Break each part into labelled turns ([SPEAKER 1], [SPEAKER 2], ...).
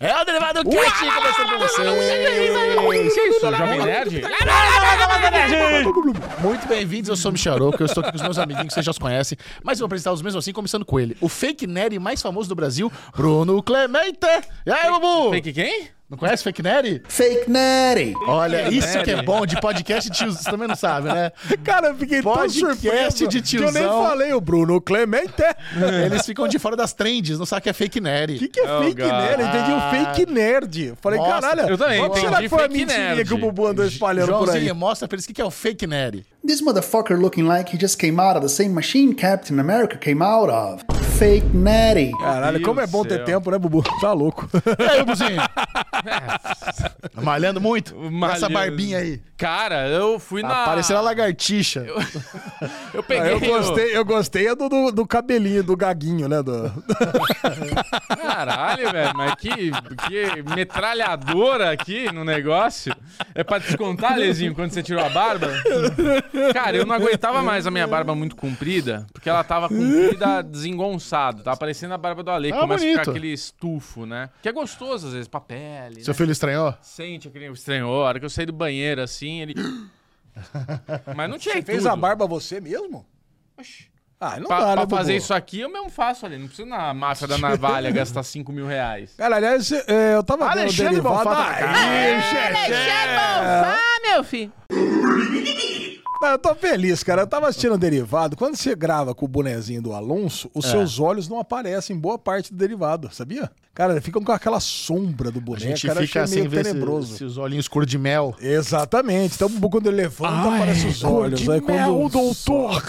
[SPEAKER 1] É o Derivado Cast começando com vocês.
[SPEAKER 2] Que isso, Jovem Nerd?
[SPEAKER 1] Muito bem-vindos, eu sou o Michel que eu estou aqui com os meus amiguinhos que vocês já os conhecem, mas eu vou apresentá-los mesmo assim, começando com ele, o fake nerd mais famoso do Brasil, Bruno Clemente. E aí, Bubu?
[SPEAKER 2] Fake quem?
[SPEAKER 1] Não conhece fake nerd?
[SPEAKER 3] Fake Nutty.
[SPEAKER 1] Olha, isso que é bom de podcast de tiozão, você também não sabe, né?
[SPEAKER 3] Cara, eu fiquei
[SPEAKER 1] Podcast
[SPEAKER 3] tão surpreso
[SPEAKER 1] de
[SPEAKER 3] que eu nem
[SPEAKER 1] tiozão.
[SPEAKER 3] falei o Bruno Clemente.
[SPEAKER 1] Eles ficam de fora das trends, não sabem que é fake nerd.
[SPEAKER 3] O que, que é
[SPEAKER 2] Oh,
[SPEAKER 3] fake
[SPEAKER 2] God.
[SPEAKER 3] nerd? Eu entendi o
[SPEAKER 1] Ah.
[SPEAKER 3] um fake nerd. Eu Falei,
[SPEAKER 1] Nossa,
[SPEAKER 3] caralho.
[SPEAKER 2] eu também
[SPEAKER 3] vamos tirar
[SPEAKER 2] entendi
[SPEAKER 3] que foi a
[SPEAKER 2] fake
[SPEAKER 3] mentirinha
[SPEAKER 2] nerd.
[SPEAKER 3] que o Bubu andou espalhando por aí.
[SPEAKER 1] Joãozinho, mostra pra eles o que que é o fake nerd.
[SPEAKER 4] This motherfucker looking like he just came out of the same machine Captain America came out of. Fake Natty.
[SPEAKER 3] Caralho,
[SPEAKER 2] Meu
[SPEAKER 3] como é bom
[SPEAKER 2] céu.
[SPEAKER 3] ter tempo, né, Bubu? Tá louco.
[SPEAKER 1] E aí, Bubuzinho? É. Malhando muito? Com
[SPEAKER 2] Malhando.
[SPEAKER 1] essa barbinha aí. Tá
[SPEAKER 2] Cara, eu fui
[SPEAKER 3] Ah.
[SPEAKER 2] na.
[SPEAKER 1] Parecendo a lagartixa.
[SPEAKER 2] Eu peguei.
[SPEAKER 3] Eu
[SPEAKER 2] o-
[SPEAKER 3] gostei, eu gostei é do, do, do cabelinho, do gaguinho, né? Do...
[SPEAKER 2] Caralho, velho, mas que, que metralhadora aqui no negócio. É pra descontar, Lezinho, quando você tirou a barba? Cara, eu não aguentava mais a minha barba muito comprida, porque ela tava comprida desengonçado. Tava parecendo a barba do Ale, que
[SPEAKER 1] Ah,
[SPEAKER 2] começa a
[SPEAKER 1] bonito.
[SPEAKER 2] ficar aquele estufo, né? Que é gostoso, às vezes, pra pele.
[SPEAKER 1] Seu
[SPEAKER 2] né?
[SPEAKER 1] filho estranhou?
[SPEAKER 2] Sente aquele estranho. A hora que eu saí do banheiro, assim, ele... Mas não tinha
[SPEAKER 3] Fez
[SPEAKER 2] tudo.
[SPEAKER 3] a barba você mesmo? Ah, não
[SPEAKER 2] Pra,
[SPEAKER 3] dá, né,
[SPEAKER 2] pra
[SPEAKER 3] Bubu?
[SPEAKER 2] fazer isso aqui, eu mesmo faço ali. Não preciso na máfia da navalha gastar 5 mil reais.
[SPEAKER 3] Cara, aliás, é, eu tava
[SPEAKER 1] Alexandre
[SPEAKER 3] vendo o derivado...
[SPEAKER 1] Bonfá tá na casa.
[SPEAKER 3] Aí,
[SPEAKER 2] É, Ah, meu filho.
[SPEAKER 3] Não, eu tô feliz, cara. Eu tava assistindo o derivado. Quando você grava com o bonezinho do Alonso,
[SPEAKER 1] É.
[SPEAKER 3] os seus olhos não aparecem em boa parte do derivado, sabia? Cara, ficam com aquela sombra do
[SPEAKER 1] A
[SPEAKER 3] boneco,
[SPEAKER 1] gente
[SPEAKER 3] É, cara,
[SPEAKER 1] fica
[SPEAKER 3] achei
[SPEAKER 1] assim,
[SPEAKER 3] meio
[SPEAKER 1] ver
[SPEAKER 3] tenebroso.
[SPEAKER 1] se, se os olhinhos cor de mel.
[SPEAKER 3] Exatamente. Então, quando ele levanta,
[SPEAKER 1] Ah,
[SPEAKER 3] aparecem
[SPEAKER 1] é?
[SPEAKER 3] os olhos. Aí, quando... doutor!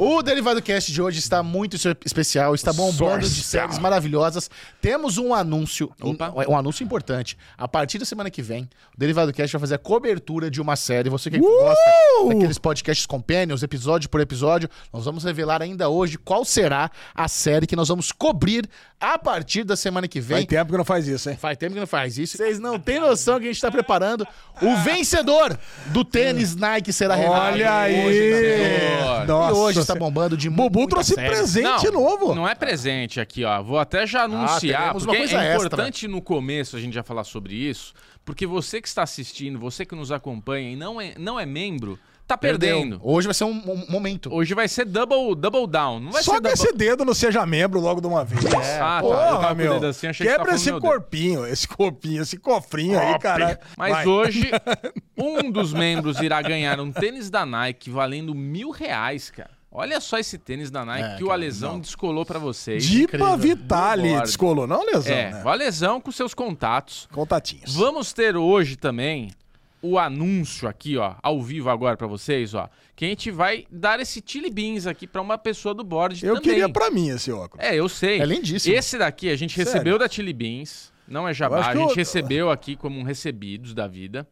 [SPEAKER 1] O Derivado Cast de hoje está muito espe- especial, está bombando de séries maravilhosas. Temos um anúncio, um-
[SPEAKER 2] Opa.
[SPEAKER 1] um, anúncio importante. A partir da semana que vem, o Derivado Cast vai fazer a cobertura de uma série. Você que gosta daqueles podcasts companions, episódio por episódio, nós vamos revelar ainda hoje qual será a série que nós vamos cobrir a partir da semana que vem.
[SPEAKER 3] Tem tempo que não faz isso, hein?
[SPEAKER 1] Faz tempo que não faz isso. Vocês não têm noção que a gente está preparando. O vencedor do tênis Nike será revelado.
[SPEAKER 3] Olha aí!
[SPEAKER 2] senhor.
[SPEAKER 1] tá E
[SPEAKER 3] Nossa,
[SPEAKER 1] hoje está bombando de
[SPEAKER 3] Bubu
[SPEAKER 1] muita
[SPEAKER 3] trouxe
[SPEAKER 1] série.
[SPEAKER 3] presente novo. Ah,
[SPEAKER 2] Não é presente aqui, ó. Vou até já anunciar,
[SPEAKER 1] teremos uma
[SPEAKER 2] porque
[SPEAKER 1] coisa
[SPEAKER 2] é
[SPEAKER 1] extra.
[SPEAKER 2] importante no começo a gente já falar sobre isso, porque você que está assistindo, você que nos acompanha e não é, não é membro, tá
[SPEAKER 1] Perdeu.
[SPEAKER 2] perdendo.
[SPEAKER 1] Hoje vai ser um, um momento.
[SPEAKER 2] Hoje vai ser double, double down. Não vai
[SPEAKER 3] Só
[SPEAKER 2] ser
[SPEAKER 3] que
[SPEAKER 2] double...
[SPEAKER 3] esse dedo não seja membro logo de uma vez.
[SPEAKER 2] Ah, tá. eu tava
[SPEAKER 3] Porra,
[SPEAKER 2] com o
[SPEAKER 3] meu.
[SPEAKER 2] dedo assim, achei que você
[SPEAKER 3] Quebra
[SPEAKER 2] tava
[SPEAKER 3] esse
[SPEAKER 2] falando meu dedo.
[SPEAKER 3] corpinho, esse corpinho, esse cofrinho aí, cara.
[SPEAKER 2] Mas hoje, um dos membros irá ganhar um tênis da Nike valendo mil reais, cara. Olha só esse tênis da Nike
[SPEAKER 1] É,
[SPEAKER 2] que o
[SPEAKER 1] cara,
[SPEAKER 2] Alesão descolou pra vocês.
[SPEAKER 3] Dipa
[SPEAKER 1] Incrível.
[SPEAKER 3] Vitale
[SPEAKER 2] Lord.
[SPEAKER 3] descolou, não, Lesão,
[SPEAKER 2] É,
[SPEAKER 3] né?
[SPEAKER 2] o Alesão com seus contatos.
[SPEAKER 3] Contatinhos.
[SPEAKER 2] Vamos ter hoje também o anúncio aqui, ó, ao vivo agora pra vocês, ó, que a gente vai dar esse Chili Beans aqui pra uma pessoa do board
[SPEAKER 3] Eu
[SPEAKER 2] também.
[SPEAKER 3] queria pra mim esse óculos.
[SPEAKER 2] É, eu sei.
[SPEAKER 1] É lindíssimo.
[SPEAKER 2] Esse daqui a gente
[SPEAKER 3] Sério?
[SPEAKER 2] recebeu da Chili Beans. Não é
[SPEAKER 3] Eu
[SPEAKER 2] jabá,
[SPEAKER 3] acho
[SPEAKER 2] a
[SPEAKER 3] que
[SPEAKER 2] gente
[SPEAKER 3] eu-
[SPEAKER 2] recebeu aqui como um recebidos da vida.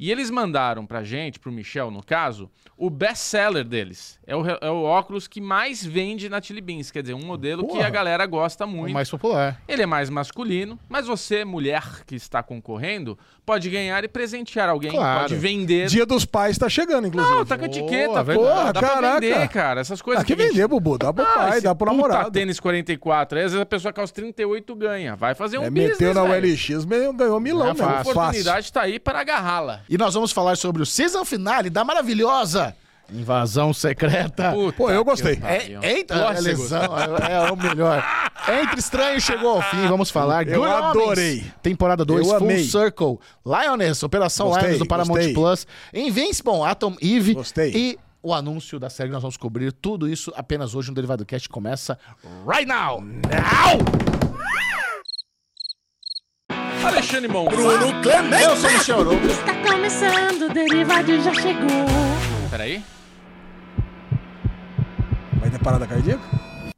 [SPEAKER 2] E eles mandaram pra gente, pro Michel no caso, o best seller deles. É o, re- é o óculos que mais vende na Chili Beans, quer dizer, um modelo que
[SPEAKER 3] Porra.
[SPEAKER 2] a galera gosta
[SPEAKER 1] O
[SPEAKER 2] muito.
[SPEAKER 1] mais popular.
[SPEAKER 2] Ele é mais masculino, mas você, mulher que está concorrendo, pode ganhar e presentear alguém,
[SPEAKER 1] Claro.
[SPEAKER 2] pode vender.
[SPEAKER 3] Dia dos pais tá chegando, inclusive.
[SPEAKER 2] É, Não, tá com etiqueta,
[SPEAKER 1] Boa,
[SPEAKER 2] pô.
[SPEAKER 3] verdade.
[SPEAKER 2] Dá
[SPEAKER 3] Caraca.
[SPEAKER 2] pra vender, cara. Essas coisas
[SPEAKER 3] Ah, que
[SPEAKER 2] a gente
[SPEAKER 3] vender, Bubu. Dá pro pai,
[SPEAKER 2] Ah, esse
[SPEAKER 3] dá pro
[SPEAKER 2] puta
[SPEAKER 3] namorado.
[SPEAKER 2] tênis 44. Aí, às vezes a pessoa calça 38 ganha. Vai fazer um
[SPEAKER 3] É,
[SPEAKER 2] business,
[SPEAKER 3] meteu na
[SPEAKER 2] velho.
[SPEAKER 3] OLX, meio- ganhou milão,
[SPEAKER 1] Não é
[SPEAKER 3] meu.
[SPEAKER 2] A
[SPEAKER 1] fácil.
[SPEAKER 3] Fácil.
[SPEAKER 2] oportunidade tá aí para agarrá-la.
[SPEAKER 1] E nós vamos falar sobre o season finale da maravilhosa Invasão Secreta.
[SPEAKER 2] tá
[SPEAKER 3] Pô, eu gostei.
[SPEAKER 2] pariu.
[SPEAKER 1] É, eita,
[SPEAKER 2] Nossa,
[SPEAKER 1] é lesão, é, é o melhor. Entre Estranho chegou ao fim, vamos falar.
[SPEAKER 3] Eu
[SPEAKER 1] Good Omens,
[SPEAKER 3] adorei.
[SPEAKER 1] temporada 2,
[SPEAKER 3] Eu
[SPEAKER 1] Full
[SPEAKER 3] amei.
[SPEAKER 1] Circle, Lioness, Operação
[SPEAKER 3] Gostei,
[SPEAKER 1] Lioness do Paramount
[SPEAKER 3] gostei.
[SPEAKER 1] Plus, Invincible, Atom Eve
[SPEAKER 3] Gostei.
[SPEAKER 1] e o anúncio da série que nós vamos cobrir. Tudo isso apenas hoje no Derivado Cast começa right now. Now!
[SPEAKER 2] Alexandre Monfá.
[SPEAKER 1] Eu sou o Michel Arouca.
[SPEAKER 5] Está começando, o Derivado já chegou.
[SPEAKER 2] Peraí.
[SPEAKER 3] Vai ter parada cardíaca?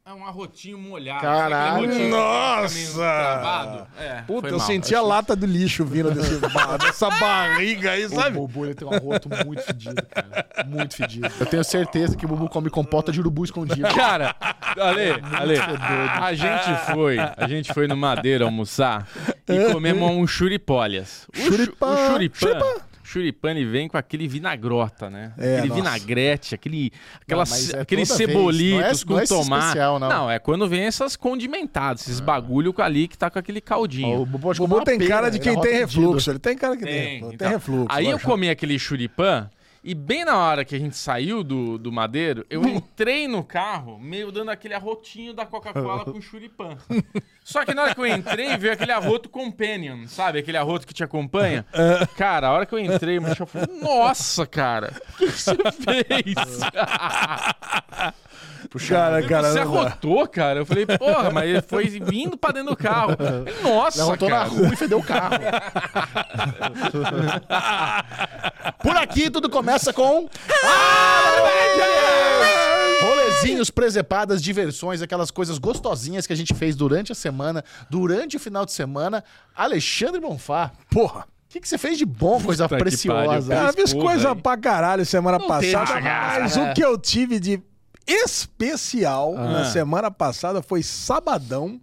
[SPEAKER 2] É um arrotinho molhado.
[SPEAKER 1] Caralho.
[SPEAKER 2] Sabe aquele arrotinho que fica meio
[SPEAKER 3] Nossa!
[SPEAKER 2] travado? É,
[SPEAKER 3] Puta,
[SPEAKER 2] foi
[SPEAKER 3] eu
[SPEAKER 2] mal.
[SPEAKER 3] senti a lata do lixo vindo desse bar- dessa barriga aí,
[SPEAKER 1] O
[SPEAKER 3] sabe?
[SPEAKER 1] Bubu ele tem um arroto muito fedido, cara. Muito fedido. Eu tenho certeza que o Bubu come compota de urubu escondido.
[SPEAKER 2] Cara,
[SPEAKER 1] É
[SPEAKER 2] Ale, Ale, a gente foi, a gente foi no
[SPEAKER 1] É.
[SPEAKER 2] Madeira almoçar e comemos um churipolhas. O chu-
[SPEAKER 3] Churipã.
[SPEAKER 2] O
[SPEAKER 3] Churipã.
[SPEAKER 2] churipã. Churipã. Churipane vem com aquele vinagrota, né?
[SPEAKER 3] É,
[SPEAKER 2] aquele
[SPEAKER 3] nossa.
[SPEAKER 2] vinagrete, aquele, aquela,
[SPEAKER 1] Não, mas
[SPEAKER 2] ce-
[SPEAKER 1] é
[SPEAKER 2] aqueles
[SPEAKER 1] toda vez. Não é-
[SPEAKER 2] cebolitos
[SPEAKER 1] não é
[SPEAKER 2] com
[SPEAKER 1] esse
[SPEAKER 2] tomate.
[SPEAKER 1] especial, não. Ah.
[SPEAKER 2] não. é quando vem essas condimentadas, esses bagulho ali que tá com aquele
[SPEAKER 1] Ó,
[SPEAKER 2] caldinho.
[SPEAKER 1] O Bubu, acho que é
[SPEAKER 3] Bubu
[SPEAKER 1] uma
[SPEAKER 3] tem
[SPEAKER 1] pena,
[SPEAKER 3] cara de
[SPEAKER 1] ele
[SPEAKER 3] quem
[SPEAKER 1] arruma
[SPEAKER 3] tem
[SPEAKER 1] pedido.
[SPEAKER 3] refluxo. Ele tem cara que tem,
[SPEAKER 2] Tem,
[SPEAKER 3] refluxo.
[SPEAKER 2] então.
[SPEAKER 3] Tem refluxo.
[SPEAKER 2] Aí eu
[SPEAKER 3] lógico.
[SPEAKER 2] comi aquele churipã e bem na hora que a gente saiu do, do madeiro, eu entrei no carro meio dando aquele arrotinho da Coca-Cola com churipã. Só que na hora que eu entrei, veio aquele arroto companion, sabe? Aquele arroto que te acompanha.
[SPEAKER 3] É.
[SPEAKER 2] Cara, a hora que eu entrei, o Michel falou, nossa, cara, o que que você fez?
[SPEAKER 3] Cara, cara,
[SPEAKER 2] você
[SPEAKER 3] não dá.
[SPEAKER 2] arrotou, cara? Eu falei, porra, mas ele foi vindo pra dentro do carro. Ele, Nossa,
[SPEAKER 1] Levantou na
[SPEAKER 2] cara.
[SPEAKER 1] rua e fedeu o carro. Por aqui tudo começa com. Rolezinhos, presepadas, diversões, aquelas coisas gostosinhas que a gente fez durante a semana, durante o final de semana. Alexandre Bonfá,
[SPEAKER 3] Porra.
[SPEAKER 1] o que, que você fez de bom, coisa
[SPEAKER 2] Puta que pariu,
[SPEAKER 1] preciosa?
[SPEAKER 2] cara.
[SPEAKER 3] Cara, fiz
[SPEAKER 2] porra,
[SPEAKER 3] coisa
[SPEAKER 2] hein?
[SPEAKER 3] pra caralho semana
[SPEAKER 2] teve
[SPEAKER 3] passada,
[SPEAKER 2] cagada,
[SPEAKER 3] mas o que eu tive de especial na semana passada foi sabadão,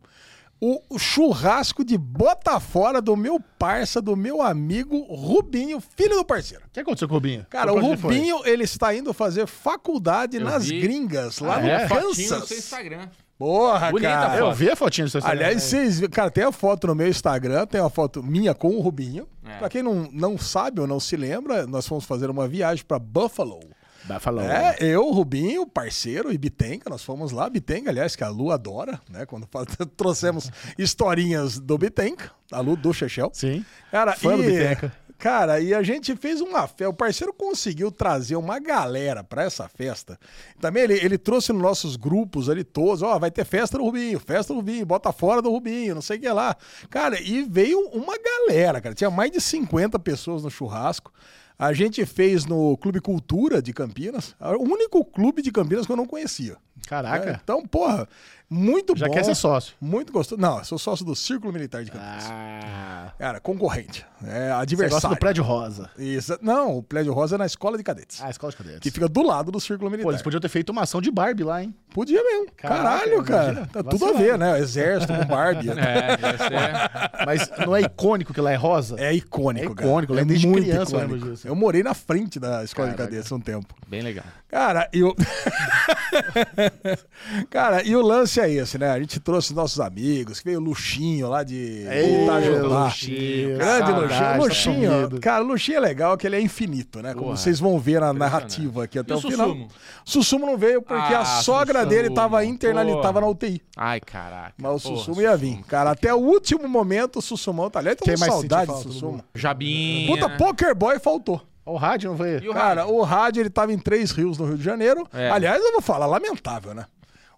[SPEAKER 3] o o churrasco de Botafora do meu parça, do meu amigo Rubinho, filho do parceiro.
[SPEAKER 1] O que aconteceu com o Rubinho?
[SPEAKER 3] Cara, o
[SPEAKER 1] Pra onde ele foi?
[SPEAKER 3] Rubinho, ele está indo fazer faculdade nas
[SPEAKER 2] vi.
[SPEAKER 3] gringas, lá
[SPEAKER 1] Ah,
[SPEAKER 3] no
[SPEAKER 1] é?
[SPEAKER 2] Fotinho no seu
[SPEAKER 3] Kansas.
[SPEAKER 2] Instagram.
[SPEAKER 3] Porra,
[SPEAKER 2] tá- Bonita
[SPEAKER 3] cara.
[SPEAKER 2] foto.
[SPEAKER 1] Ah, Eu vi a fotinha do seu Instagram.
[SPEAKER 3] Aliás, vocês. vi- Cara, tem a foto no meu Instagram, tem uma foto minha com o Rubinho.
[SPEAKER 2] É.
[SPEAKER 3] Pra quem não, não sabe ou não se lembra, nós fomos fazer uma viagem pra Buffalo.
[SPEAKER 1] Vai falar.
[SPEAKER 3] É, eu, Rubinho, parceiro e Bitenga, nós fomos lá. Bitenga, aliás, que a Lu adora, né? Quando faz- trouxemos historinhas do Bitenga, a Lu do Chechel.
[SPEAKER 1] Sim.
[SPEAKER 3] Cara,
[SPEAKER 1] Fã do
[SPEAKER 3] e-
[SPEAKER 1] Biteca.
[SPEAKER 3] Cara, e a gente fez uma festa. O parceiro conseguiu trazer uma galera pra essa festa. Também ele, ele trouxe nos nossos grupos ali todos: ó, vai ter festa do Rubinho, festa do Rubinho, bota fora do Rubinho, não sei o que lá. Cara, e veio uma galera, cara. Tinha mais de 50 pessoas no churrasco. A gente fez no Clube Cultura de Campinas, o único clube de Campinas que eu não conhecia.
[SPEAKER 1] Caraca.
[SPEAKER 3] É, Então, porra, muito
[SPEAKER 1] Já
[SPEAKER 3] bom.
[SPEAKER 1] quer ser sócio.
[SPEAKER 3] Muito gostoso. Não, eu sou sócio do Círculo Militar de Campinas.
[SPEAKER 1] Ah,
[SPEAKER 3] Cara, concorrente. É
[SPEAKER 1] você
[SPEAKER 3] adversário.
[SPEAKER 1] gosta do prédio rosa.
[SPEAKER 3] Isso. Não, o Prédio Rosa é na escola de cadetes.
[SPEAKER 1] Ah, escola de cadetes.
[SPEAKER 3] Que fica do lado do Círculo Militar.
[SPEAKER 1] Pô, eles podiam ter feito uma ação de Barbie lá, hein?
[SPEAKER 3] Podia mesmo.
[SPEAKER 1] Caraca,
[SPEAKER 3] Caralho, cara.
[SPEAKER 1] imagina.
[SPEAKER 3] Tá tudo a ver, né? Exército com Barbie. é.
[SPEAKER 2] É, ia ser...
[SPEAKER 1] Mas não é icônico que lá é rosa?
[SPEAKER 3] icônico,
[SPEAKER 1] É
[SPEAKER 3] cara.
[SPEAKER 1] icônico, lembro desde
[SPEAKER 3] muito
[SPEAKER 1] criança, eu
[SPEAKER 3] icônico.
[SPEAKER 1] lembro disso.
[SPEAKER 3] Eu morei na frente da escola de cadetes um tempo.
[SPEAKER 2] Bem legal.
[SPEAKER 3] Cara, e o. Cara, e o lance é esse, né? A gente trouxe nossos amigos, que veio o Luxinho lá de Itajubá. Grande
[SPEAKER 1] tá
[SPEAKER 3] Luxinho. Luxinho, cara, o Luxinho é legal que ele é infinito, né? Como
[SPEAKER 2] Porra,
[SPEAKER 3] vocês vão ver na narrativa aqui até
[SPEAKER 2] E o
[SPEAKER 3] o final.
[SPEAKER 2] Sussumo?
[SPEAKER 3] Sussumo não veio porque a
[SPEAKER 2] Ah,
[SPEAKER 3] sogra
[SPEAKER 2] Sussumo,
[SPEAKER 3] dele tava
[SPEAKER 2] porra.
[SPEAKER 3] internada, tava na UTI.
[SPEAKER 2] Ai, caraca.
[SPEAKER 3] Mas o
[SPEAKER 2] Porra,
[SPEAKER 3] Sussumo ia vir. Cara, até o último momento o Sussumão tá ali. Então,
[SPEAKER 1] Quem mais
[SPEAKER 3] saudade do
[SPEAKER 1] sentiu falta do
[SPEAKER 3] Sussumo.
[SPEAKER 1] mundo?
[SPEAKER 2] Jabinha.
[SPEAKER 3] Puta, Poker Boy faltou.
[SPEAKER 1] O rádio não veio.
[SPEAKER 2] E o
[SPEAKER 3] Cara,
[SPEAKER 2] rádio?
[SPEAKER 3] o rádio ele tava em Três Rios, no Rio de Janeiro.
[SPEAKER 2] É.
[SPEAKER 3] Aliás, eu vou falar, lamentável, né?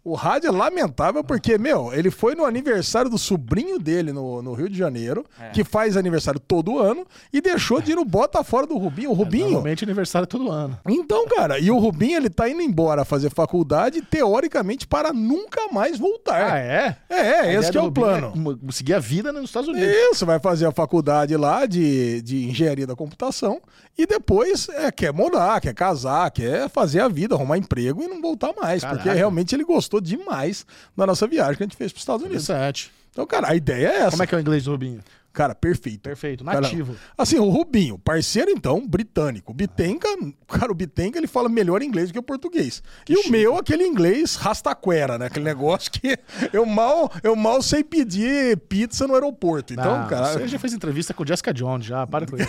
[SPEAKER 3] O rádio é lamentável porque, meu, ele foi no aniversário do sobrinho dele no, no Rio de Janeiro,
[SPEAKER 1] É.
[SPEAKER 3] que faz aniversário todo ano, e deixou de ir no Bota Fora do Rubinho. O Rubinho.
[SPEAKER 1] Normalmente aniversário é todo ano.
[SPEAKER 3] Então, cara, e o Rubinho, ele tá indo embora fazer faculdade, teoricamente, para nunca mais voltar.
[SPEAKER 1] Ah, é?
[SPEAKER 3] É, é,
[SPEAKER 1] A
[SPEAKER 3] esse
[SPEAKER 1] ideia
[SPEAKER 3] que
[SPEAKER 1] do
[SPEAKER 3] é o
[SPEAKER 1] Rubinho
[SPEAKER 3] plano.
[SPEAKER 1] uma- seguir a vida nos Estados Unidos.
[SPEAKER 3] Isso, vai fazer a faculdade lá de, de engenharia da computação e depois é, quer morar, quer casar, quer fazer a vida, arrumar emprego e não voltar mais.
[SPEAKER 1] Caraca.
[SPEAKER 3] Porque realmente ele gostou demais da nossa viagem que a gente fez para os Estados Unidos.
[SPEAKER 1] Interessante.
[SPEAKER 3] Então, cara, a ideia é essa.
[SPEAKER 1] Como é que é o inglês do Rubinho?
[SPEAKER 3] Cara, perfeito.
[SPEAKER 1] Perfeito,
[SPEAKER 3] Cara,
[SPEAKER 1] nativo.
[SPEAKER 3] assim, o Rubinho, parceiro então, britânico. Bitenca, cara, o Bitenca ele fala melhor inglês do que o português. e o meu, aquele inglês rastaquera, né? Aquele negócio que eu mal, eu mal sei pedir pizza no aeroporto. Então,
[SPEAKER 1] Não,
[SPEAKER 3] cara.
[SPEAKER 1] Ah, Você é já fez entrevista com Jessica Jones, já. Para com isso.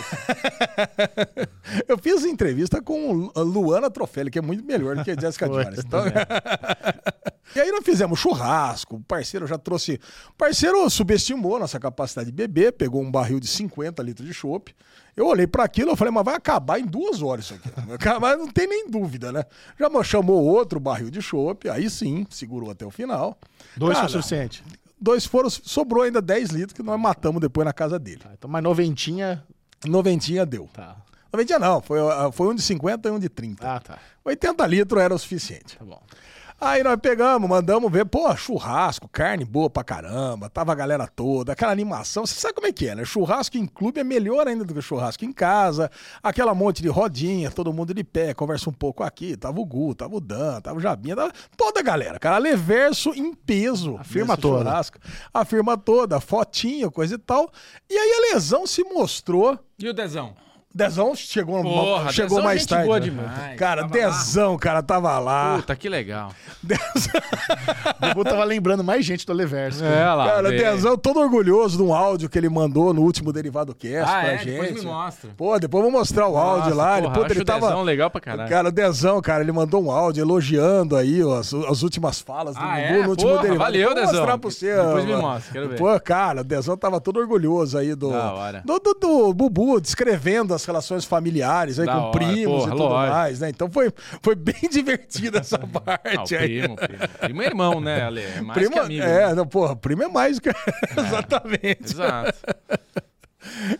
[SPEAKER 3] Eu fiz entrevista com a Luana Trofelli, que é muito melhor do que a Jessica
[SPEAKER 1] Foi,
[SPEAKER 3] Jones. Então- e aí nós fizemos churrasco, o parceiro já trouxe... O parceiro subestimou a nossa capacidade de beber, pegou um barril de 50 litros de chopp. Eu olhei para aquilo, eu falei, mas vai acabar em duas horas isso aqui. Vai acabar, não tem nem dúvida, né? Já chamou outro barril de chopp, aí sim, segurou até o final.
[SPEAKER 1] Dois foi
[SPEAKER 3] Cara,
[SPEAKER 1] o suficiente.
[SPEAKER 3] Dois foram, sobrou ainda 10 litros que nós matamos depois na casa dele.
[SPEAKER 1] Tá, Então, mais noventinha.
[SPEAKER 3] Noventinha deu.
[SPEAKER 1] Tá.
[SPEAKER 3] Noventinha não, foi, foi um de 50 e um de 30.
[SPEAKER 1] Ah, tá.
[SPEAKER 3] 80 litros era o suficiente.
[SPEAKER 1] Tá bom.
[SPEAKER 3] Aí nós pegamos, mandamos ver, pô, churrasco, carne boa pra caramba, tava a galera toda, aquela animação, você sabe como é que é, né? Churrasco em clube é melhor ainda do que churrasco em casa, aquela monte de rodinha, todo mundo de pé, conversa um pouco aqui, tava o Gu, tava o Dan, tava o Jabinha, tava toda a galera, cara, leverso em peso.
[SPEAKER 1] Afirma
[SPEAKER 3] nesse
[SPEAKER 1] toda.
[SPEAKER 3] Churrasco. A firma toda, fotinho, coisa e tal. E aí a lesão se mostrou
[SPEAKER 2] E o Dezão?
[SPEAKER 3] Dezão chegou, um
[SPEAKER 2] Porra,
[SPEAKER 3] chegou
[SPEAKER 2] Dezão é
[SPEAKER 3] mais
[SPEAKER 2] gente
[SPEAKER 3] tarde.
[SPEAKER 2] boa
[SPEAKER 3] né?
[SPEAKER 2] demais,
[SPEAKER 3] Cara,
[SPEAKER 2] tava
[SPEAKER 3] Dezão, cara, tava lá.
[SPEAKER 2] Puta, que legal.
[SPEAKER 3] Dezão-
[SPEAKER 1] O Bubu tava lembrando mais gente do Leverso.
[SPEAKER 2] lá.
[SPEAKER 3] Cara, Dezão todo orgulhoso de um áudio que ele mandou no último Derivado Cast
[SPEAKER 2] Ah,
[SPEAKER 3] pra
[SPEAKER 2] é?
[SPEAKER 3] gente.
[SPEAKER 2] Depois me mostra.
[SPEAKER 3] Pô, depois eu vou mostrar o áudio
[SPEAKER 2] Nossa,
[SPEAKER 3] lá. Ele,
[SPEAKER 2] porra,
[SPEAKER 3] puta,
[SPEAKER 2] acho
[SPEAKER 3] ele
[SPEAKER 2] o
[SPEAKER 3] tava.
[SPEAKER 2] Dezão legal pra caralho.
[SPEAKER 3] Cara, o Dezão, cara, ele mandou um áudio elogiando aí ó, as, as últimas falas do
[SPEAKER 2] Ah,
[SPEAKER 3] Bubu
[SPEAKER 2] é?
[SPEAKER 3] no último
[SPEAKER 2] Porra,
[SPEAKER 3] Derivado.
[SPEAKER 2] valeu,
[SPEAKER 3] vou
[SPEAKER 2] Dezão.
[SPEAKER 3] mostrar pra você.
[SPEAKER 2] Depois
[SPEAKER 3] ó,
[SPEAKER 2] me
[SPEAKER 3] mano.
[SPEAKER 2] mostra, quero ver.
[SPEAKER 3] Pô, cara, o Dezão tava todo orgulhoso aí do,
[SPEAKER 2] Da hora.
[SPEAKER 3] do, do, do Bubu, descrevendo as relações familiares aí
[SPEAKER 2] Da
[SPEAKER 3] com
[SPEAKER 2] hora,
[SPEAKER 3] primos
[SPEAKER 2] porra,
[SPEAKER 3] e tudo
[SPEAKER 2] lógico.
[SPEAKER 3] mais, né? Então foi, foi bem divertida essa
[SPEAKER 2] Não,
[SPEAKER 3] parte aí.
[SPEAKER 2] Ah, primo, primo. Primo é irmão, né, Ale? É mais
[SPEAKER 3] Primo-
[SPEAKER 2] que amigo. né?
[SPEAKER 3] é, não, porra, primo é mais que. Exatamente.
[SPEAKER 2] Exato.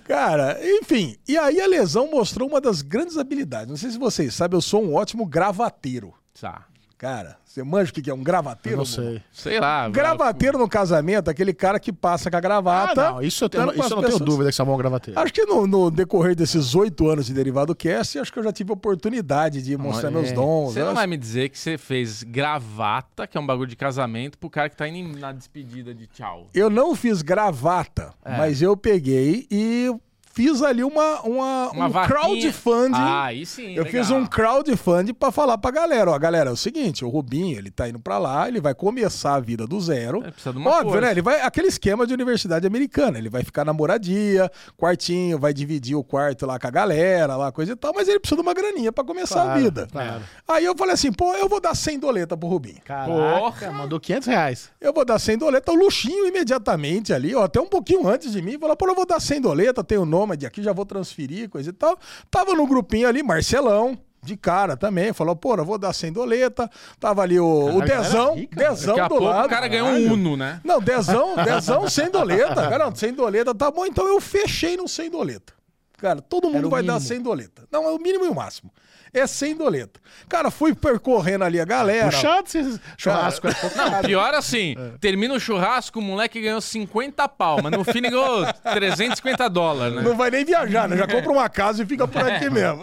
[SPEAKER 3] Cara, enfim. E aí a lesão mostrou uma das grandes habilidades. Não sei se vocês sabem, eu sou um ótimo gravateiro.
[SPEAKER 2] Tá.
[SPEAKER 3] Cara, você manja o que que é um gravateiro?
[SPEAKER 1] Eu não
[SPEAKER 3] Bubu?
[SPEAKER 1] sei.
[SPEAKER 2] Sei lá.
[SPEAKER 3] Gravateiro no casamento, é aquele cara que passa com a
[SPEAKER 1] Ah,
[SPEAKER 3] gravata.
[SPEAKER 1] não, isso eu, tenho,
[SPEAKER 3] dando
[SPEAKER 1] isso eu
[SPEAKER 3] pras
[SPEAKER 1] não tenho
[SPEAKER 3] pessoas.
[SPEAKER 1] dúvida que Salmão é um gravateiro.
[SPEAKER 3] Acho que no, no decorrer desses oito anos de Derivado Cast, acho que eu já tive a oportunidade de mostrar meus dons.
[SPEAKER 2] é. Você
[SPEAKER 3] Eu
[SPEAKER 2] não
[SPEAKER 3] acho-
[SPEAKER 2] vai me dizer que você fez gravata, que é um bagulho de casamento, pro cara que tá indo na despedida de tchau.
[SPEAKER 3] Eu não fiz gravata,
[SPEAKER 2] É.
[SPEAKER 3] mas eu peguei e fiz ali uma, uma,
[SPEAKER 2] Uma
[SPEAKER 3] um
[SPEAKER 2] vaquinha.
[SPEAKER 3] crowdfunding.
[SPEAKER 2] Ah, aí sim.
[SPEAKER 3] Eu
[SPEAKER 2] legal.
[SPEAKER 3] fiz um crowdfunding pra falar pra galera, ó, galera, é o seguinte, o Rubinho, ele tá indo pra lá, ele vai começar a vida do zero.
[SPEAKER 2] É, precisa de uma
[SPEAKER 3] Óbvio,
[SPEAKER 2] força.
[SPEAKER 3] né? Ele vai aquele esquema de universidade americana, ele vai ficar na moradia, quartinho, vai dividir o quarto lá com a galera, lá coisa e tal, mas ele precisa de uma graninha pra começar a
[SPEAKER 1] Claro,
[SPEAKER 3] vida.
[SPEAKER 1] claro.
[SPEAKER 3] Aí eu falei assim, pô, eu vou dar 100 doleta pro Rubinho.
[SPEAKER 1] Caraca,
[SPEAKER 2] Porra.
[SPEAKER 1] mandou 500 reais.
[SPEAKER 3] Eu vou dar 100 doleta, o luxinho imediatamente ali, ó, até um pouquinho antes de mim. Falou, pô, eu vou dar 100 doleta, tenho o nome de aqui, já vou transferir, coisa e tal. Tava no grupinho ali, Marcelão, de cara também, falou, pô, eu vou dar 100 doleta. Tava ali o, o
[SPEAKER 1] Caralho, galera
[SPEAKER 3] Dezão,
[SPEAKER 1] rica,
[SPEAKER 3] Dezão
[SPEAKER 2] Daqui a
[SPEAKER 3] do
[SPEAKER 2] pouco
[SPEAKER 3] lado.
[SPEAKER 2] o cara ganhou um Uno, né?
[SPEAKER 3] Não, Dezão, Dezão sem doleta. Cara, não, sem doleta, tá bom, então eu fechei no sem doleta. Cara, todo mundo
[SPEAKER 1] o
[SPEAKER 3] vai dar
[SPEAKER 1] mínimo.
[SPEAKER 3] sem doleta. Não, é o mínimo e o máximo. É sem doleta. Cara, fui percorrendo ali a galera.
[SPEAKER 1] Puxado esse churrasco. é pouco
[SPEAKER 2] Não, pior assim,
[SPEAKER 3] É.
[SPEAKER 2] termina o churrasco, o moleque ganhou 50 pau, mas no fim ele ganhou 350 dólares, né?
[SPEAKER 3] Não vai nem viajar, né? Já compra uma casa e fica por
[SPEAKER 1] É.
[SPEAKER 3] aqui mesmo.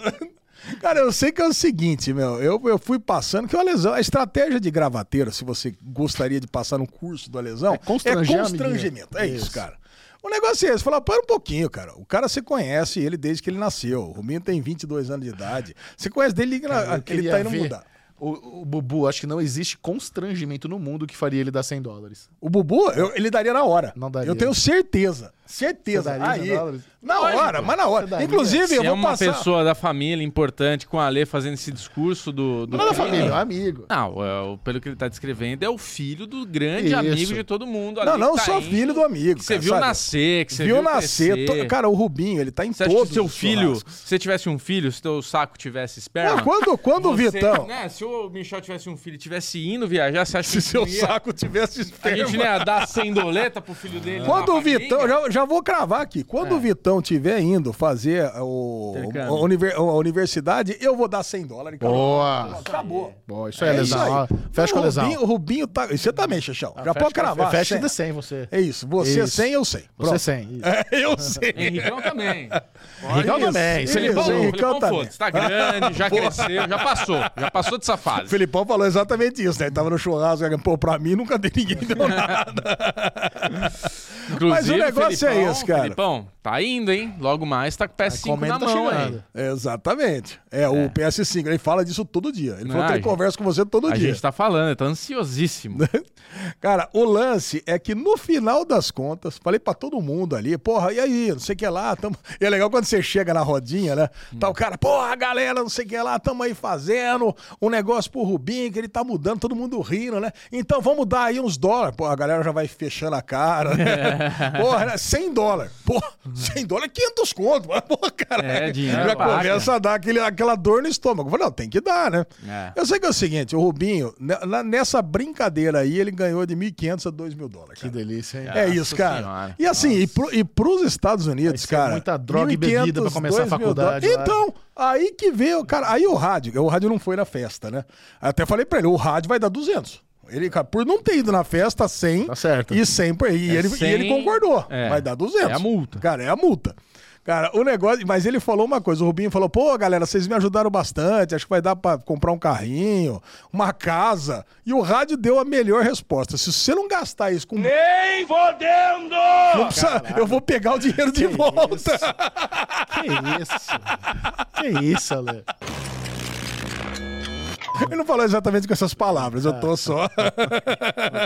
[SPEAKER 3] Cara, eu sei que é o seguinte, meu. Eu, eu fui passando que o Alesão, a estratégia de gravateiro, se você gostaria de passar no curso do Alesão, é,
[SPEAKER 1] constranger,
[SPEAKER 3] constrangimento. É isso,
[SPEAKER 1] Isso.
[SPEAKER 3] cara. O negócio é esse, falar, para um pouquinho, cara. O cara você conhece ele desde que ele nasceu. O Rubinho tem 22 anos de idade. Você conhece dele,
[SPEAKER 1] Eu
[SPEAKER 3] que ele
[SPEAKER 1] queria
[SPEAKER 3] tá indo
[SPEAKER 1] ver
[SPEAKER 3] mudar.
[SPEAKER 1] O, o Bubu, acho que não existe constrangimento no mundo que faria ele dar 100 dólares.
[SPEAKER 3] O Bubu, eu- ele daria na hora.
[SPEAKER 1] Não daria.
[SPEAKER 3] Eu tenho certeza.
[SPEAKER 1] Você
[SPEAKER 3] Certeza.
[SPEAKER 1] daria
[SPEAKER 3] Aí.
[SPEAKER 1] 100 dólares?
[SPEAKER 3] Na hora, mas na
[SPEAKER 1] Você
[SPEAKER 3] hora.
[SPEAKER 1] daria?
[SPEAKER 3] Inclusive, eu
[SPEAKER 2] Se é
[SPEAKER 3] vou
[SPEAKER 2] uma
[SPEAKER 3] passar...
[SPEAKER 2] pessoa da família importante com a Ale fazendo esse discurso do. do
[SPEAKER 1] Não é da
[SPEAKER 2] crime.
[SPEAKER 1] família, é um amigo.
[SPEAKER 2] Não, é, o- pelo que ele tá descrevendo, é o filho do grande
[SPEAKER 1] Isso.
[SPEAKER 2] amigo de todo mundo.
[SPEAKER 3] Não,
[SPEAKER 2] ali
[SPEAKER 3] não
[SPEAKER 2] que tá
[SPEAKER 3] só
[SPEAKER 2] indo,
[SPEAKER 3] filho do amigo.
[SPEAKER 2] Que você
[SPEAKER 3] cara,
[SPEAKER 2] viu
[SPEAKER 3] sabe?
[SPEAKER 2] nascer, que você
[SPEAKER 3] Viu nascer. to-
[SPEAKER 2] crescer.
[SPEAKER 3] Cara, o Rubinho, ele tá em
[SPEAKER 2] você acha que
[SPEAKER 3] todos
[SPEAKER 2] seu
[SPEAKER 3] os
[SPEAKER 2] filho,
[SPEAKER 3] churrascos.
[SPEAKER 2] se você tivesse um filho, se teu saco tivesse esperma.
[SPEAKER 3] Não, quando quando o
[SPEAKER 2] você-
[SPEAKER 3] Vitão.
[SPEAKER 2] né, se o Michel tivesse um filho e tivesse indo viajar, você acha
[SPEAKER 3] Se
[SPEAKER 2] que
[SPEAKER 3] seu
[SPEAKER 2] não ia-
[SPEAKER 3] saco tivesse
[SPEAKER 2] a gente
[SPEAKER 3] esperma.
[SPEAKER 2] não ia dar sem doleta pro filho dele?
[SPEAKER 3] Quando
[SPEAKER 2] na
[SPEAKER 3] o Vitão,
[SPEAKER 2] barriga?
[SPEAKER 3] já, já vou cravar aqui.
[SPEAKER 2] É.
[SPEAKER 3] Quando o Vitão tiver indo fazer o,
[SPEAKER 2] Intercâmbio.
[SPEAKER 3] o univer- a universidade, eu vou dar 100 dólares. cara.
[SPEAKER 1] Boa.
[SPEAKER 3] Acabou. É
[SPEAKER 1] Boa, isso aí, é lesão.
[SPEAKER 3] aí. Então,
[SPEAKER 1] ó. Fecha com
[SPEAKER 3] o
[SPEAKER 1] a lesão.
[SPEAKER 3] Rubinho, o Rubinho tá. e Você também, Xixão.
[SPEAKER 2] Ah,
[SPEAKER 3] Já
[SPEAKER 1] Fecha
[SPEAKER 3] pode
[SPEAKER 1] com a-
[SPEAKER 3] cravar.
[SPEAKER 1] Fecha
[SPEAKER 3] cem.
[SPEAKER 1] de 100, você.
[SPEAKER 3] É isso. Você
[SPEAKER 1] Isso.
[SPEAKER 3] 100, eu 100.
[SPEAKER 1] Você
[SPEAKER 3] Pronto.
[SPEAKER 1] 100. isso.
[SPEAKER 3] É, eu sei.
[SPEAKER 2] Henricão também.
[SPEAKER 1] Legal também.
[SPEAKER 3] isso.
[SPEAKER 1] isso é
[SPEAKER 2] Felipão,
[SPEAKER 1] legal.
[SPEAKER 2] não,
[SPEAKER 3] Henricão
[SPEAKER 2] Felipão
[SPEAKER 3] também.
[SPEAKER 2] foda-se, tá grande, já cresceu, já passou. Já passou dessa
[SPEAKER 3] O
[SPEAKER 2] fase.
[SPEAKER 3] Felipão falou exatamente isso, né? Ele tava no churrasco, ele, pô, pra mim nunca deu ninguém deu nada. Mas o negócio é
[SPEAKER 2] Felipão-
[SPEAKER 3] esse, cara.
[SPEAKER 2] Felipão, tá indo, hein? Logo mais tá com o PS5 na
[SPEAKER 1] Comenta tá
[SPEAKER 2] mão aí.
[SPEAKER 1] chegando.
[SPEAKER 3] Exatamente. É, o PS5, ele fala disso todo dia. Ele falou
[SPEAKER 2] Ah,
[SPEAKER 3] que ele
[SPEAKER 2] gente.
[SPEAKER 3] conversa com você todo
[SPEAKER 2] A
[SPEAKER 3] dia.
[SPEAKER 2] gente tá falando, tá ansiosíssimo.
[SPEAKER 3] Cara, o lance é que no final das contas, falei pra todo mundo ali, porra, e aí, não sei o que lá, tamo... E é legal quando você chega na rodinha, né? Tá o cara, porra, galera, não sei o que lá, tamo aí fazendo um negócio pro Rubinho, que ele tá mudando, todo mundo rindo, né? Então vamos dar aí uns dólares. Pô, a galera já vai fechando a cara, né? Porra, né? 100 dólares. Porra, 100 dólares é 500 conto. Mas, Porra, cara,
[SPEAKER 2] É, dinheiro
[SPEAKER 3] já
[SPEAKER 2] pra caralho.
[SPEAKER 3] começa a dar aquele, aquela dor no estômago. Eu Falei, não, tem que dar, né?
[SPEAKER 2] É.
[SPEAKER 3] Eu sei que é o seguinte, o Rubinho, ne- na- nessa brincadeira aí, ele ganhou de 1.500 a 2.000 dólares,
[SPEAKER 1] Que
[SPEAKER 3] cara.
[SPEAKER 1] delícia, hein?
[SPEAKER 3] É
[SPEAKER 2] Nossa
[SPEAKER 3] isso, cara.
[SPEAKER 2] Senhora.
[SPEAKER 3] E assim, e, pro, e pros Estados Unidos,
[SPEAKER 1] ser
[SPEAKER 3] cara.
[SPEAKER 1] muita droga e bebida pra começar a
[SPEAKER 3] 1.500,
[SPEAKER 1] faculdade
[SPEAKER 3] 2.000
[SPEAKER 1] lá.
[SPEAKER 3] Então, aí que veio, cara. Aí o rádio, o rádio não foi na festa, né? Até falei pra ele, o rádio vai dar 200. Ele, cara, por não ter ido na festa, 100.
[SPEAKER 1] Tá certo.
[SPEAKER 3] E 100 por aí. E,
[SPEAKER 2] É
[SPEAKER 3] ele, e ele
[SPEAKER 2] 100,
[SPEAKER 3] concordou.
[SPEAKER 2] é.
[SPEAKER 3] Vai dar 200.
[SPEAKER 2] É a multa.
[SPEAKER 3] Cara, é a multa. Cara, o negócio. Mas ele falou uma coisa: o Rubinho falou, pô, galera, vocês me ajudaram bastante, acho que vai dar pra comprar um carrinho, uma casa. E o rádio deu a melhor resposta. Se você não gastar isso com. Nem fodendo! Não precisa, eu vou pegar o dinheiro de volta.
[SPEAKER 1] Que isso? Que isso, Ale?
[SPEAKER 3] Ele não falou exatamente com essas palavras, eu tô só.
[SPEAKER 2] Ah, tá.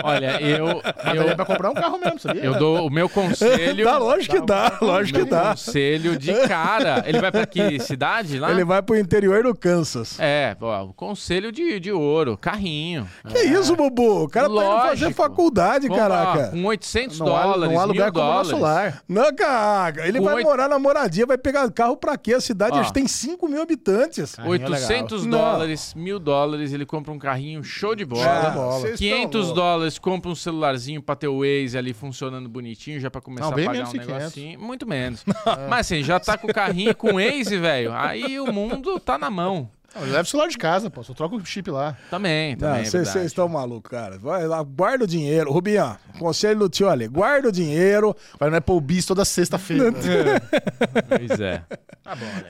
[SPEAKER 2] Olha, eu.
[SPEAKER 1] Mas daria pra
[SPEAKER 2] Eu,
[SPEAKER 1] comprar um carro mesmo, sabia?
[SPEAKER 2] eu dou o meu conselho.
[SPEAKER 3] dá, Tá, lógico
[SPEAKER 2] tá
[SPEAKER 3] que dá, lógico que dá.
[SPEAKER 2] Conselho de cara. Ele vai pra que cidade lá?
[SPEAKER 3] Ele vai pro interior do Kansas.
[SPEAKER 2] É, ó, conselho de, de ouro, carrinho.
[SPEAKER 3] Que isso, Bubu? O cara tá indo fazer
[SPEAKER 2] Lógico.
[SPEAKER 3] faculdade,
[SPEAKER 2] Vamos lá,
[SPEAKER 3] caraca.
[SPEAKER 2] com 800
[SPEAKER 1] Não há-
[SPEAKER 2] dólares,
[SPEAKER 1] não há
[SPEAKER 2] mil
[SPEAKER 1] lugar um como o
[SPEAKER 2] dólares.
[SPEAKER 1] nosso lar.
[SPEAKER 3] Não, cara, ele
[SPEAKER 2] Com
[SPEAKER 3] vai
[SPEAKER 2] oito-
[SPEAKER 3] morar na moradia, vai pegar carro pra quê? A cidade
[SPEAKER 2] Ó. Ah,
[SPEAKER 3] acho que tem 5 mil habitantes.
[SPEAKER 1] Carrinho é legal.
[SPEAKER 2] 800
[SPEAKER 3] Não.
[SPEAKER 2] dólares, mil dólares, ele compra um carrinho show de bola.
[SPEAKER 3] Show de
[SPEAKER 1] bola.
[SPEAKER 3] Vocês estão
[SPEAKER 2] 500
[SPEAKER 3] loucos.
[SPEAKER 2] dólares, compra um celularzinho pra ter o Waze ali funcionando bonitinho, já pra começar
[SPEAKER 1] Não,
[SPEAKER 2] a
[SPEAKER 1] bem
[SPEAKER 2] pagar
[SPEAKER 1] menos
[SPEAKER 2] um
[SPEAKER 1] que 500.
[SPEAKER 2] negocinho. Muito menos. Mas assim, já tá com o carrinho com o Waze, velho, aí o mundo tá na mão.
[SPEAKER 1] Não, Leva o celular de casa, pô. Só troca o chip lá.
[SPEAKER 2] Também,
[SPEAKER 3] Não,
[SPEAKER 2] também é
[SPEAKER 3] vocês
[SPEAKER 2] verdade.
[SPEAKER 3] estão malucos, tá um cara. Vai lá, guarda o dinheiro. Rubinho, conselho do tio ali, guarda o dinheiro.
[SPEAKER 1] Vai no Applebee's toda sexta-feira.
[SPEAKER 2] Pois é.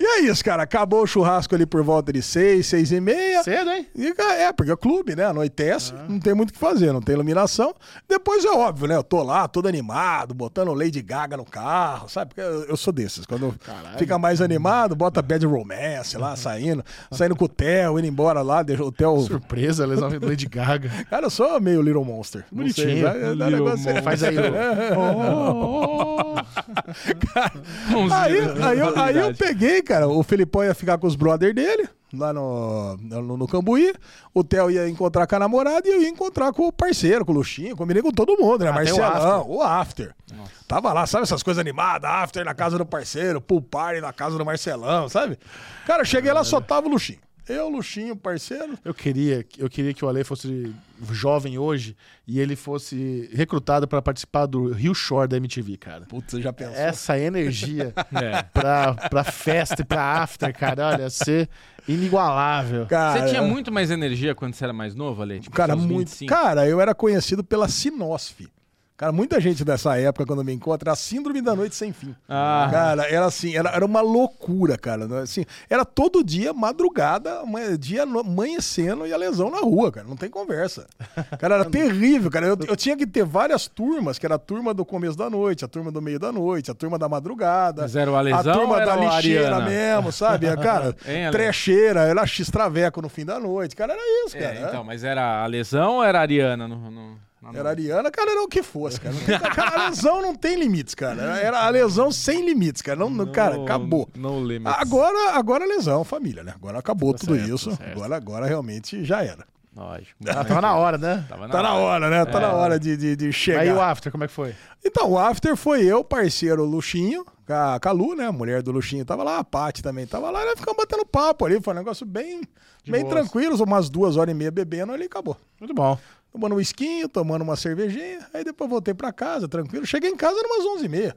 [SPEAKER 3] E é isso, cara. Acabou o churrasco ali por volta de 6, 6 e meia.
[SPEAKER 1] Cedo, hein?
[SPEAKER 3] E, cara, é, porque é clube, né? Anoitece,
[SPEAKER 2] Ah.
[SPEAKER 3] não tem muito o que fazer, não tem iluminação. Depois é óbvio, né? Eu tô lá, todo animado, botando Lady Gaga no carro, sabe? Porque eu, eu sou desses. Quando fica mais animado, bota Bad Romance
[SPEAKER 2] Uhum.
[SPEAKER 3] lá, saindo, saindo com o Theo, indo embora lá, deixa o Theo.
[SPEAKER 1] Surpresa, lesão do Lady Gaga.
[SPEAKER 3] Cara, eu sou meio Little Monster. Não sei,
[SPEAKER 1] Bonitinho.
[SPEAKER 3] dá- dá um
[SPEAKER 2] Little
[SPEAKER 3] negócio-
[SPEAKER 2] Monster.
[SPEAKER 1] Faz aí, Lu.
[SPEAKER 2] Mãozinha.
[SPEAKER 3] Aí, aí, eu, aí eu peguei, cara. O Felipão ia ficar com os brother dele, lá no, no, no Cambuí. O Theo ia encontrar com a namorada e eu ia encontrar com o parceiro, com o Luxinho. Combinei com todo mundo, né?
[SPEAKER 1] Até o
[SPEAKER 3] Marcelão, o After. Tava lá, sabe essas coisas animadas? After na casa do parceiro, pool party na casa do Marcelão, sabe? Cara, eu cheguei lá, só tava o Luxinho. Eu, Luxinho, parceiro.
[SPEAKER 1] Eu queria, eu queria que o Ale fosse jovem hoje e ele fosse recrutado pra participar do Rio Shore da MTV, cara.
[SPEAKER 3] Putz, você já pensou?
[SPEAKER 2] É,
[SPEAKER 1] Essa energia pra, pra festa e pra after, cara, olha, ia ser inigualável.
[SPEAKER 3] Cara,
[SPEAKER 2] Você tinha muito mais energia quando você era mais novo, Ale?
[SPEAKER 3] Ah,
[SPEAKER 2] Tipo,
[SPEAKER 3] é. Cara,
[SPEAKER 2] seus
[SPEAKER 3] muito.
[SPEAKER 2] 25.
[SPEAKER 3] Cara, eu era conhecido pela Sinosf. Cara, muita gente dessa época, quando me encontra, era a síndrome da noite sem fim.
[SPEAKER 2] Ah.
[SPEAKER 3] Cara, era assim, era, era uma loucura, cara. né? Assim, era todo dia, madrugada, amanhã- dia no- amanhecendo e a lesão na rua, cara. Não tem conversa. Cara, era terrível, cara. Eu, eu tinha que ter várias turmas, que era a turma do começo da noite, a turma do meio da noite, a turma da madrugada.
[SPEAKER 2] Mas era o Alesão
[SPEAKER 3] A turma
[SPEAKER 2] ou era
[SPEAKER 3] da
[SPEAKER 2] o
[SPEAKER 3] lixeira
[SPEAKER 2] Ariana?
[SPEAKER 3] mesmo, sabe? Cara,
[SPEAKER 2] Hein, Ale?
[SPEAKER 3] trecheira, era x-traveco no fim da noite. Cara, era isso, cara.
[SPEAKER 2] É, então, mas era a lesão ou era a Ariana? No, no- na
[SPEAKER 3] Era a Ariana, cara, era o que fosse, cara. Não tem- cara, a lesão não tem limites, cara. Era- Era a lesão sem limites, cara. Não, não- cara, acabou.
[SPEAKER 2] Não lembro.
[SPEAKER 3] Agora, agora a lesão, família, né? Agora acabou tudo isso. Agora, agora realmente já era.
[SPEAKER 2] Lógico.
[SPEAKER 1] Ah, tava na hora, né?
[SPEAKER 2] Tava
[SPEAKER 3] Tá na hora, né? Tá na hora de, de, de chegar.
[SPEAKER 1] Aí o after, como é que foi?
[SPEAKER 3] Então, o after foi eu, parceiro Luxinho, com a com a Lu, né? A mulher do Luxinho tava lá, a Paty também tava lá, nós ficamos batendo papo ali. Foi um negócio bem, bem
[SPEAKER 1] boas.
[SPEAKER 3] tranquilo, umas duas horas e meia bebendo ali e acabou.
[SPEAKER 1] Muito bom.
[SPEAKER 3] tomando um esquinho, tomando uma cervejinha. Aí depois voltei pra casa, tranquilo. Cheguei em casa, era umas 11h30.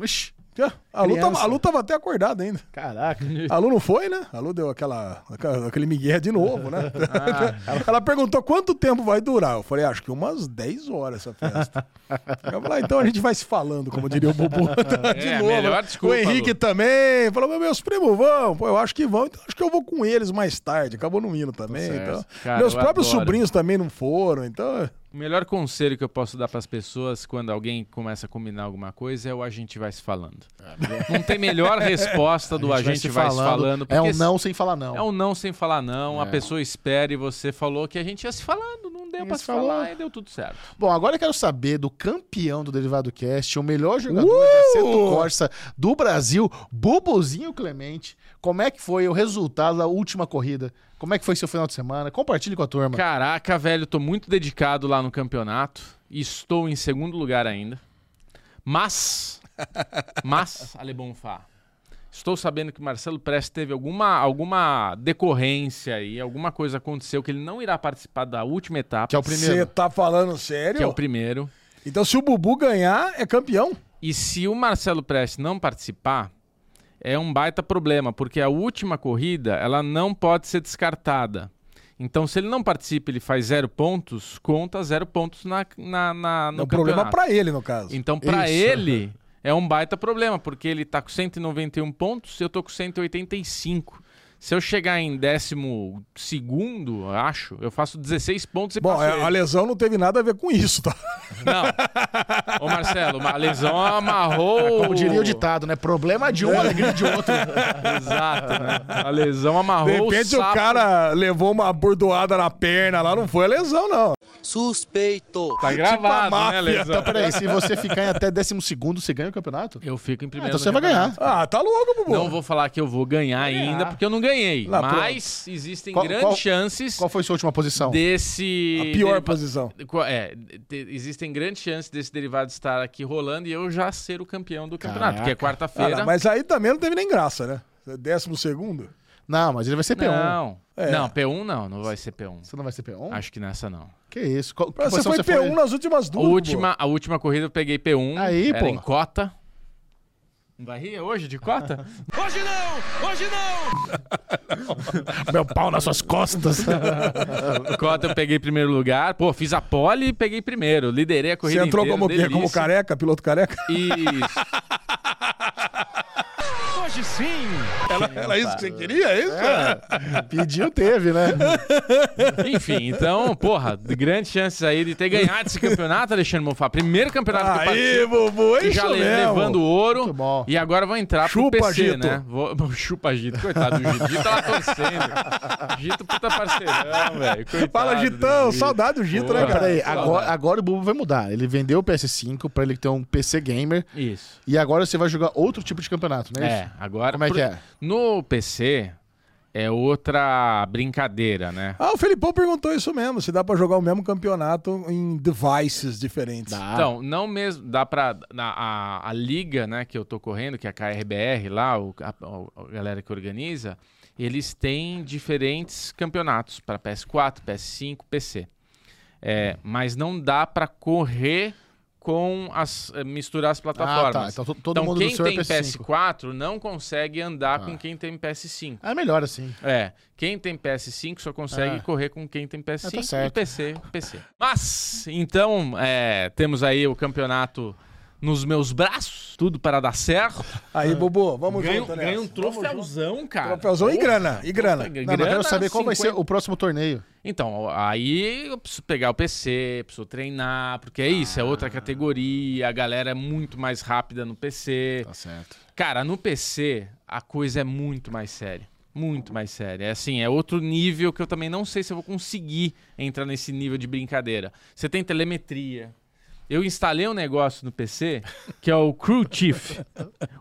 [SPEAKER 1] Ixi,
[SPEAKER 3] Já. A Lu,
[SPEAKER 1] Criança.
[SPEAKER 3] tava, a Lu tava até acordada ainda.
[SPEAKER 1] caraca.
[SPEAKER 3] A Lu não foi, né? A Lu deu aquela, aquela- aquele migué de novo, né? ela,
[SPEAKER 2] Ah.
[SPEAKER 3] ela perguntou quanto tempo vai durar. Eu falei, acho que umas 10 horas essa festa. Eu falei, então a gente vai se falando, como diria o Bubu. de
[SPEAKER 2] É,
[SPEAKER 3] novo.
[SPEAKER 2] melhor desculpa,
[SPEAKER 3] o Henrique
[SPEAKER 2] Lu.
[SPEAKER 3] também. Falou, "Meu, meus primos vão. Pô, eu acho que vão. Então acho que eu vou com eles mais tarde. Acabou não indo também.
[SPEAKER 2] Tá certo.
[SPEAKER 3] então.
[SPEAKER 2] Cara,
[SPEAKER 3] meus
[SPEAKER 2] eu
[SPEAKER 3] próprios
[SPEAKER 2] adoro.
[SPEAKER 3] sobrinhos também não foram. Então...
[SPEAKER 2] O melhor conselho que eu posso dar pras pessoas quando alguém começa a combinar alguma coisa é o a gente vai se falando. não tem melhor resposta do a gente, vai, se falando.
[SPEAKER 1] é
[SPEAKER 2] porque
[SPEAKER 1] um não sem falar não.
[SPEAKER 2] É um não sem falar não. A pessoa espera e você falou que a gente ia se falando. Não deu pra
[SPEAKER 1] se
[SPEAKER 2] se
[SPEAKER 1] falou.
[SPEAKER 2] falar e deu tudo certo.
[SPEAKER 1] Bom, agora eu quero saber do campeão do Derivado Cast, o melhor jogador de Assetto Corsa do Brasil, Bubuzinho Clemente. Como é que foi o resultado da última corrida? Como é que foi seu final de semana? Compartilhe com a turma.
[SPEAKER 2] Caraca, velho, tô muito dedicado lá no campeonato. Estou em segundo lugar ainda. Mas, mas, Ale Bonfá, estou sabendo que Marcelo Prestes teve alguma, alguma decorrência aí, alguma coisa aconteceu que ele não irá participar da última etapa,
[SPEAKER 1] que é o
[SPEAKER 3] Você
[SPEAKER 1] primeiro.
[SPEAKER 3] tá falando sério?
[SPEAKER 2] que é o primeiro.
[SPEAKER 3] Então, se o Bubu ganhar, é campeão.
[SPEAKER 2] E se o Marcelo Prestes não participar, é um baita problema, porque a última corrida ela não pode ser descartada. Então, se ele não participa, ele faz zero pontos, conta zero pontos na, na, na- no
[SPEAKER 3] é um problema
[SPEAKER 2] campeonato.
[SPEAKER 3] pra ele, no caso.
[SPEAKER 2] Então, pra
[SPEAKER 1] Isso.
[SPEAKER 2] ele, um é um baita problema, porque ele tá com 191 pontos e eu tô com 185. Se eu chegar em décimo segundo, eu acho, eu faço 16 pontos e
[SPEAKER 3] Bom,
[SPEAKER 2] passo
[SPEAKER 3] é,
[SPEAKER 2] ele.
[SPEAKER 3] a lesão não teve nada a ver com isso, tá?
[SPEAKER 2] Não. Ô, Marcelo, a lesão
[SPEAKER 3] É
[SPEAKER 2] amarrou...
[SPEAKER 1] Como diria o ditado, né? Problema de um, alegria de outro.
[SPEAKER 2] Exato, né? A lesão amarrou
[SPEAKER 3] De repente o,
[SPEAKER 2] sapo.
[SPEAKER 3] cara levou uma bordoada na perna lá, não foi a lesão, não.
[SPEAKER 6] Suspeito.
[SPEAKER 2] Tá gravado, né,
[SPEAKER 3] máfia.
[SPEAKER 2] lesão?
[SPEAKER 1] Então, peraí, se você ficar em até décimo segundo, você ganha o campeonato?
[SPEAKER 2] Eu fico em
[SPEAKER 1] Ah,
[SPEAKER 2] primeiro.
[SPEAKER 1] então
[SPEAKER 2] no
[SPEAKER 1] você vai
[SPEAKER 2] campeonato.
[SPEAKER 1] ganhar.
[SPEAKER 3] Ah, tá louco, Bubu.
[SPEAKER 2] Não vou falar que eu vou ganhar ainda, porque eu não ganhei.
[SPEAKER 3] Lá,
[SPEAKER 2] mas existem
[SPEAKER 1] Qual-
[SPEAKER 2] grandes
[SPEAKER 1] qual-
[SPEAKER 2] chances
[SPEAKER 1] Qual foi sua última posição?
[SPEAKER 2] desse.
[SPEAKER 3] A pior
[SPEAKER 2] deriva-
[SPEAKER 3] posição.
[SPEAKER 2] Qual- É, de- existem grandes chances desse derivado estar aqui rolando e eu já ser o campeão do campeonato,
[SPEAKER 1] Caraca.
[SPEAKER 2] que é
[SPEAKER 3] Ah,
[SPEAKER 2] quarta-feira.
[SPEAKER 3] não, mas aí também não teve nem graça, né? Décimo segundo.
[SPEAKER 1] Não, mas ele vai ser P1.
[SPEAKER 2] Não.
[SPEAKER 3] É.
[SPEAKER 2] Não, P1 não, não vai ser P1.
[SPEAKER 1] Você não vai ser P1?
[SPEAKER 2] Acho que nessa não.
[SPEAKER 1] Que isso? Qual, que
[SPEAKER 3] Você
[SPEAKER 1] posição
[SPEAKER 3] foi P1 nas últimas
[SPEAKER 2] A
[SPEAKER 3] duas.
[SPEAKER 2] última, a última corrida eu peguei P1.
[SPEAKER 1] Aí,
[SPEAKER 2] era
[SPEAKER 1] pô.
[SPEAKER 2] em cota. Não Vai rir hoje de cota?
[SPEAKER 6] Hoje não! Hoje não!
[SPEAKER 1] Meu pau nas suas costas.
[SPEAKER 2] cota eu peguei primeiro lugar. Pô, fiz a pole e peguei primeiro. Liderei a
[SPEAKER 3] Bubu. Você
[SPEAKER 2] corrida
[SPEAKER 3] entrou
[SPEAKER 2] inteira,
[SPEAKER 3] como, o quê? como
[SPEAKER 2] delícia.
[SPEAKER 3] careca, piloto careca?
[SPEAKER 2] Isso.
[SPEAKER 6] Hoje sim!
[SPEAKER 3] Era isso que você queria, é isso?
[SPEAKER 1] Pediu, teve, né?
[SPEAKER 2] Enfim, então, porra, grandes chances aí de ter ganhado esse campeonato, Alexandre Mofá. Primeiro campeonato que eu participo.
[SPEAKER 3] Aí, Bubu, é
[SPEAKER 2] que
[SPEAKER 3] isso
[SPEAKER 2] já le-
[SPEAKER 3] mesmo.
[SPEAKER 2] levando ouro.
[SPEAKER 1] Muito bom.
[SPEAKER 2] E agora vou entrar
[SPEAKER 3] Chupa,
[SPEAKER 2] pro PC,
[SPEAKER 3] Gito.
[SPEAKER 2] né? Vou, chupa Gito, coitado do Gito. Gito tá lá torcendo. Gito, puta parceirão, velho. coitado
[SPEAKER 3] Fala,
[SPEAKER 2] do
[SPEAKER 3] Gitão. Saudade do Gito, né,
[SPEAKER 2] Porra.
[SPEAKER 3] cara?
[SPEAKER 1] Peraí,
[SPEAKER 2] Saudade.
[SPEAKER 1] agora, agora o Bubu vai mudar. Ele vendeu o PS5 pra ele ter um PC gamer
[SPEAKER 2] Isso.
[SPEAKER 1] e agora você vai jogar outro tipo de campeonato, né?
[SPEAKER 2] É, agora.
[SPEAKER 1] Como é que é?
[SPEAKER 2] No PC é outra brincadeira, né?
[SPEAKER 3] Ah, o Felipão perguntou isso mesmo, se dá pra jogar o mesmo campeonato em devices diferentes.
[SPEAKER 1] Ah.
[SPEAKER 2] Então, não mesmo. Dá pra. na- a, a liga, né, que eu tô correndo, que é a KRBR lá, o, a, a galera que organiza, eles têm diferentes campeonatos para PS4, PS5, PC. É, mas não dá pra correr com as. eh, misturar as
[SPEAKER 1] Ah,
[SPEAKER 2] plataformas.
[SPEAKER 1] tá. Então to- todo
[SPEAKER 2] Então,
[SPEAKER 1] mundo do
[SPEAKER 2] quem
[SPEAKER 1] seu é
[SPEAKER 2] tem
[SPEAKER 1] PS5.
[SPEAKER 2] PS4 não consegue andar
[SPEAKER 1] Tá.
[SPEAKER 2] com quem tem PS5.
[SPEAKER 1] Ah, É melhor assim.
[SPEAKER 2] É, quem tem PS5 só consegue
[SPEAKER 1] Ah.
[SPEAKER 2] correr com quem tem PS5
[SPEAKER 1] Ah, tá
[SPEAKER 2] e
[SPEAKER 1] certo.
[SPEAKER 2] PC, PC. Mas, então, é, temos aí o campeonato nos meus braços, tudo para dar certo.
[SPEAKER 3] Aí, Bubu, vamos
[SPEAKER 2] Ganho,
[SPEAKER 3] junto, né?
[SPEAKER 2] ganho um troféuzão, cara.
[SPEAKER 3] Troféuzão e grana, e grana.
[SPEAKER 2] Grana,
[SPEAKER 1] Não, mas eu quero saber qual vai
[SPEAKER 2] 50.
[SPEAKER 1] ser o próximo torneio.
[SPEAKER 2] Então, aí eu preciso pegar o PC, preciso treinar, porque é isso, é
[SPEAKER 1] Ah.
[SPEAKER 2] outra categoria, a galera é muito mais rápida no PC.
[SPEAKER 1] certo.
[SPEAKER 2] Cara, no PC a coisa é muito mais séria. Muito mais séria. É assim, é outro nível que eu também não sei se eu vou conseguir entrar nesse nível de brincadeira. Você tem telemetria. Eu instalei um negócio no PC que é o Crew Chief.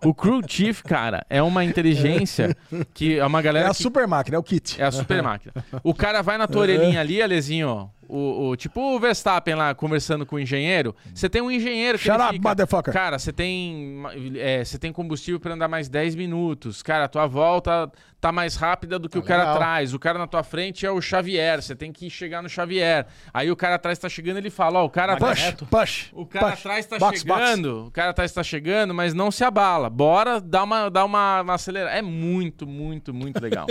[SPEAKER 2] O Crew Chief, cara, é uma inteligência que é uma
[SPEAKER 3] É
[SPEAKER 2] galera
[SPEAKER 3] a
[SPEAKER 2] que
[SPEAKER 3] super máquina, é o kit.
[SPEAKER 2] é a super máquina. O cara vai na tua orelhinha ali, Alezinho, ó. O, o- tipo o Verstappen lá conversando com o engenheiro. Você tem um engenheiro que.
[SPEAKER 3] Shut
[SPEAKER 2] ele
[SPEAKER 3] up,
[SPEAKER 2] fica,
[SPEAKER 3] motherfucker.
[SPEAKER 2] Cara, você tem. é, você tem combustível pra andar mais 10 minutos. Cara, a tua volta tá mais rápida do que o cara
[SPEAKER 1] legal.
[SPEAKER 2] atrás. O cara na tua frente é o Xavier. Você tem que chegar no Xavier. Aí o cara atrás tá chegando ele fala: Ó, o cara
[SPEAKER 3] Push, push.
[SPEAKER 2] o cara
[SPEAKER 3] push.
[SPEAKER 2] atrás tá
[SPEAKER 3] Box, box.
[SPEAKER 2] chegando, o cara atrás tá chegando, mas não se abala. Bora dar uma, dar uma, uma acelerada. É muito, muito, muito legal.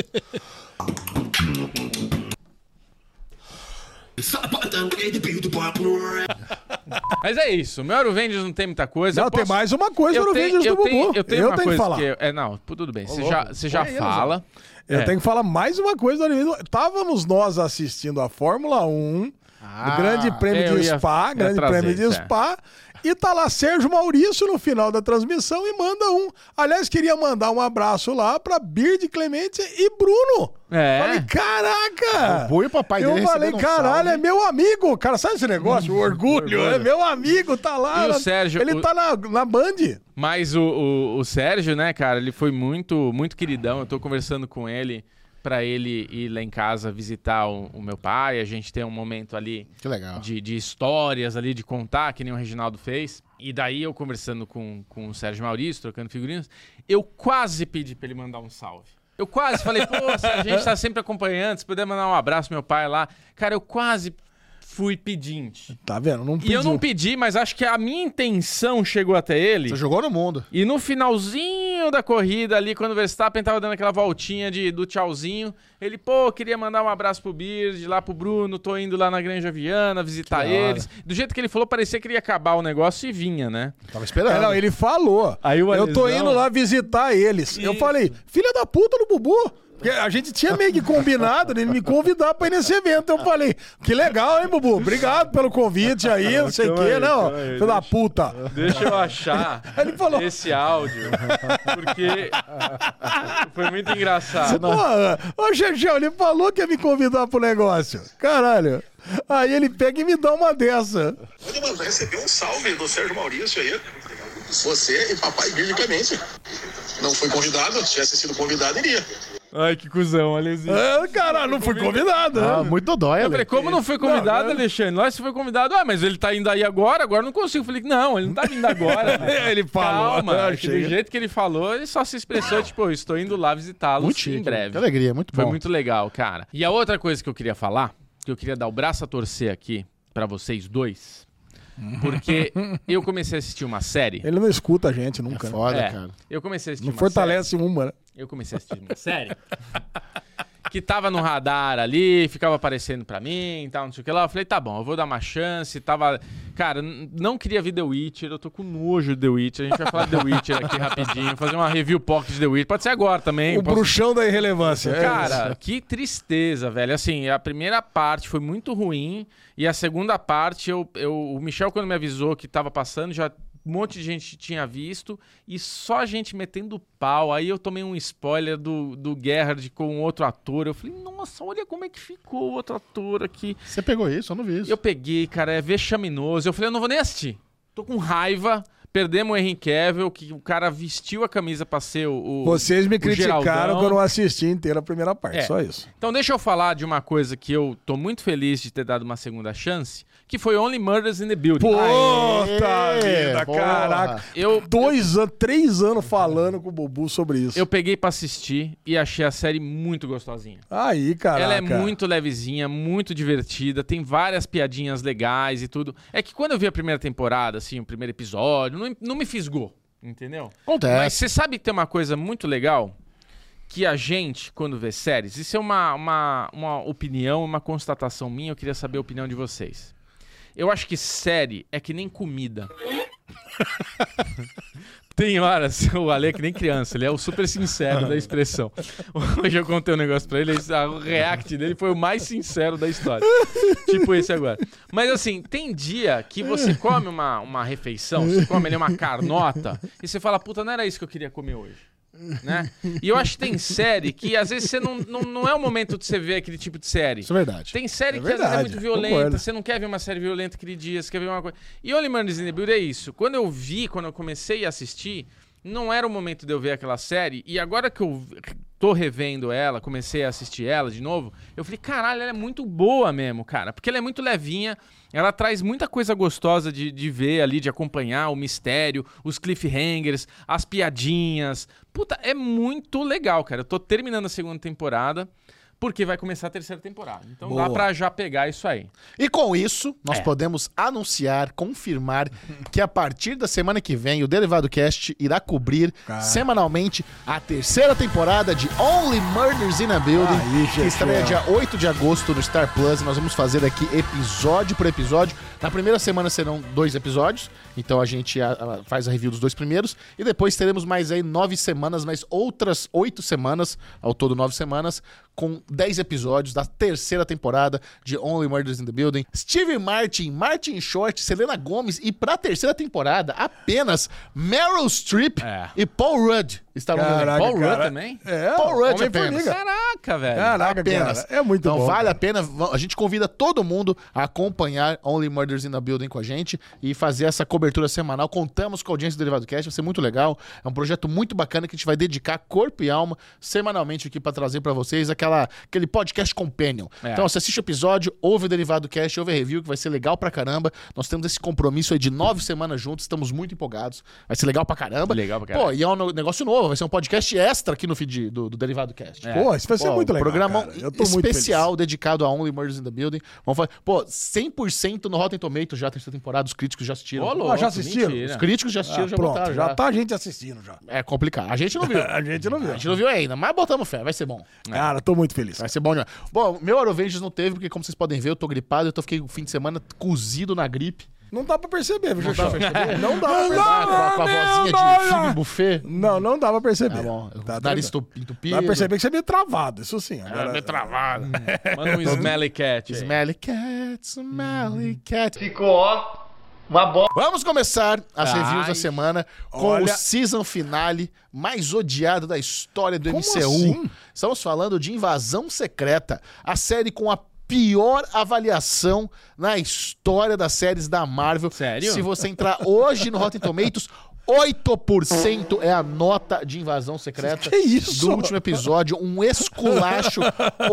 [SPEAKER 2] mas é isso. Meu Aerovendes não tem muita coisa.
[SPEAKER 3] Não,
[SPEAKER 2] Eu
[SPEAKER 3] tem
[SPEAKER 2] posso-
[SPEAKER 3] mais uma coisa
[SPEAKER 2] eu
[SPEAKER 3] no
[SPEAKER 2] tenho-
[SPEAKER 3] Avengers do
[SPEAKER 2] eu
[SPEAKER 3] Bubu.
[SPEAKER 2] tenho, eu tenho uma
[SPEAKER 3] tenho que
[SPEAKER 2] coisa
[SPEAKER 3] falar.
[SPEAKER 2] que eu- é, não, tudo bem. Você já, você já fala.
[SPEAKER 3] Eu
[SPEAKER 2] É.
[SPEAKER 3] tenho que falar mais uma coisa do Avenida. Estávamos nós assistindo a Fórmula 1, do Grande Prêmio
[SPEAKER 2] Ah, eu
[SPEAKER 3] de
[SPEAKER 2] ia-
[SPEAKER 3] Spa,
[SPEAKER 2] ia
[SPEAKER 3] Grande
[SPEAKER 2] trazer
[SPEAKER 3] Prêmio de
[SPEAKER 2] isso, é.
[SPEAKER 3] Spa, e tá lá Sérgio Maurício no final da transmissão e manda um. Aliás, queria mandar um abraço lá para Bird Clemente e Bruno.
[SPEAKER 2] É.
[SPEAKER 3] Falei, caraca!
[SPEAKER 1] O Bui e o papai
[SPEAKER 3] Eu
[SPEAKER 1] dele
[SPEAKER 3] falei,
[SPEAKER 1] receberam um
[SPEAKER 3] caralho,
[SPEAKER 1] salve.
[SPEAKER 3] é meu amigo. Cara, sabe esse negócio? O orgulho, é meu amigo, tá lá.
[SPEAKER 2] E o Sérgio,
[SPEAKER 3] Ele
[SPEAKER 2] o-
[SPEAKER 3] tá na, na Band.
[SPEAKER 2] Mas o, o, o Sérgio, né, cara, ele foi muito, muito queridão. Eu tô conversando com ele pra ele ir lá em casa visitar o, o meu pai. A gente tem um momento ali
[SPEAKER 1] Que legal.
[SPEAKER 2] de, de histórias ali, de contar, que nem o Reginaldo fez. E daí eu conversando com, com o Sérgio Maurício, trocando figurinhas, eu quase pedi pra ele mandar um salve. Eu quase falei, pô, Sérgio, a gente tá sempre acompanhando, se puder mandar um abraço pro meu pai lá. Cara, eu quase fui pedinte.
[SPEAKER 3] Tá vendo? Não
[SPEAKER 2] E eu não
[SPEAKER 3] pediu.
[SPEAKER 2] pedi, mas acho que a minha intenção chegou até ele.
[SPEAKER 1] Você jogou no mundo.
[SPEAKER 2] E no finalzinho da corrida ali, quando o Verstappen tava dando aquela voltinha de, do tchauzinho, ele, pô, queria mandar um abraço pro Bird, lá pro Bruno, tô indo lá na Granja Viana visitar eles. Do jeito que ele falou, parecia que ele ia acabar o negócio e vinha, né?
[SPEAKER 1] Tava esperando.
[SPEAKER 3] É, não, ele falou.
[SPEAKER 2] Aí o
[SPEAKER 3] eu tô
[SPEAKER 2] Alisson-
[SPEAKER 3] indo lá visitar eles. Eu
[SPEAKER 2] Isso.
[SPEAKER 3] falei, filha da puta do Bubu. Porque a gente tinha meio que combinado ele me convidar pra ir nesse evento. Eu falei, que legal, hein, Bubu? Obrigado pelo convite aí, não sei o
[SPEAKER 2] Calma
[SPEAKER 3] quê,
[SPEAKER 2] aí,
[SPEAKER 3] não.
[SPEAKER 2] calma aí,
[SPEAKER 3] Filho da puta.
[SPEAKER 2] Deixa eu achar
[SPEAKER 3] Ele falou-
[SPEAKER 2] esse áudio, porque foi muito engraçado.
[SPEAKER 3] Porra, ô Gegel, ele falou que ia me convidar pro negócio. Caralho. Aí ele pega e me dá uma dessa.
[SPEAKER 7] Mano, recebeu um salve do Sérgio Maurício aí. Você e papai Virgem Clemente. Não foi convidado, se tivesse sido convidado, iria.
[SPEAKER 2] Ai, que cuzão, Alezinho.
[SPEAKER 3] Ah, Caralho, não fui convidado.
[SPEAKER 1] Ah,
[SPEAKER 3] né?
[SPEAKER 1] muito dodói,
[SPEAKER 2] Eu falei,
[SPEAKER 1] Ale.
[SPEAKER 2] como não foi convidado, Alexandre? Nós foi convidado. Ah, mas ele tá indo aí agora, agora eu não consigo. Eu falei, não, ele não tá vindo agora.
[SPEAKER 3] Ele falou.
[SPEAKER 2] Calma, acho que do
[SPEAKER 3] Chega.
[SPEAKER 2] jeito que ele falou, ele só se expressou, tipo, eu estou indo lá visitá-lo
[SPEAKER 1] Muito
[SPEAKER 2] em
[SPEAKER 1] chique. né?
[SPEAKER 2] breve.
[SPEAKER 1] Que alegria, muito
[SPEAKER 2] Foi
[SPEAKER 1] bom.
[SPEAKER 2] muito legal, cara. E a outra coisa que eu queria falar, que eu queria dar o braço a torcer aqui pra vocês dois, porque eu comecei a assistir uma série.
[SPEAKER 3] Ele não escuta a gente nunca. né?
[SPEAKER 1] Foda,
[SPEAKER 2] É,
[SPEAKER 1] cara.
[SPEAKER 2] eu comecei a assistir
[SPEAKER 3] Não
[SPEAKER 2] uma
[SPEAKER 3] fortalece uma, né?
[SPEAKER 2] série. Eu comecei a assistir uma série. Que tava no radar ali, ficava aparecendo pra mim e tal, não sei o que lá. Eu falei, tá bom, eu vou dar uma chance. Tava. Cara, n- não queria ver The Witcher, eu tô com nojo de The Witcher. A gente vai falar de The Witcher aqui rapidinho, fazer uma review pocket de The Witcher. Pode ser agora também.
[SPEAKER 3] O
[SPEAKER 2] posso-
[SPEAKER 3] bruxão da irrelevância. É isso.
[SPEAKER 2] Cara, que tristeza, velho. Assim, a primeira parte foi muito ruim e a segunda parte, eu, eu- o Michel, quando me avisou que tava passando, já um monte de gente tinha visto e só a gente metendo pau. Aí eu tomei um spoiler do, do Gerhard com outro ator. Eu falei, nossa, olha como é que ficou o outro ator aqui.
[SPEAKER 1] Você pegou isso? Eu não vi isso.
[SPEAKER 2] Eu peguei, cara, é vexaminoso. Eu falei, eu não vou nem assistir. Tô com raiva. Perdemos o Henry Cavill, que o cara vestiu a camisa pra ser o. o-
[SPEAKER 3] Vocês me
[SPEAKER 2] o Geraldão.
[SPEAKER 3] criticaram que eu não assisti inteira a primeira parte,
[SPEAKER 2] É.
[SPEAKER 3] só isso.
[SPEAKER 2] Então deixa eu falar de uma coisa que eu tô muito feliz de ter dado uma segunda chance, que foi Only Murders in the Building. tá
[SPEAKER 3] Puta vida,
[SPEAKER 1] porra.
[SPEAKER 3] caraca.
[SPEAKER 2] Eu,
[SPEAKER 3] Dois anos, três anos falando com o Bubu sobre isso.
[SPEAKER 2] eu peguei pra assistir e achei a série muito gostosinha.
[SPEAKER 3] Aí, caraca.
[SPEAKER 2] Ela é muito levezinha, muito divertida, tem várias piadinhas legais e tudo. É que quando eu vi a primeira temporada, assim, o primeiro episódio, não, não me fisgou, entendeu? Mas
[SPEAKER 1] Acontece.
[SPEAKER 2] você sabe que tem uma coisa muito legal que a gente, quando vê séries, isso é uma, uma, uma opinião, uma constatação minha, eu queria saber a opinião de vocês. Eu acho que série é que nem comida. Tem horas, o Ale é que nem criança, ele é o super sincero da expressão. Hoje eu contei um negócio pra ele, ele- o react dele foi o mais sincero da história. Tipo esse agora. Mas assim, tem dia que você come uma, uma refeição, você come ali uma carnota, e você fala, puta, não era isso que eu queria comer hoje. Né? E eu acho que tem série que às vezes você não, não, não é o momento de você ver aquele tipo de série.
[SPEAKER 1] Isso é verdade.
[SPEAKER 2] Tem série
[SPEAKER 3] É
[SPEAKER 2] que às vezes é
[SPEAKER 3] verdade,
[SPEAKER 2] muito violenta,
[SPEAKER 3] concordo.
[SPEAKER 2] você não quer ver uma série violenta aquele dia, você quer ver uma coisa. E Only Murders in the Building é isso. Quando eu vi, quando eu comecei a assistir, não era o momento de eu ver aquela série, e agora que eu tô revendo ela, comecei a assistir ela de novo, eu falei, caralho, ela é muito boa mesmo, cara, porque ela é muito levinha, ela traz muita coisa gostosa de, de ver ali, de acompanhar o mistério, os cliffhangers, as piadinhas. Puta, é muito legal, cara. Eu tô terminando a segunda temporada. Porque vai começar a terceira temporada. Então dá
[SPEAKER 3] Boa.
[SPEAKER 2] pra já pegar isso aí.
[SPEAKER 1] E com isso, nós podemos anunciar, confirmar que a partir da semana que vem, o Derivado Cast irá cobrir semanalmente a terceira temporada de Only Murders in a Building,
[SPEAKER 3] Aí,
[SPEAKER 1] que estreia dia
[SPEAKER 3] Jefferson.
[SPEAKER 1] 8 de agosto no Star Plus. E Nós vamos fazer aqui episódio por episódio. Na primeira semana serão dois episódios, então a gente a- a- faz a review dos dois primeiros. E depois teremos mais aí nove semanas, mais outras oito semanas, ao todo nove semanas, com dez episódios da terceira temporada de Only Murders in the Building. Steve Martin, Martin Short, Selena Gomes e pra terceira temporada apenas Meryl Streep
[SPEAKER 2] É.
[SPEAKER 1] e Paul Rudd estarão no elenco.
[SPEAKER 3] Caraca,
[SPEAKER 2] né? Paul Rudd
[SPEAKER 3] cara.
[SPEAKER 2] também?
[SPEAKER 3] É,
[SPEAKER 1] Paul Rudd
[SPEAKER 3] Homem-Formiga.
[SPEAKER 1] apenas.
[SPEAKER 2] Caraca, velho.
[SPEAKER 3] Caraca,
[SPEAKER 1] apenas.
[SPEAKER 3] cara, é muito
[SPEAKER 1] então,
[SPEAKER 3] bom.
[SPEAKER 1] vale a pena. V- A gente convida todo mundo a acompanhar Only Murders in the Building com a gente e fazer essa cobertura semanal. Contamos com a audiência do Derivado Cast, vai ser muito legal. É um projeto muito bacana que a gente vai dedicar corpo e alma semanalmente aqui pra trazer pra vocês aquela, aquele podcast companion.
[SPEAKER 2] É.
[SPEAKER 1] Então, você assiste o episódio, ouve o Derivado Cast, ouve a review, que vai ser legal pra caramba. Nós temos esse compromisso aí de nove semanas juntos, estamos muito empolgados. Vai ser legal pra caramba.
[SPEAKER 2] Legal pra
[SPEAKER 1] Pô,
[SPEAKER 2] caralho.
[SPEAKER 1] e é um no- negócio novo, vai ser um podcast extra aqui no feed do, do Derivado Cast.
[SPEAKER 2] É.
[SPEAKER 3] Pô, isso vai ser
[SPEAKER 1] Pô,
[SPEAKER 3] muito
[SPEAKER 1] um
[SPEAKER 3] legal.
[SPEAKER 1] Programa
[SPEAKER 3] cara. Eu tô muito
[SPEAKER 1] especial dedicado a Only Murders in the Building. Vamos falar. Pô, 100% no Rotten Tomatoes já, terceira temporada, os críticos já assistiram.
[SPEAKER 2] Ô,
[SPEAKER 3] Ah, já
[SPEAKER 2] assistiram?
[SPEAKER 3] assistiram?
[SPEAKER 1] Os críticos já assistiram,
[SPEAKER 3] feliz.
[SPEAKER 1] já
[SPEAKER 3] Ah, pronto,
[SPEAKER 1] botaram.
[SPEAKER 3] já,
[SPEAKER 1] Já.
[SPEAKER 3] tá a gente assistindo já.
[SPEAKER 1] É complicado. A gente não viu.
[SPEAKER 3] A gente não viu.
[SPEAKER 1] A gente não viu ainda, mas botamos fé, vai ser bom.
[SPEAKER 3] Cara, tô muito feliz.
[SPEAKER 1] Vai ser bom demais. Bom, meu Arovenges não teve, porque como vocês podem ver, eu tô gripado, eu tô, fiquei o fim de semana cozido na gripe.
[SPEAKER 3] Não dá pra perceber, viu, Xuxa? Não dá
[SPEAKER 1] Ah, com, a, com a vozinha de filme
[SPEAKER 3] buffet.
[SPEAKER 1] buffet.
[SPEAKER 3] Não, não dá pra perceber.
[SPEAKER 1] Tá bom.
[SPEAKER 3] Tá
[SPEAKER 1] Nariz
[SPEAKER 3] doido.
[SPEAKER 1] tupi-
[SPEAKER 3] Dá pra
[SPEAKER 1] entupido.
[SPEAKER 3] perceber que você é meio travado, isso sim. Agora,
[SPEAKER 2] É,
[SPEAKER 1] Tá Meio travado.
[SPEAKER 2] Manda um Smelly Cat. aí.
[SPEAKER 1] Smelly cat, smelly
[SPEAKER 3] Hum.
[SPEAKER 1] cat.
[SPEAKER 8] Ficou, ó, uma bosta.
[SPEAKER 1] Vamos começar as
[SPEAKER 2] Ai.
[SPEAKER 1] reviews da semana com o
[SPEAKER 3] Olha.
[SPEAKER 1] season finale mais odiado da história do
[SPEAKER 3] Como
[SPEAKER 1] MCU.
[SPEAKER 3] assim?
[SPEAKER 1] Estamos falando de Invasão Secreta, a série com a pior avaliação na história das séries da Marvel.
[SPEAKER 2] Sério?
[SPEAKER 1] Se você entrar hoje no Rotten Tomatoes, 8% é a nota de Invasão Secreta
[SPEAKER 3] Que isso?
[SPEAKER 1] do último episódio, um esculacho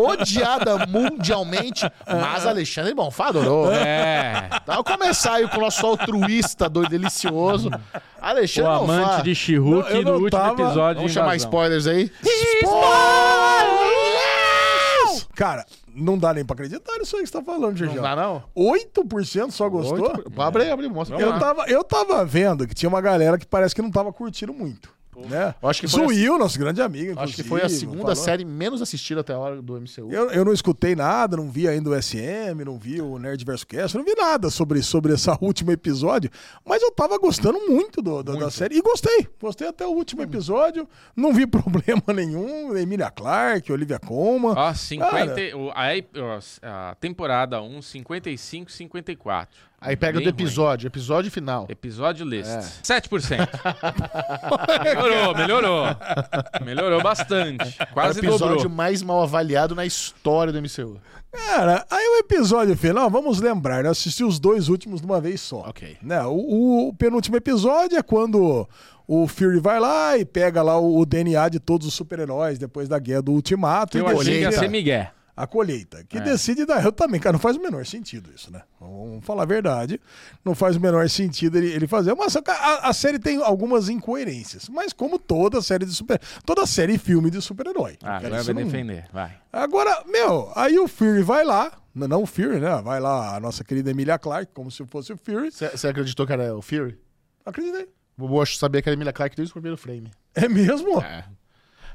[SPEAKER 1] odiada mundialmente, mas Alexandre Bonfá adorou. né?
[SPEAKER 2] É.
[SPEAKER 1] Tá, Vamos começar aí com o nosso altruísta doido delicioso,
[SPEAKER 2] O
[SPEAKER 1] Alexandre Bonfá.
[SPEAKER 2] amante
[SPEAKER 3] Não,
[SPEAKER 2] de
[SPEAKER 3] eu
[SPEAKER 2] She-Hulk
[SPEAKER 3] não
[SPEAKER 2] no último
[SPEAKER 3] tava-
[SPEAKER 2] episódio.
[SPEAKER 1] Vamos
[SPEAKER 2] de
[SPEAKER 1] chamar
[SPEAKER 2] Invasão.
[SPEAKER 1] spoilers aí?
[SPEAKER 3] Cara, não dá nem pra acreditar nisso aí que você tá falando, Xuxa.
[SPEAKER 1] Não dá, não?
[SPEAKER 3] 8% só gostou?
[SPEAKER 1] Oito- Abre aí, abre, mostra.
[SPEAKER 3] Eu tava, eu tava vendo que tinha uma galera que parece que não tava curtindo muito. Né?
[SPEAKER 1] Eu acho que foi
[SPEAKER 3] Zuiu, nosso grande amigo.
[SPEAKER 1] Acho que foi a
[SPEAKER 3] inclusive,
[SPEAKER 1] segunda
[SPEAKER 3] falou.
[SPEAKER 1] série menos assistida até a hora do MCU.
[SPEAKER 3] Eu, eu não escutei nada, não vi ainda o SM, não vi o Nerd vs Cast, não vi nada sobre, sobre esse último episódio, mas eu tava gostando muito, do, do- da série e gostei. Gostei até o
[SPEAKER 2] Hum.
[SPEAKER 3] último episódio, não vi problema nenhum. Emília Clark, Olivia Colman.
[SPEAKER 2] Ó, 50, e- o- a, ep- ó, a temporada 1, 55, 54.
[SPEAKER 1] Aí pega o do
[SPEAKER 2] Bem
[SPEAKER 1] episódio, episódio final.
[SPEAKER 2] ruim. Episódio list.
[SPEAKER 3] É.
[SPEAKER 2] 7%. melhorou, melhorou. Melhorou bastante.
[SPEAKER 1] É o
[SPEAKER 2] Quase
[SPEAKER 1] episódio
[SPEAKER 2] dobrou.
[SPEAKER 1] mais mal avaliado na história do MCU.
[SPEAKER 3] Cara, aí o episódio final, vamos lembrar, né? Eu assisti os dois últimos de uma vez só.
[SPEAKER 1] Ok.
[SPEAKER 3] Né? O, o penúltimo episódio é quando o Fury vai lá e pega lá o, o DNA de todos os super-heróis depois da guerra do Ultimato.
[SPEAKER 2] Eu
[SPEAKER 3] e
[SPEAKER 2] achei que ia
[SPEAKER 3] decide-
[SPEAKER 2] ser Miguel.
[SPEAKER 3] a colheita,
[SPEAKER 2] É.
[SPEAKER 3] que decide dar. Eu também, cara, não faz o menor sentido isso, né? Vamos falar a verdade. Não faz o menor sentido ele, ele fazer. Mas a, a série tem algumas incoerências, mas como toda série de super. Toda série e filme de super-herói.
[SPEAKER 2] Ah,
[SPEAKER 3] Cara,
[SPEAKER 2] agora
[SPEAKER 3] isso
[SPEAKER 2] vai
[SPEAKER 3] não-
[SPEAKER 2] defender. Vai.
[SPEAKER 3] Agora, meu, aí o Fury vai lá. Não, não o Fury, né? Vai lá a nossa querida Emilia Clark, como se fosse o Fury.
[SPEAKER 1] Você acreditou que era o Fury?
[SPEAKER 3] Acreditei.
[SPEAKER 1] O Bobo sabia que era a Emilia Clarke desde o primeiro frame.
[SPEAKER 3] É mesmo?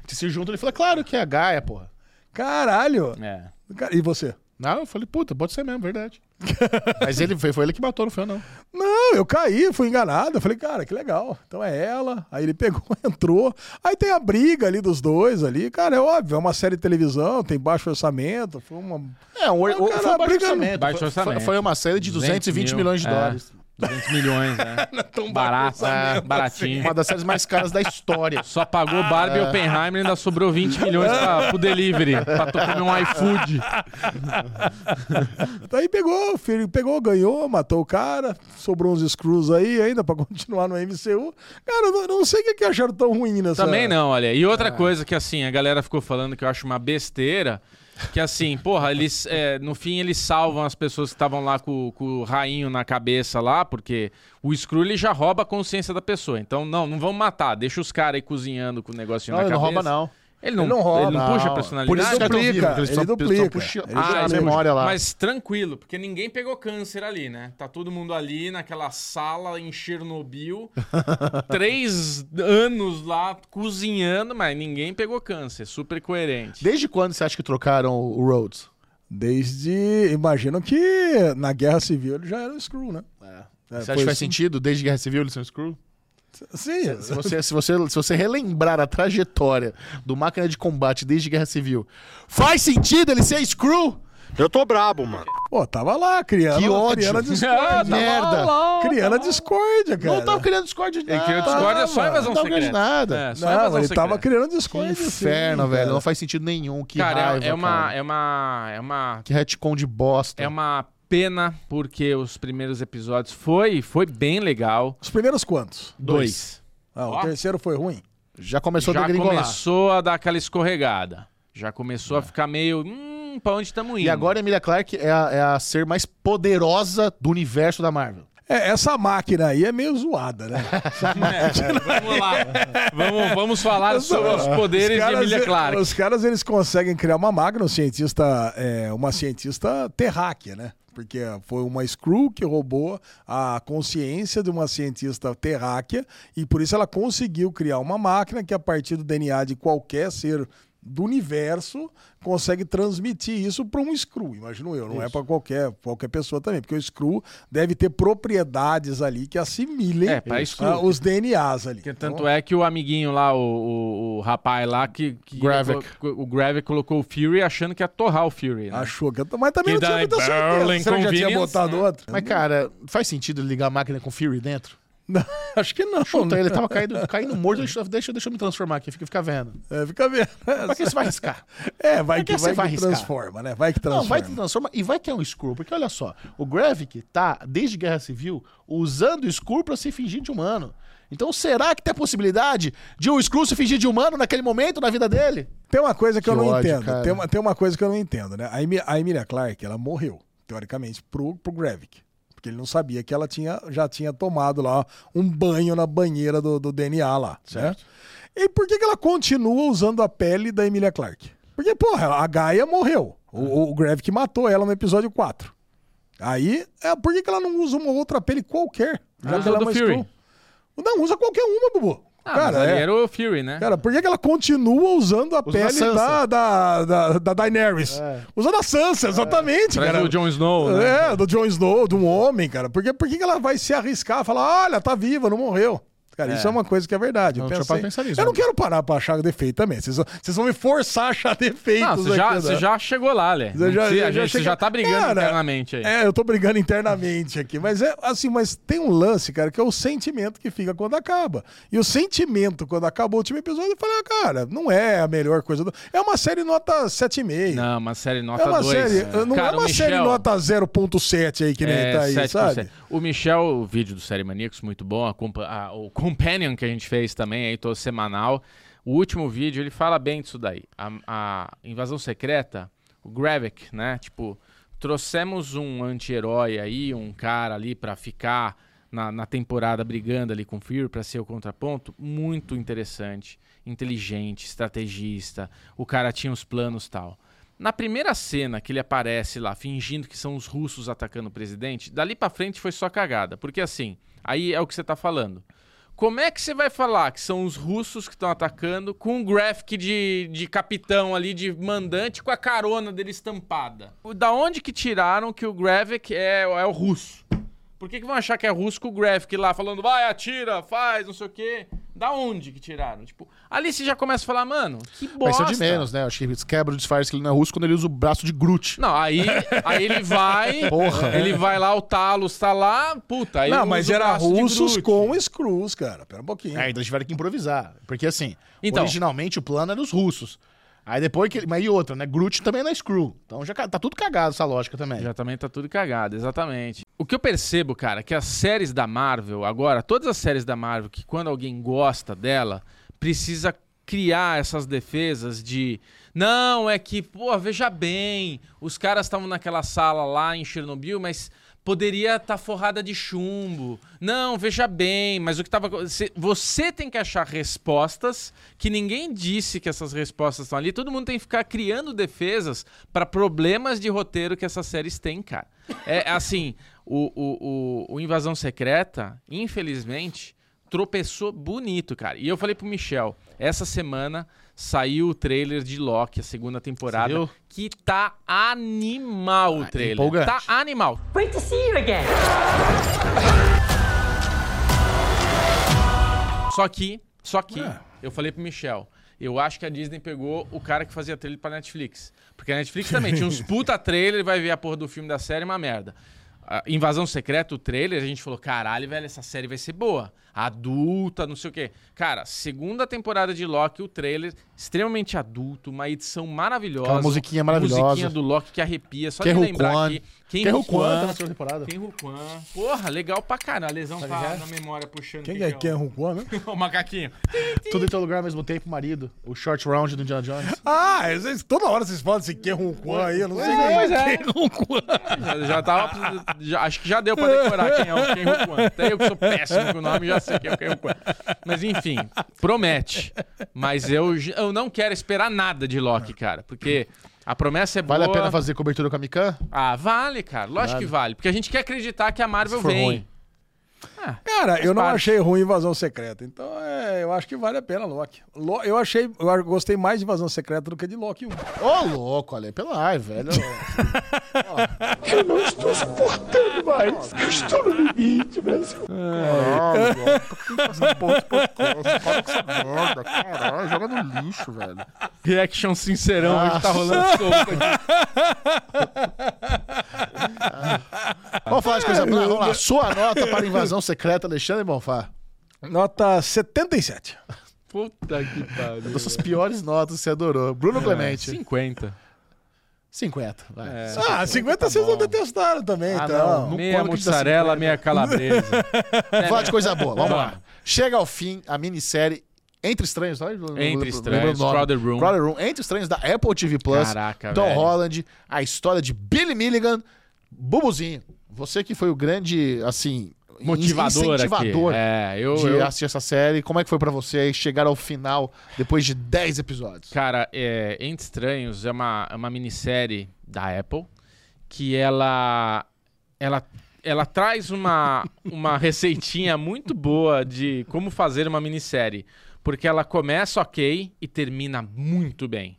[SPEAKER 1] Que se junta, ele falou, claro que é a Gaia, porra.
[SPEAKER 3] Caralho.
[SPEAKER 2] É.
[SPEAKER 3] Cara, E você?
[SPEAKER 1] Não, eu falei, puta, pode ser mesmo, verdade. Mas ele foi, foi ele que matou, não foi eu, não.
[SPEAKER 3] Não, eu caí, fui enganado. Eu falei, cara, que legal. Então é ela. Aí ele pegou, entrou. Aí tem a briga ali dos dois ali. Cara, é óbvio, é uma série de televisão, tem baixo orçamento. Foi uma.
[SPEAKER 1] É, um,
[SPEAKER 3] o- cara, foi um baixo brigando. orçamento.
[SPEAKER 2] Baixo
[SPEAKER 1] Foi-
[SPEAKER 2] orçamento.
[SPEAKER 1] Foi, foi uma série de 220
[SPEAKER 2] mil,
[SPEAKER 1] milhões de
[SPEAKER 2] é.
[SPEAKER 1] dólares.
[SPEAKER 2] 200 milhões, né? Tão Barato,
[SPEAKER 1] assim,
[SPEAKER 2] é, baratinho.
[SPEAKER 1] Uma das séries mais caras da história.
[SPEAKER 2] Só pagou Barbie e
[SPEAKER 1] Ah.
[SPEAKER 2] Oppenheimer e ainda sobrou 20 milhões pra, pro delivery, pra tu comer um iFood.
[SPEAKER 3] Então Aí pegou, o filho pegou, ganhou, matou o cara. Sobrou uns screws aí ainda pra continuar no MCU. Cara, eu não, não sei o que, que acharam tão ruim nessa.
[SPEAKER 2] Também
[SPEAKER 1] né?
[SPEAKER 2] não, olha. E
[SPEAKER 1] É.
[SPEAKER 2] outra coisa que, assim, a galera ficou falando que eu acho uma besteira, que, assim, porra, eles, é, no fim, eles salvam as pessoas que estavam lá com, com o rainho na cabeça lá, porque o Screw, ele já rouba a consciência da pessoa. Então, não, não vamos matar. Deixa os caras aí cozinhando com o negocinho
[SPEAKER 1] Não,
[SPEAKER 2] na
[SPEAKER 1] ele não
[SPEAKER 2] cabeça.
[SPEAKER 1] rouba, não.
[SPEAKER 2] Ele não,
[SPEAKER 3] Ele não rouba,
[SPEAKER 2] Ele não puxa a
[SPEAKER 1] Não.
[SPEAKER 2] personalidade.
[SPEAKER 1] Por isso que eu tô
[SPEAKER 3] duplica,
[SPEAKER 1] vivo, porque eles
[SPEAKER 3] ele
[SPEAKER 1] tão- eles tão
[SPEAKER 3] duplica.
[SPEAKER 1] puxando-
[SPEAKER 3] Ele
[SPEAKER 1] puxando a
[SPEAKER 2] eles
[SPEAKER 1] memória lá.
[SPEAKER 2] Ah, Mas tranquilo, porque ninguém pegou câncer ali, né? Tá todo mundo ali naquela sala em Chernobyl, três anos lá cozinhando, mas ninguém pegou câncer. Super coerente.
[SPEAKER 1] Desde quando você acha que trocaram o Rhodes?
[SPEAKER 3] Desde. Imagino que na guerra civil ele já era um screw, né? É,
[SPEAKER 1] Você acha
[SPEAKER 3] foi
[SPEAKER 1] que faz
[SPEAKER 3] isso.
[SPEAKER 1] sentido? Desde Guerra Civil, eles são Screw?
[SPEAKER 3] Sim.
[SPEAKER 1] assim? Se você, se, você, se você relembrar a trajetória do Máquina de Combate desde Guerra Civil, faz sentido ele ser Screw?
[SPEAKER 9] Eu tô brabo, mano.
[SPEAKER 3] Pô, tava lá, criando.
[SPEAKER 1] Que ódio.
[SPEAKER 3] Criando a
[SPEAKER 2] Ah,
[SPEAKER 3] discórdia.
[SPEAKER 2] tava
[SPEAKER 1] merda.
[SPEAKER 2] lá.
[SPEAKER 3] criando a discórdia, cara.
[SPEAKER 1] Não tá tava criando Discord de
[SPEAKER 2] Ele
[SPEAKER 1] nada.
[SPEAKER 2] criou Discord, é
[SPEAKER 3] tava,
[SPEAKER 2] só invasão
[SPEAKER 1] não tava
[SPEAKER 2] secreta.
[SPEAKER 1] ganhando nada.
[SPEAKER 2] É, só
[SPEAKER 3] Não,
[SPEAKER 2] invasão
[SPEAKER 3] ele
[SPEAKER 2] secreta.
[SPEAKER 3] tava criando
[SPEAKER 1] Que
[SPEAKER 3] Discord.
[SPEAKER 1] inferno, velho. Não faz sentido nenhum. Que
[SPEAKER 2] Cara, é-
[SPEAKER 1] raiva,
[SPEAKER 2] é, uma,
[SPEAKER 1] cara. Tá.
[SPEAKER 2] é uma. É uma.
[SPEAKER 1] Que retcon de bosta.
[SPEAKER 2] É uma pena, porque os primeiros episódios foi, foi bem legal.
[SPEAKER 3] Os primeiros quantos?
[SPEAKER 2] Dois.
[SPEAKER 3] Ah,
[SPEAKER 2] Ó.
[SPEAKER 3] o terceiro foi ruim.
[SPEAKER 1] Já começou a
[SPEAKER 2] Já
[SPEAKER 1] degringolar. É.
[SPEAKER 2] começou a dar aquela escorregada. Já começou a ficar meio. Hum, pra onde estamos indo?
[SPEAKER 1] E agora a Emilia Clarke é a, é a ser mais poderosa do universo da Marvel.
[SPEAKER 3] É, essa máquina aí é meio zoada, né?
[SPEAKER 2] Vamos lá. vamos, vamos falar sobre os poderes de Emilia Clarke.
[SPEAKER 3] Os caras, eles conseguem criar uma máquina, um cientista, é, uma cientista terráquea, né? Porque foi uma Screw que roubou a consciência de uma cientista terráquea e por isso ela conseguiu criar uma máquina que a partir do DNA de qualquer ser do universo consegue transmitir isso para um screw, imagino eu. Não é para qualquer, qualquer pessoa também, porque o screw deve ter propriedades ali que assimilem
[SPEAKER 2] É, pra screw.
[SPEAKER 3] ah, os DNAs ali.
[SPEAKER 2] Porque tanto é que o amiguinho lá, o, o, o rapaz lá, que. que
[SPEAKER 1] Gravik.
[SPEAKER 2] O, o Gravik colocou o Fury achando que ia torrar o Fury. Né?
[SPEAKER 3] Achou que... Mas também não
[SPEAKER 2] Que
[SPEAKER 3] tinha
[SPEAKER 2] dá
[SPEAKER 3] muita certeza.
[SPEAKER 2] Berlin
[SPEAKER 3] Será que já tinha
[SPEAKER 2] Convenience,
[SPEAKER 3] botado outro?
[SPEAKER 1] Mas, cara, faz sentido ligar a máquina com Fury dentro?
[SPEAKER 3] Não, acho que não. né?
[SPEAKER 1] Puta, ele tava caindo, caindo morto, deixa, deixa, deixa eu me transformar aqui, fica, fica vendo.
[SPEAKER 3] É, fica vendo.
[SPEAKER 1] Pra que você vai arriscar?
[SPEAKER 3] É,
[SPEAKER 1] Pra
[SPEAKER 3] vai que,
[SPEAKER 1] que você
[SPEAKER 3] vai
[SPEAKER 1] vai
[SPEAKER 3] que
[SPEAKER 1] arriscar?
[SPEAKER 3] transforma, né? Vai que transforma.
[SPEAKER 1] Não, vai que transforma e vai que é um Skrull, porque olha só, o Gravik tá, desde Guerra Civil, usando o Skrull pra se fingir de humano. Então será que tem a possibilidade de o Skrull se fingir de humano naquele momento na vida dele?
[SPEAKER 3] Tem uma coisa que, eu
[SPEAKER 1] Que
[SPEAKER 3] não
[SPEAKER 1] ódio,
[SPEAKER 3] entendo.
[SPEAKER 1] cara.
[SPEAKER 3] Tem uma, tem uma coisa que eu não entendo, né? A, Emi- a Emilia Clarke, ela morreu, teoricamente, pro, pro Gravik. Porque ele não sabia que ela tinha, já tinha tomado lá um banho na banheira do, do DNA lá. Certo. E por que, que ela continua usando a pele da Emilia Clarke? Porque, porra, a Gaia morreu. O, o Gravik matou ela no episódio 4. Aí, é, por que, que ela não usa uma outra pele qualquer?
[SPEAKER 2] Ela
[SPEAKER 3] que
[SPEAKER 2] usou
[SPEAKER 3] ela é
[SPEAKER 2] Ah, do
[SPEAKER 3] uma
[SPEAKER 2] Fury.
[SPEAKER 3] Skrull. Não, usa qualquer uma, Bubu.
[SPEAKER 2] Ah, mas ali
[SPEAKER 3] é.
[SPEAKER 2] era o Fury, né?
[SPEAKER 3] Cara, por que, que ela continua
[SPEAKER 1] Usando
[SPEAKER 3] usando a
[SPEAKER 1] a
[SPEAKER 3] pele da,
[SPEAKER 1] Sansa.
[SPEAKER 3] da, da, da Daenerys? Usando a Sansa, exatamente,
[SPEAKER 2] Atrás
[SPEAKER 3] cara.
[SPEAKER 2] do Jon Snow, né?
[SPEAKER 3] É, do Jon Snow, de um homem, cara. Por que, por que que ela vai se arriscar falar, olha, tá viva, não morreu? Cara, isso é uma coisa que é verdade. Eu,
[SPEAKER 1] Não, deixa eu
[SPEAKER 3] pensei-
[SPEAKER 1] parar pra pensar nisso,
[SPEAKER 3] eu não
[SPEAKER 1] né?
[SPEAKER 3] quero parar pra achar defeito também. Vocês, vão- vocês vão me forçar a achar defeitos.
[SPEAKER 2] Não, você já,
[SPEAKER 3] aqui,
[SPEAKER 2] você
[SPEAKER 3] né?
[SPEAKER 2] já chegou lá, Lé.
[SPEAKER 3] Eu já-
[SPEAKER 2] Não precisa-
[SPEAKER 3] eu já
[SPEAKER 2] a gente- Você
[SPEAKER 3] cheguei-
[SPEAKER 2] já tá brigando
[SPEAKER 3] Cara,
[SPEAKER 2] internamente aí.
[SPEAKER 3] É, eu tô brigando internamente aqui. Mas é assim, mas tem um lance, cara, que é o sentimento que fica quando acaba. E o sentimento, quando acabou o último episódio, eu falei, ah, cara, não é a melhor coisa do. É uma série nota 7,5.
[SPEAKER 2] Não, uma série
[SPEAKER 3] É
[SPEAKER 2] nota 2.
[SPEAKER 3] uma série, não é uma série nota 0.7 aí que nem
[SPEAKER 2] É,
[SPEAKER 3] tá aí,
[SPEAKER 2] 7%.
[SPEAKER 3] sabe?
[SPEAKER 2] O Michel, o vídeo do Série Maníacos, muito bom. a compa- a- o Companion que a gente fez também, aí todo semanal. O último vídeo, ele fala bem disso daí. A, a invasão secreta, o Gravik, né? Tipo, trouxemos um anti-herói aí, um cara ali pra ficar na, na temporada brigando ali com o Fury pra ser o contraponto. Muito interessante, inteligente, estrategista. O cara tinha os planos tal. Na primeira cena que ele aparece lá, fingindo que são os russos atacando o presidente, dali pra frente foi só cagada. Porque assim, aí é o que você tá falando. Como é que você vai falar que são os russos que estão atacando com um graphic de, de capitão ali, de mandante, com a carona dele estampada? O- Da onde que tiraram que o graphic é, é o russo? Por que, que vão achar que é russo com o graphic lá, falando, vai, atira, faz, não sei o quê? Da onde que tiraram? Tipo, ali você já começa a falar, mano, que bosta.
[SPEAKER 1] Vai ser de menos, né? Acho que eles quebram o disfarce que ele não é russo quando ele usa o braço de Groot.
[SPEAKER 2] Não, aí, aí ele vai.
[SPEAKER 1] Porra.
[SPEAKER 2] Ele vai lá, o Talos tá lá, puta. Aí
[SPEAKER 3] Não,
[SPEAKER 2] usa
[SPEAKER 3] mas
[SPEAKER 2] o
[SPEAKER 3] era
[SPEAKER 2] braço de
[SPEAKER 3] russos
[SPEAKER 2] Groot.
[SPEAKER 3] com screws, cara. Pera um pouquinho.
[SPEAKER 1] É, então eles tiveram que improvisar. Porque assim,
[SPEAKER 2] Então.
[SPEAKER 1] originalmente o plano era os russos. Aí depois que. ele- Mas e outra, né? Groot também é na Screw. Então já ca- tá tudo cagado essa lógica também.
[SPEAKER 2] Já também tá tudo cagado, exatamente. O que eu percebo, cara, é que as séries da Marvel, agora, todas as séries da Marvel, que quando alguém gosta dela, precisa criar essas defesas de. Não, é que, pô, veja bem, os caras estavam naquela sala lá em Chernobyl, mas poderia estar forrada de chumbo. Não, veja bem, mas o que tava. Você, você tem que achar respostas que ninguém disse que essas respostas estão ali. Todo mundo tem que ficar criando defesas para problemas de roteiro que essas séries têm, cara. É assim, o, o, o, o Invasão Secreta, infelizmente, tropeçou bonito, cara. E eu falei pro Michel, essa semana saiu o trailer de Loki, a segunda temporada,
[SPEAKER 1] Você viu? Ah,
[SPEAKER 2] que tá animal o trailer.
[SPEAKER 1] empolgante.
[SPEAKER 2] Tá animal.
[SPEAKER 5] Great to see you again.
[SPEAKER 2] Só que, só que, eu falei pro Michel, eu acho que a Disney pegou o cara que fazia trailer pra Netflix. Porque a Netflix também tinha uns puta trailer, vai ver a porra do filme da série, uma merda. A Invasão Secreta, o trailer, a gente falou, caralho, velho, essa série vai ser boa. Adulta, não sei o quê. Cara, segunda temporada de Loki, o trailer, extremamente adulto, uma edição maravilhosa.
[SPEAKER 1] Aquela musiquinha maravilhosa.
[SPEAKER 2] Musiquinha do Loki que arrepia, só
[SPEAKER 1] Ken
[SPEAKER 2] de lembrar
[SPEAKER 1] Ruquan.
[SPEAKER 2] aqui. Ken
[SPEAKER 1] Quem é o
[SPEAKER 2] Ruquan.
[SPEAKER 1] Quan tá na segunda temporada?
[SPEAKER 2] Ken Ruquan. Porra, legal pra caralho. A lesão tá na memória puxando.
[SPEAKER 3] Quem
[SPEAKER 2] que
[SPEAKER 3] é
[SPEAKER 2] o-
[SPEAKER 3] Ken Rukuan, né?
[SPEAKER 2] o macaquinho.
[SPEAKER 1] Tudo em teu lugar ao mesmo tempo, marido. O short round do Indiana Jones.
[SPEAKER 3] Ah, vocês- toda hora vocês falam assim, esse Ken Rukuan aí, eu não sei. quem
[SPEAKER 2] Pois é. Já, já tava. já- acho que já deu pra decorar quem é o Ken Rukuan. Até eu que sou péssimo com o nome, já sei quem é o Ken Rukuan. Mas enfim, promete. Mas eu, j- eu não quero esperar nada de Loki, cara. Porque a promessa é boa.
[SPEAKER 1] Vale a pena fazer cobertura com a Mikan?
[SPEAKER 2] Ah, vale, cara. Lógico que vale. Porque a gente quer acreditar que a Marvel
[SPEAKER 1] Se for
[SPEAKER 2] vem.
[SPEAKER 1] ruim.
[SPEAKER 3] Cara, eu não
[SPEAKER 2] parte.
[SPEAKER 3] achei ruim Invasão Secreta. Então, é, eu acho que vale a pena Loki. Lo- eu achei, eu a- gostei mais de Invasão Secreta do que de Loki 1.
[SPEAKER 1] Ô, louco, olha, pelo ar, velho. Eu não estou suportando mais. Eu estou no limite, Brasil. Caralho, velho, por que que essa porra de podcast? Para com essa merda, caralho. Joga no lixo, velho.
[SPEAKER 2] Reaction sincerão hoje tá
[SPEAKER 1] Ah.
[SPEAKER 2] rolando solto aqui.
[SPEAKER 1] Vamos falar de coisa boa. Vamos lá. Sua nota para invasão secreta, Alexandre Bonfá.
[SPEAKER 3] Nota 77.
[SPEAKER 2] Puta que pariu. É,
[SPEAKER 1] Das suas piores notas, você adorou. Bruno Clemente.
[SPEAKER 2] 50.
[SPEAKER 1] 50, É. vai. É.
[SPEAKER 3] Ah, 50 vocês não detestaram também, então.
[SPEAKER 1] Ah, não.
[SPEAKER 2] Meia
[SPEAKER 1] pode que te dá
[SPEAKER 2] mussarela,
[SPEAKER 1] 50.
[SPEAKER 2] meia calabresa.
[SPEAKER 1] Vamos falar de coisa boa, vamos lá.
[SPEAKER 2] Vamos.
[SPEAKER 1] Chega ao fim a minissérie Entre Estranhos, olha, eu não
[SPEAKER 2] Entre
[SPEAKER 1] lembro-
[SPEAKER 2] Estranhos,
[SPEAKER 1] lembro o nome.
[SPEAKER 2] Crowded Room.
[SPEAKER 1] Crowded Room. Entre Estranhos da Apple TV Plus.
[SPEAKER 2] Caraca,
[SPEAKER 1] Tom
[SPEAKER 2] velho.
[SPEAKER 1] Holland, a história de Billy Milligan, Bubuzinho. Você que foi o grande, assim,
[SPEAKER 2] Motivador aqui.
[SPEAKER 1] incentivador
[SPEAKER 2] É, eu-
[SPEAKER 1] de
[SPEAKER 2] eu
[SPEAKER 1] assistir essa série. Como é que foi pra você chegar ao final depois de 10 episódios?
[SPEAKER 2] Cara, é, Entre Estranhos é uma, é uma minissérie da Apple que ela ela, ela traz uma, uma receitinha muito boa de como fazer uma minissérie. Porque ela começa ok e termina muito bem.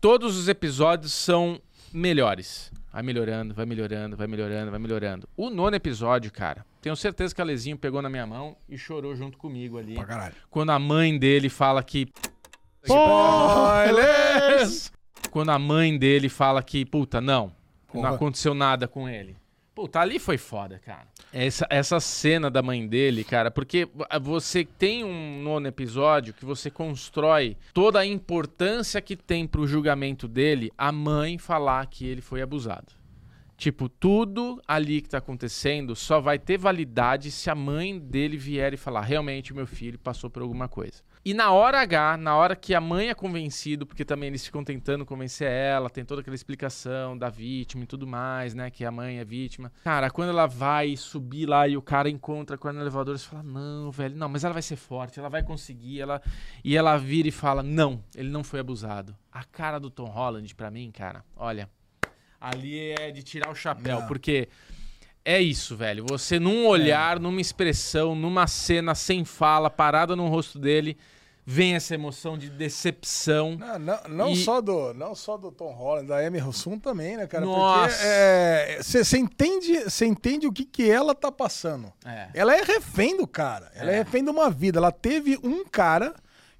[SPEAKER 2] Todos os episódios são melhores. Vai melhorando, vai melhorando, vai melhorando, vai melhorando. O nono episódio, cara, tenho certeza que o Alezinho pegou na minha mão e chorou junto comigo ali.
[SPEAKER 3] Pra caralho.
[SPEAKER 2] Quando a mãe dele fala que
[SPEAKER 3] Spoilers!
[SPEAKER 2] quando a mãe dele fala que, puta, não,
[SPEAKER 3] Porra.
[SPEAKER 2] não aconteceu nada com ele. Puta, ali foi foda, cara. Essa, essa cena da mãe dele, cara, porque você tem um nono episódio que você constrói toda a importância que tem pro julgamento dele a mãe falar que ele foi abusado. Tipo, tudo ali que tá acontecendo só vai ter validade se a mãe dele vier e falar: realmente o meu filho passou por alguma coisa. E na hora H, na hora que a mãe é convencido, porque também eles ficam tentando convencer ela, tem toda aquela explicação da vítima e tudo mais, né? Que a mãe é vítima. Cara, quando ela vai subir lá e o cara encontra com ela no elevador, você fala: não, velho, não, mas ela vai ser forte, ela vai conseguir. Ela... E ela vira e fala: não, ele não foi abusado. A cara do Tom Holland, pra mim, cara, olha. Ali é de tirar o chapéu, porque é isso, velho. Você
[SPEAKER 3] É.
[SPEAKER 2] num olhar, numa expressão, numa cena sem fala, parada no rosto dele, vem essa emoção de decepção.
[SPEAKER 3] Não, não, não
[SPEAKER 2] Ah, E-
[SPEAKER 3] só do, não só do Tom Holland, da Emmy Rossum também, né, cara?
[SPEAKER 2] Nossa.
[SPEAKER 3] Porque você entende, cê entende o que, que ela tá passando.
[SPEAKER 2] É.
[SPEAKER 3] Ela é refém do cara. Ela é. refém de uma vida. Ela teve um cara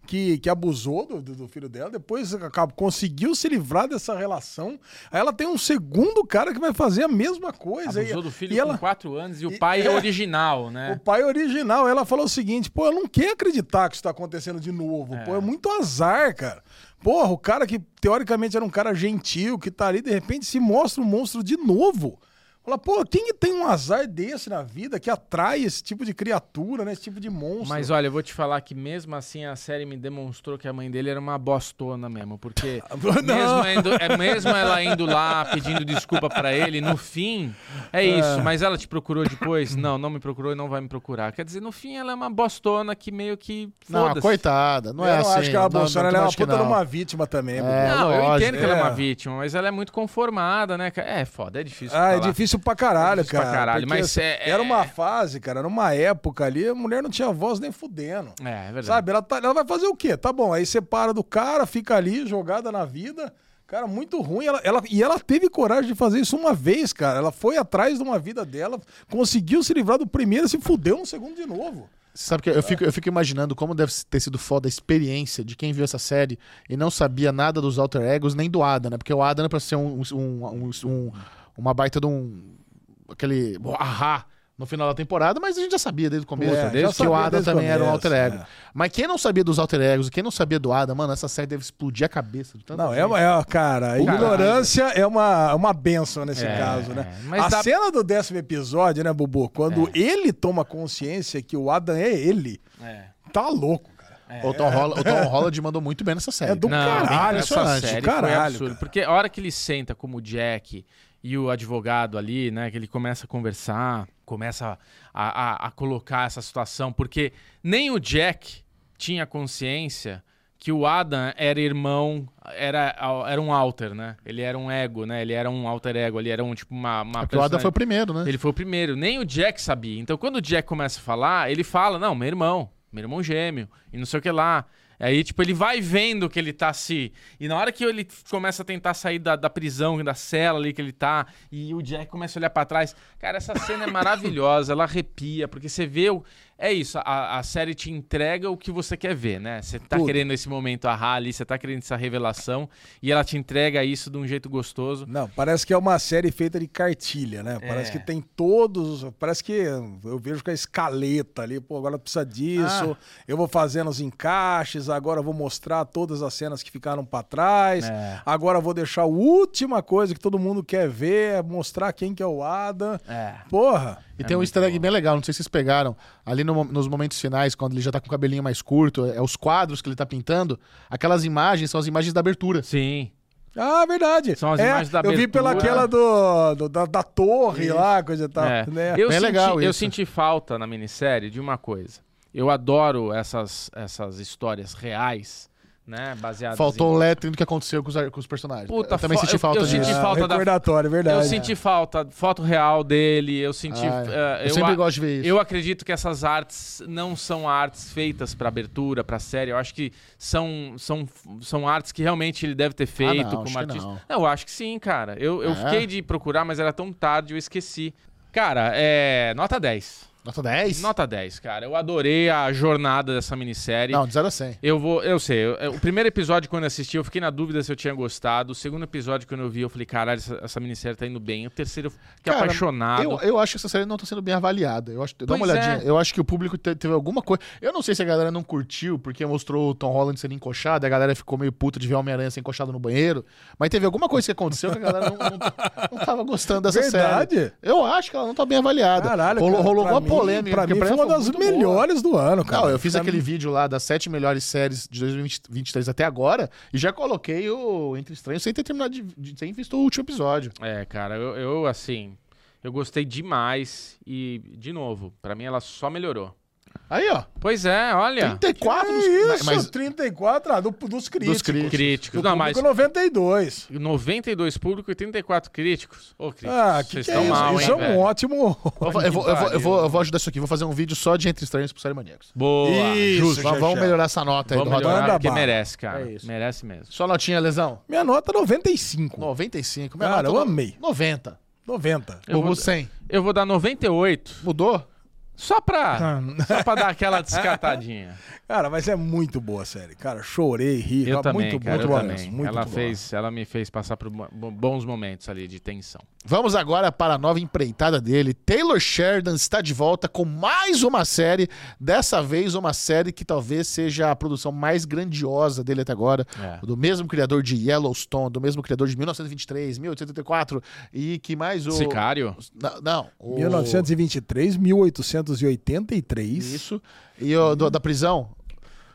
[SPEAKER 3] que, que abusou do, do- do filho dela, depois acaba, conseguiu se livrar dessa relação. Aí ela tem um segundo cara que vai fazer a mesma coisa.
[SPEAKER 2] Abusou
[SPEAKER 3] E-
[SPEAKER 2] do filho
[SPEAKER 3] e
[SPEAKER 2] com
[SPEAKER 3] ela-
[SPEAKER 2] 4 anos e o
[SPEAKER 3] e-
[SPEAKER 2] pai é
[SPEAKER 3] é.
[SPEAKER 2] original,
[SPEAKER 3] o
[SPEAKER 2] né?
[SPEAKER 3] pai original, ela falou o seguinte: pô, eu não quero acreditar que isso tá acontecendo de novo. Pô, é muito azar, cara. Porra, o cara que teoricamente era um cara gentil, que tá ali, de repente se mostra um monstro de novo. Fala, pô, quem que tem um azar desse na vida que atrai esse tipo de criatura, né? Esse tipo de monstro.
[SPEAKER 2] Mas olha, eu vou te falar que mesmo assim a série me demonstrou que a mãe dele era uma bostona mesmo, porque
[SPEAKER 3] Ah,
[SPEAKER 2] mesmo, indo- é, mesmo ela indo lá pedindo desculpa pra ele, no fim, é isso, mas ela te procurou depois? Não, não me procurou e não vai me procurar. Quer dizer, no fim ela é uma bostona que meio que
[SPEAKER 1] Não,
[SPEAKER 2] foda-se.
[SPEAKER 1] coitada, não é
[SPEAKER 3] eu não
[SPEAKER 1] assim.
[SPEAKER 3] acho que ela é
[SPEAKER 1] não,
[SPEAKER 3] bolsonaro,
[SPEAKER 1] não,
[SPEAKER 3] ela é uma
[SPEAKER 1] acho que
[SPEAKER 3] puta de
[SPEAKER 1] não.
[SPEAKER 3] uma vítima também.
[SPEAKER 1] É,
[SPEAKER 3] Bruno.
[SPEAKER 2] Não, eu
[SPEAKER 1] lógico,
[SPEAKER 2] entendo que ela é uma
[SPEAKER 3] é.
[SPEAKER 2] vítima, mas ela é muito conformada, né? cara? É foda, é difícil.
[SPEAKER 3] Ah, é
[SPEAKER 2] falar.
[SPEAKER 3] difícil pra caralho,
[SPEAKER 2] É difícil pra
[SPEAKER 3] cara.
[SPEAKER 2] caralho,
[SPEAKER 3] porque,
[SPEAKER 2] mas
[SPEAKER 3] assim,
[SPEAKER 2] é-
[SPEAKER 3] Era
[SPEAKER 2] é-
[SPEAKER 3] uma fase, cara, numa época ali, a mulher não tinha voz nem fudendo.
[SPEAKER 2] É, é verdade.
[SPEAKER 3] Sabe, ela, tá- ela vai fazer o quê? Tá bom, aí separa do cara, fica ali jogada na vida. Cara, muito ruim. Ela, ela- e ela teve coragem de fazer isso uma vez, cara. Ela foi atrás de uma vida dela, conseguiu se livrar do primeiro, se fudeu no segundo de novo.
[SPEAKER 1] Você sabe que eu fico, eu fico imaginando como deve ter sido foda a experiência de quem viu essa série e não sabia nada dos alter egos nem do Adam, né? Porque o Adam é pra ser um, um- um- um- uma baita de um. aquele. ahá! No final da temporada, mas a gente já sabia desde o começo
[SPEAKER 3] É, já
[SPEAKER 1] desde que o
[SPEAKER 3] sabia
[SPEAKER 1] Adam
[SPEAKER 3] desde o
[SPEAKER 1] também era um
[SPEAKER 3] começo,
[SPEAKER 1] alter ego.
[SPEAKER 3] é.
[SPEAKER 1] Mas quem não sabia dos alter egos, quem não sabia do Adam, mano, essa série deve explodir a cabeça de tanta
[SPEAKER 3] Não,
[SPEAKER 1] gente.
[SPEAKER 3] é, uma- é uma- cara, a ignorância é uma, uma benção nesse caso, né?
[SPEAKER 2] é. Mas
[SPEAKER 3] a
[SPEAKER 2] dá-
[SPEAKER 3] cena do décimo episódio, né, Bubu? Quando ele toma consciência que o Adam é ele,
[SPEAKER 2] É.
[SPEAKER 3] tá louco, cara.
[SPEAKER 1] O Tom Holland, o Tom Holland mandou muito bem nessa série. né?
[SPEAKER 3] É do
[SPEAKER 1] cara.
[SPEAKER 3] caralho,
[SPEAKER 2] essa
[SPEAKER 3] impressionante,
[SPEAKER 2] série
[SPEAKER 3] do caralho,
[SPEAKER 2] foi absurdo.
[SPEAKER 3] cara.
[SPEAKER 2] Porque a hora que ele senta como o Jack e o advogado ali, né, que ele começa a conversar, começa a, a- a colocar essa situação, porque nem o Jack tinha consciência que o Adam era irmão, era, era um alter, né? Ele era um ego, né? Ele era um alter ego, ele era um tipo uma, uma
[SPEAKER 3] É
[SPEAKER 1] Porque o Adam
[SPEAKER 2] personalidade.
[SPEAKER 1] foi o primeiro, né?
[SPEAKER 2] Ele foi o primeiro. Nem o Jack sabia. Então, quando o Jack começa a falar, ele fala: Não, meu irmão, meu irmão gêmeo, e não sei o que lá. Aí, tipo, ele vai vendo que ele tá se. E na hora que ele começa a tentar sair da, da prisão, da cela ali que ele tá, e o Jack começa a olhar pra trás. Cara, essa cena é maravilhosa, ela arrepia, porque você vê. O... É isso, a, a série te entrega o que você quer ver, né? Você tá querendo esse momento a ali, você tá querendo essa revelação, e ela te entrega isso de um jeito gostoso.
[SPEAKER 3] Não, parece que é uma série feita de cartilha, né?
[SPEAKER 2] É.
[SPEAKER 3] Parece que tem todos. os- Parece que eu vejo com a escaleta ali, pô, agora precisa
[SPEAKER 2] Ah.
[SPEAKER 3] disso. Eu vou fazendo os encaixes, agora eu vou mostrar todas as cenas que ficaram pra trás.
[SPEAKER 2] É.
[SPEAKER 3] Agora eu vou deixar a última coisa que todo mundo quer ver, é mostrar quem que é o Adam.
[SPEAKER 2] É.
[SPEAKER 3] Porra!
[SPEAKER 1] E tem um easter egg bem legal, não sei se vocês pegaram. Ali no mo- nos momentos finais, quando ele já tá com o cabelinho mais curto, é é os quadros que ele tá pintando, aquelas imagens são as imagens da abertura.
[SPEAKER 2] Sim.
[SPEAKER 3] Ah, verdade.
[SPEAKER 2] São as
[SPEAKER 3] É,
[SPEAKER 2] imagens da
[SPEAKER 3] Eu vi pela
[SPEAKER 2] abertura.
[SPEAKER 3] aquela do, do- da, da torre lá, coisa e
[SPEAKER 1] Tá,
[SPEAKER 3] tal.
[SPEAKER 2] É.
[SPEAKER 3] Né?
[SPEAKER 2] Eu,
[SPEAKER 1] Bem
[SPEAKER 2] senti,
[SPEAKER 1] legal
[SPEAKER 2] eu
[SPEAKER 1] isso.
[SPEAKER 2] senti falta na minissérie de uma coisa. Eu adoro essas, essas histórias reais, né? Baseadas
[SPEAKER 1] Faltou
[SPEAKER 2] em...
[SPEAKER 1] o lettering do que aconteceu com os, ar- com os personagens.
[SPEAKER 2] Puta,
[SPEAKER 1] eu também
[SPEAKER 2] fo-
[SPEAKER 1] senti
[SPEAKER 2] eu-
[SPEAKER 1] falta
[SPEAKER 2] eu
[SPEAKER 1] disso.
[SPEAKER 2] senti
[SPEAKER 3] É,
[SPEAKER 2] falta da-
[SPEAKER 3] recordatório, verdade.
[SPEAKER 2] Eu senti falta, foto real dele, eu senti...
[SPEAKER 1] Ah,
[SPEAKER 2] eh,
[SPEAKER 1] eu sempre
[SPEAKER 2] a-
[SPEAKER 1] gosto de ver isso.
[SPEAKER 2] Eu acredito que essas artes não são artes feitas pra abertura, pra série. Eu acho que são, são, são artes que realmente ele deve ter feito
[SPEAKER 1] Ah, não,
[SPEAKER 2] como
[SPEAKER 1] acho que
[SPEAKER 2] artista.
[SPEAKER 1] não.
[SPEAKER 2] Eu acho que sim, cara. Eu, eu
[SPEAKER 1] É?
[SPEAKER 2] fiquei de procurar, mas era tão tarde, eu esqueci. Cara, é... Nota 10.
[SPEAKER 1] Nota 10?
[SPEAKER 2] Nota 10, cara. Eu adorei a jornada dessa minissérie.
[SPEAKER 1] Não, de 0 a 100.
[SPEAKER 2] Eu vou, eu sei. eu- eu- o primeiro episódio, quando eu assisti, eu fiquei na dúvida se eu tinha gostado. O segundo episódio, quando eu vi, eu falei, caralho, essa, essa minissérie tá indo bem. O terceiro, eu fiquei
[SPEAKER 1] Cara,
[SPEAKER 2] apaixonado.
[SPEAKER 1] Eu, eu acho que essa série não tá sendo bem avaliada. Eu acho, dá uma
[SPEAKER 2] Pois
[SPEAKER 1] olhadinha.
[SPEAKER 2] é.
[SPEAKER 1] Eu acho que o público te- teve alguma coisa. Eu não sei se a galera não curtiu, porque mostrou o Tom Holland sendo encoxado, e a galera ficou meio puta de ver o Homem-Aranha sendo encoxado no banheiro. Mas teve alguma coisa que aconteceu que a galera não, não, não tava gostando dessa
[SPEAKER 3] Verdade?
[SPEAKER 1] série. Eu acho que ela não tá bem avaliada.
[SPEAKER 3] Caralho,
[SPEAKER 1] rolou,
[SPEAKER 3] cara,
[SPEAKER 1] rolou
[SPEAKER 3] pra
[SPEAKER 1] uma
[SPEAKER 3] mim-
[SPEAKER 1] polêmica.
[SPEAKER 3] Pra
[SPEAKER 1] porque
[SPEAKER 3] mim foi
[SPEAKER 1] ela
[SPEAKER 3] uma das
[SPEAKER 1] muito é boa.
[SPEAKER 3] melhores do ano, cara.
[SPEAKER 1] Não, eu fiz
[SPEAKER 3] Pra
[SPEAKER 1] aquele
[SPEAKER 3] mim-
[SPEAKER 1] vídeo lá das sete melhores séries de 2023 até agora e já coloquei o Entre Estranhos sem ter terminado de, de- sem visto o último episódio.
[SPEAKER 2] É, cara, eu, eu, assim, eu gostei demais. E, de novo, pra mim ela só melhorou.
[SPEAKER 1] Aí, ó.
[SPEAKER 2] Pois é, olha.
[SPEAKER 1] 34
[SPEAKER 3] Que
[SPEAKER 1] dos-
[SPEAKER 3] isso,
[SPEAKER 1] mas-
[SPEAKER 3] 34 ah, do- dos críticos.
[SPEAKER 1] críticos.
[SPEAKER 2] Críticos.
[SPEAKER 3] Do
[SPEAKER 2] Não,
[SPEAKER 3] público,
[SPEAKER 2] mas
[SPEAKER 3] 92.
[SPEAKER 2] 92 público e 34 críticos. Ô, críticos,
[SPEAKER 3] Ah, que,
[SPEAKER 2] vocês
[SPEAKER 3] que é
[SPEAKER 2] estão
[SPEAKER 3] isso?
[SPEAKER 2] mal,
[SPEAKER 3] isso
[SPEAKER 2] hein,
[SPEAKER 3] é um
[SPEAKER 2] velho?
[SPEAKER 3] ótimo...
[SPEAKER 1] Eu vou, eu, vou, eu, vou, eu vou- eu vou ajudar isso aqui. Vou fazer um vídeo só de Entre Estranhos pro Série Maníacos.
[SPEAKER 2] Boa.
[SPEAKER 3] Isso,
[SPEAKER 1] Justo.
[SPEAKER 3] já,
[SPEAKER 1] Vamos, vamos
[SPEAKER 3] já.
[SPEAKER 1] melhorar essa nota aí
[SPEAKER 2] Vamos
[SPEAKER 1] do Rodolfo.
[SPEAKER 2] melhorar,
[SPEAKER 3] Manda
[SPEAKER 2] porque
[SPEAKER 3] bala.
[SPEAKER 2] merece, cara.
[SPEAKER 1] É isso.
[SPEAKER 2] merece mesmo.
[SPEAKER 1] Sua notinha, Lesão?
[SPEAKER 3] Minha nota é 95.
[SPEAKER 1] 95.
[SPEAKER 3] Cara,
[SPEAKER 1] nota
[SPEAKER 3] eu
[SPEAKER 1] no-
[SPEAKER 3] amei.
[SPEAKER 1] 90.
[SPEAKER 3] 90.
[SPEAKER 2] Eu
[SPEAKER 1] Bubu
[SPEAKER 2] vou-
[SPEAKER 1] 100.
[SPEAKER 2] Eu vou dar 98.
[SPEAKER 1] Mudou?
[SPEAKER 2] Só
[SPEAKER 3] Ah.
[SPEAKER 2] pra, só pra dar aquela descartadinha.
[SPEAKER 3] Cara, mas é muito boa a série. Cara, chorei, ri.
[SPEAKER 2] Eu
[SPEAKER 3] cara,
[SPEAKER 2] também,
[SPEAKER 3] tá muito,
[SPEAKER 2] cara,
[SPEAKER 3] muito
[SPEAKER 2] eu
[SPEAKER 3] boa
[SPEAKER 2] também.
[SPEAKER 3] mesmo, muito
[SPEAKER 2] ela,
[SPEAKER 3] boa.
[SPEAKER 2] fez, ela me fez passar por bo- bons momentos ali de tensão.
[SPEAKER 1] Vamos agora para a nova empreitada dele. Taylor Sheridan está de volta com mais uma série. Dessa vez, uma série que talvez seja a produção mais grandiosa dele até agora.
[SPEAKER 2] É.
[SPEAKER 1] Do mesmo criador de Yellowstone, do mesmo criador de 1923, 1884 e que mais o.
[SPEAKER 2] Sicário?
[SPEAKER 1] Não, não, o-
[SPEAKER 3] 1923, 1883.
[SPEAKER 1] Isso. E o do- da prisão,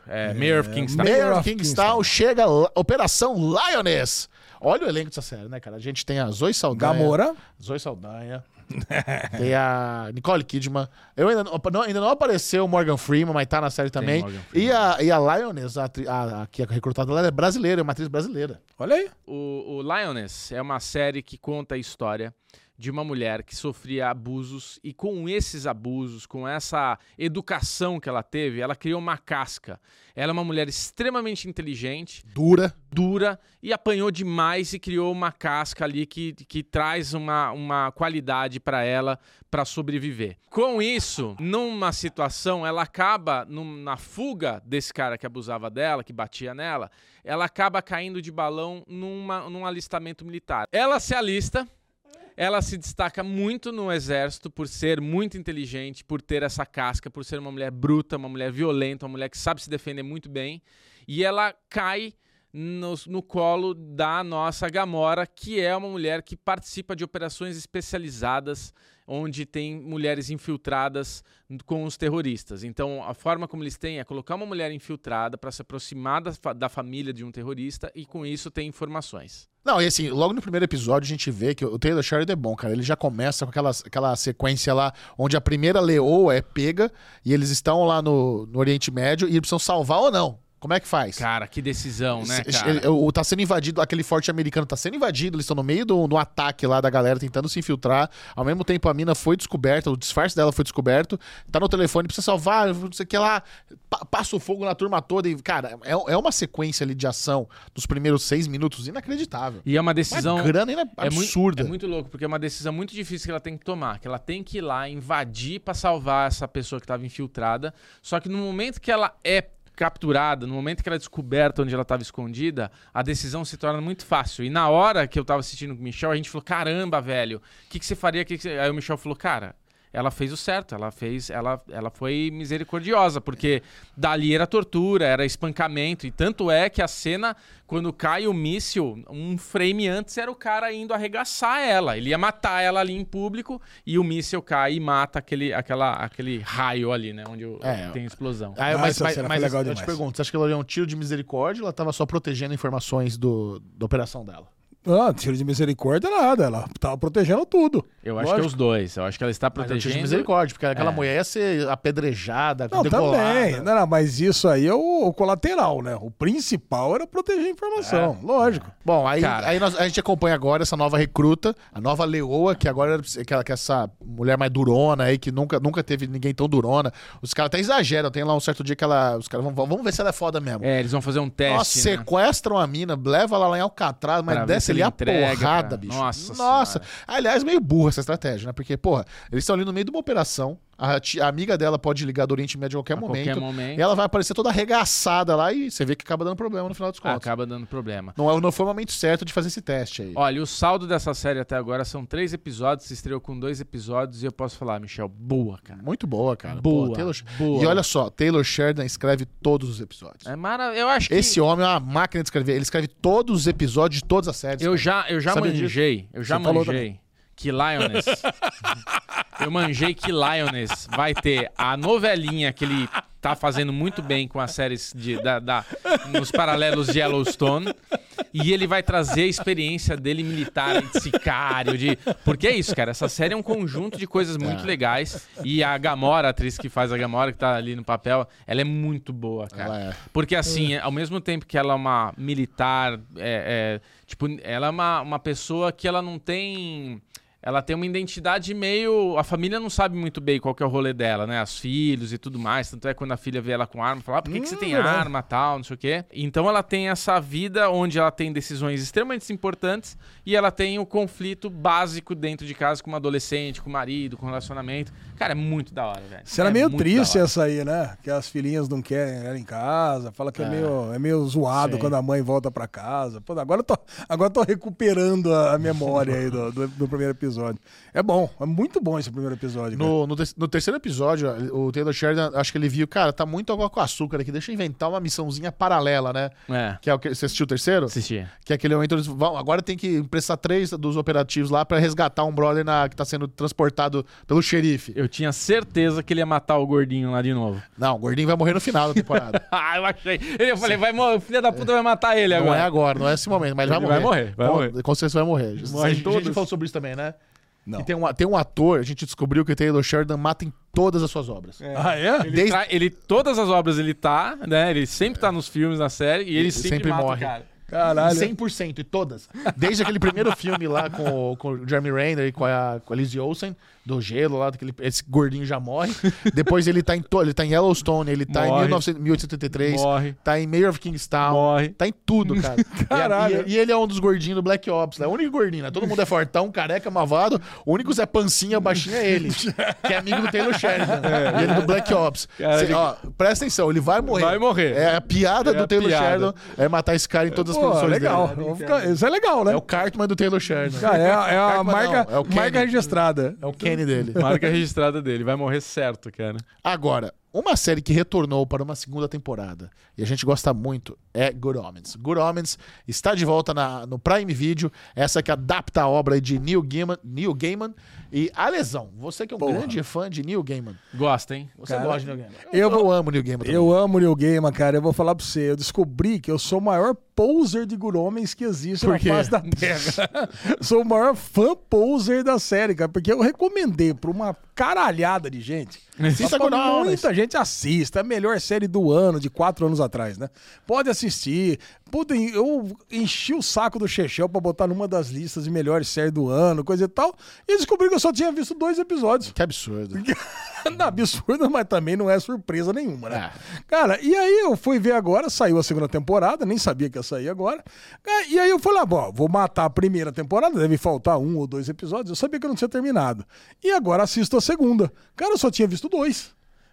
[SPEAKER 2] É, Mayor of Kingstown.
[SPEAKER 3] Mayor
[SPEAKER 1] Mayor of
[SPEAKER 3] of
[SPEAKER 1] Kingstown, chega lá- Operação Lioness. Olha o elenco dessa série, né, cara? A gente tem a Zoe Saldanha.
[SPEAKER 3] Gamora.
[SPEAKER 1] Zoe Saldanha. tem a Nicole Kidman. Eu ainda não, não- ainda não apareceu o Morgan Freeman, mas tá na série também.
[SPEAKER 2] Morgan
[SPEAKER 1] E a, e a Lioness, a, atri- a- a que é recrutada lá, ela é brasileira, é uma atriz brasileira.
[SPEAKER 3] Olha aí.
[SPEAKER 2] O, o Lioness é uma série que conta a história de uma mulher que sofria abusos e com esses abusos, com essa educação que ela teve, ela criou uma casca. Ela é uma mulher extremamente inteligente,
[SPEAKER 1] Dura.
[SPEAKER 2] dura e apanhou demais e criou uma casca ali que, que traz uma, uma qualidade pra ela pra sobreviver. Com isso, numa situação, ela acaba num- na fuga desse cara que abusava dela, que batia nela, ela acaba caindo de balão numa, num alistamento militar. Ela se alista. Ela se destaca muito no exército por ser muito inteligente, por ter essa casca, por ser uma mulher bruta, uma mulher violenta, uma mulher que sabe se defender muito bem. E ela cai no, no colo da nossa Gamora, que é uma mulher que participa de operações especializadas, onde tem mulheres infiltradas com os terroristas. Então, a forma como eles têm é colocar uma mulher infiltrada para se aproximar da, fa- da família de um terrorista e, com isso, ter informações.
[SPEAKER 1] Não, e assim, logo no primeiro episódio a gente vê que o Taylor Sheridan é bom, cara. Ele já começa com aquela, aquela sequência lá onde a primeira leoa é pega e eles estão lá no, no Oriente Médio e eles precisam salvar ou não. Como é que faz?
[SPEAKER 2] Cara, que decisão, né,
[SPEAKER 1] Se-
[SPEAKER 2] cara?
[SPEAKER 1] ele- o, tá sendo invadido, aquele forte americano tá sendo invadido, eles estão no meio do, do ataque lá da galera tentando se infiltrar. Ao mesmo tempo, a mina foi descoberta, o disfarce dela foi descoberto. Tá no telefone, precisa salvar, não sei o que lá. Pa- passa o fogo na turma toda e, cara, é, é uma sequência ali de ação dos primeiros seis minutos inacreditável.
[SPEAKER 2] E é uma
[SPEAKER 1] Uma
[SPEAKER 2] decisão.
[SPEAKER 1] grana ina-
[SPEAKER 2] É muito-
[SPEAKER 1] absurda.
[SPEAKER 2] É muito, louco, porque é uma decisão muito difícil que ela tem que tomar. Que ela tem que ir lá, invadir pra salvar essa pessoa que tava infiltrada. Só que no momento que ela é capturada, no momento que ela é descoberta onde ela tava escondida, a decisão se torna muito fácil. E na hora que eu tava assistindo com o Michel, a gente falou, caramba, velho, o que, que você faria? Que que você-" Aí o Michel falou, cara... Ela fez o certo, ela fez, ela, ela foi misericordiosa, porque dali era tortura, era espancamento, e tanto é que a cena, quando cai o míssil, um frame antes era o cara indo arregaçar ela, ele ia matar ela ali em público, e o míssil cai e mata aquele, aquela, aquele raio ali, né, onde o-
[SPEAKER 1] É,
[SPEAKER 2] tem explosão.
[SPEAKER 1] Ah,
[SPEAKER 3] Ah,
[SPEAKER 1] mas
[SPEAKER 3] essa
[SPEAKER 1] mas,
[SPEAKER 3] cena foi
[SPEAKER 1] mas
[SPEAKER 3] legal
[SPEAKER 1] eu te
[SPEAKER 3] demais.
[SPEAKER 1] pergunto, você acha que ela deu um tiro de misericórdia ou ela tava só protegendo informações do, da operação dela?
[SPEAKER 3] Ah, tiro de misericórdia nada. Ela tava protegendo tudo.
[SPEAKER 2] Eu acho que é os dois, eu acho que ela está
[SPEAKER 1] Mas é um tiro de
[SPEAKER 2] protegendo... É.
[SPEAKER 1] misericórdia, porque aquela mulher ia ser apedrejada,
[SPEAKER 3] Não,
[SPEAKER 1] decolada.
[SPEAKER 3] também. né? Não, não, mas isso aí é o, o colateral, né? O principal era proteger a informação,
[SPEAKER 2] É.
[SPEAKER 3] lógico.
[SPEAKER 1] Bom, aí,
[SPEAKER 2] Cara.
[SPEAKER 1] aí nós- a gente acompanha agora essa nova recruta, a nova leoa, que agora era pra ser- que, ela- que essa mulher mais durona aí, que nunca, nunca teve ninguém tão durona. Os caras até exageram, tem lá um certo dia que ela. Os caras vão, vão- vamos ver se ela é foda mesmo.
[SPEAKER 2] É, eles vão fazer um teste,
[SPEAKER 1] Nossa, é
[SPEAKER 2] né?
[SPEAKER 1] sequestram a mina, leva ela lá em Alcatraz, mas
[SPEAKER 2] Pra ver se
[SPEAKER 1] desce ali
[SPEAKER 2] ele
[SPEAKER 1] a
[SPEAKER 2] entrega,
[SPEAKER 1] porrada,
[SPEAKER 2] cara.
[SPEAKER 1] bicho.
[SPEAKER 2] Nossa
[SPEAKER 1] Nossa. Aliás, meio burra essa estratégia, né? Porque, porra, eles estão ali no meio de uma operação. A, ti- a amiga dela pode ligar do Oriente Médio a qualquer
[SPEAKER 2] A
[SPEAKER 1] momento.
[SPEAKER 2] qualquer momento.
[SPEAKER 1] E ela vai aparecer toda arregaçada lá e você vê que acaba dando problema no final dos contos.
[SPEAKER 2] Ah, Acaba dando problema.
[SPEAKER 1] Não, é- não foi o momento certo de fazer esse teste aí.
[SPEAKER 2] Olha, o saldo dessa série até agora são três episódios, se estreou com dois episódios e eu posso falar, Michel, boa, cara.
[SPEAKER 1] Muito boa, cara.
[SPEAKER 2] Boa,
[SPEAKER 1] Pô, Taylor-
[SPEAKER 2] boa.
[SPEAKER 1] E olha só, Taylor Sheridan escreve todos os episódios.
[SPEAKER 2] É mara... Eu acho que
[SPEAKER 1] Esse homem é uma máquina de escrever. Ele escreve todos os episódios de todas as séries.
[SPEAKER 2] eu
[SPEAKER 1] cara.
[SPEAKER 2] já eu já
[SPEAKER 1] Sabia
[SPEAKER 2] manjei, eu já
[SPEAKER 1] Você falou
[SPEAKER 2] manjei que Lioness. eu manjei que Lioness vai ter a novelinha que ele tá fazendo muito bem com as séries de, da, da- nos paralelos de Yellowstone. E ele vai trazer a experiência dele militar, de sicário, de. Porque é isso, cara. Essa série é um conjunto de coisas
[SPEAKER 1] É.
[SPEAKER 2] muito legais. E a Gamora, a atriz que faz a Gamora, que tá ali no papel, ela é muito boa, cara.
[SPEAKER 1] Ela é.
[SPEAKER 2] Porque assim, ao mesmo tempo que ela é uma militar, é, é, tipo, ela é uma, uma pessoa que ela não tem. Ela tem uma identidade meio. A família não sabe muito bem qual que é o rolê dela, né? Os filhos e tudo mais. Tanto é que quando a filha vê ela com arma, fala: ah, por que, que você
[SPEAKER 3] Hum,
[SPEAKER 2] tem arma tal, não sei o quê. Então ela tem essa vida onde ela tem decisões extremamente importantes e ela tem o conflito básico dentro de casa com uma adolescente, com o marido, com o relacionamento. Cara, é muito da hora, velho.
[SPEAKER 3] Será
[SPEAKER 2] É
[SPEAKER 3] meio
[SPEAKER 2] muito
[SPEAKER 3] triste
[SPEAKER 2] da hora.
[SPEAKER 3] essa aí, né? Que as filhinhas não querem ela em casa, fala que é, meio, é meio zoado quando a mãe volta pra casa. Pô, agora eu tô, agora eu tô recuperando a a memória aí do, do- do primeiro episódio. É bom, é muito bom esse primeiro episódio. cara.
[SPEAKER 1] No, no, te- no terceiro episódio, o Taylor Sheridan, acho que ele viu, cara, tá muito água com açúcar aqui, deixa eu inventar uma missãozinha paralela, né?
[SPEAKER 2] É.
[SPEAKER 1] Que é o que, você assistiu o terceiro?
[SPEAKER 2] Assistir.
[SPEAKER 1] Que é aquele momento eles vão, agora tem que emprestar três dos operativos lá pra resgatar um brother na- que tá sendo transportado pelo xerife.
[SPEAKER 2] Eu tinha certeza que ele ia matar o gordinho lá de novo.
[SPEAKER 1] Não, o gordinho vai morrer no final da temporada.
[SPEAKER 2] ah, eu achei. Ele, eu falei, vai, mo- o filho da puta vai matar ele
[SPEAKER 1] não é
[SPEAKER 2] agora.
[SPEAKER 1] agora, não é esse momento, mas ele vai
[SPEAKER 2] Ele
[SPEAKER 1] morrer.
[SPEAKER 2] vai morrer, vai
[SPEAKER 1] com,
[SPEAKER 2] morrer.
[SPEAKER 1] com certeza vai morrer.
[SPEAKER 2] Morre
[SPEAKER 1] a, gente, a gente
[SPEAKER 2] todos.
[SPEAKER 1] falou sobre isso também, né?
[SPEAKER 3] Não.
[SPEAKER 1] Que tem um, tem um ator, a gente descobriu que o Taylor Sheridan mata em todas as suas obras.
[SPEAKER 3] Ah, é?
[SPEAKER 2] Ele,
[SPEAKER 1] Desde-
[SPEAKER 2] tra- ele- todas as obras ele tá, né? Ele sempre tá nos filmes, na série, e ele, sempre,
[SPEAKER 1] sempre
[SPEAKER 2] mata
[SPEAKER 1] morre.
[SPEAKER 2] o cara.
[SPEAKER 3] Caralho.
[SPEAKER 1] 100% e todas. Desde aquele primeiro filme lá com, o- com o Jeremy Renner e com a, com a Lizzie Olsen, do gelo lá, daquele, esse gordinho já morre. Depois ele tá em, to- ele tá em Yellowstone, ele tá
[SPEAKER 2] Morre.
[SPEAKER 1] em 1900 1883,
[SPEAKER 2] Morre.
[SPEAKER 1] tá em Mayor of Kingstown,
[SPEAKER 2] Morre.
[SPEAKER 1] tá em tudo, cara. E a-
[SPEAKER 3] Caralho.
[SPEAKER 1] E, e ele é um dos gordinhos do Black Ops, né? O único gordinho, né? Todo mundo é fortão, careca, mavado. O único Zé Pancinha, baixinho é ele, que é amigo do Taylor Sheridan. né? E ele do Black Ops.
[SPEAKER 2] É. Cara,
[SPEAKER 1] Cê-
[SPEAKER 2] ele-
[SPEAKER 1] ó, presta atenção, ele vai morrer.
[SPEAKER 2] Vai morrer.
[SPEAKER 1] É a piada
[SPEAKER 2] É
[SPEAKER 1] do
[SPEAKER 2] a
[SPEAKER 1] Taylor
[SPEAKER 2] piada.
[SPEAKER 1] Sheridan é matar esse cara em todas as
[SPEAKER 3] Pô,
[SPEAKER 1] produções
[SPEAKER 3] legal.
[SPEAKER 1] dele. né?
[SPEAKER 3] Vou ficar- isso é legal, né?
[SPEAKER 1] É o Cartman do Taylor Sheridan.
[SPEAKER 3] Ah, é, é a
[SPEAKER 1] Cartman não,
[SPEAKER 3] marca,
[SPEAKER 1] é o Kenny.
[SPEAKER 3] marca registrada.
[SPEAKER 1] É o Kenny dele.
[SPEAKER 2] Marca registrada dele, vai morrer certo, cara.
[SPEAKER 1] Agora, uma série que retornou para uma segunda temporada e a gente gosta muito é Good Omens. Good Omens está de volta na- no Prime Video, essa que adapta a obra de Neil Gaiman, Neil Gaiman e a lesão. Você que é um grande fã de Neil Gaiman.
[SPEAKER 2] Gosta, hein?
[SPEAKER 1] Você
[SPEAKER 3] Cara,
[SPEAKER 1] gosta de Neil Gaiman?
[SPEAKER 3] eu vou-
[SPEAKER 1] amo Neil Gaiman também.
[SPEAKER 3] Eu amo o Neil Gaiman, cara. Eu vou falar pra você. Eu descobri que eu sou o maior poser de Guromens que existe
[SPEAKER 1] Por
[SPEAKER 3] na
[SPEAKER 1] quê?
[SPEAKER 3] face da Terra. Sou o maior fã poser da série, cara, porque eu recomendei pra uma caralhada de gente.
[SPEAKER 1] Assista
[SPEAKER 3] Mas pra
[SPEAKER 1] Guromens.
[SPEAKER 3] Muita gente assista. É a melhor série do ano, de quatro anos atrás, né? Pode assistir. Puta, eu enchi o saco do Chechel pra botar numa das listas de melhores séries do ano, coisa e tal. E descobri que eu só tinha visto dois episódios.
[SPEAKER 1] Que absurdo.
[SPEAKER 3] Não, absurdo, mas também não é surpresa nenhuma, né?
[SPEAKER 1] É.
[SPEAKER 3] Cara, e aí eu fui ver agora, saiu a segunda temporada, nem sabia que ia sair agora. É, E aí eu falei, ah, bom, vou matar a primeira temporada, deve faltar um ou dois episódios, eu sabia que eu não tinha terminado. E agora assisto a segunda. Cara, eu só tinha visto dois.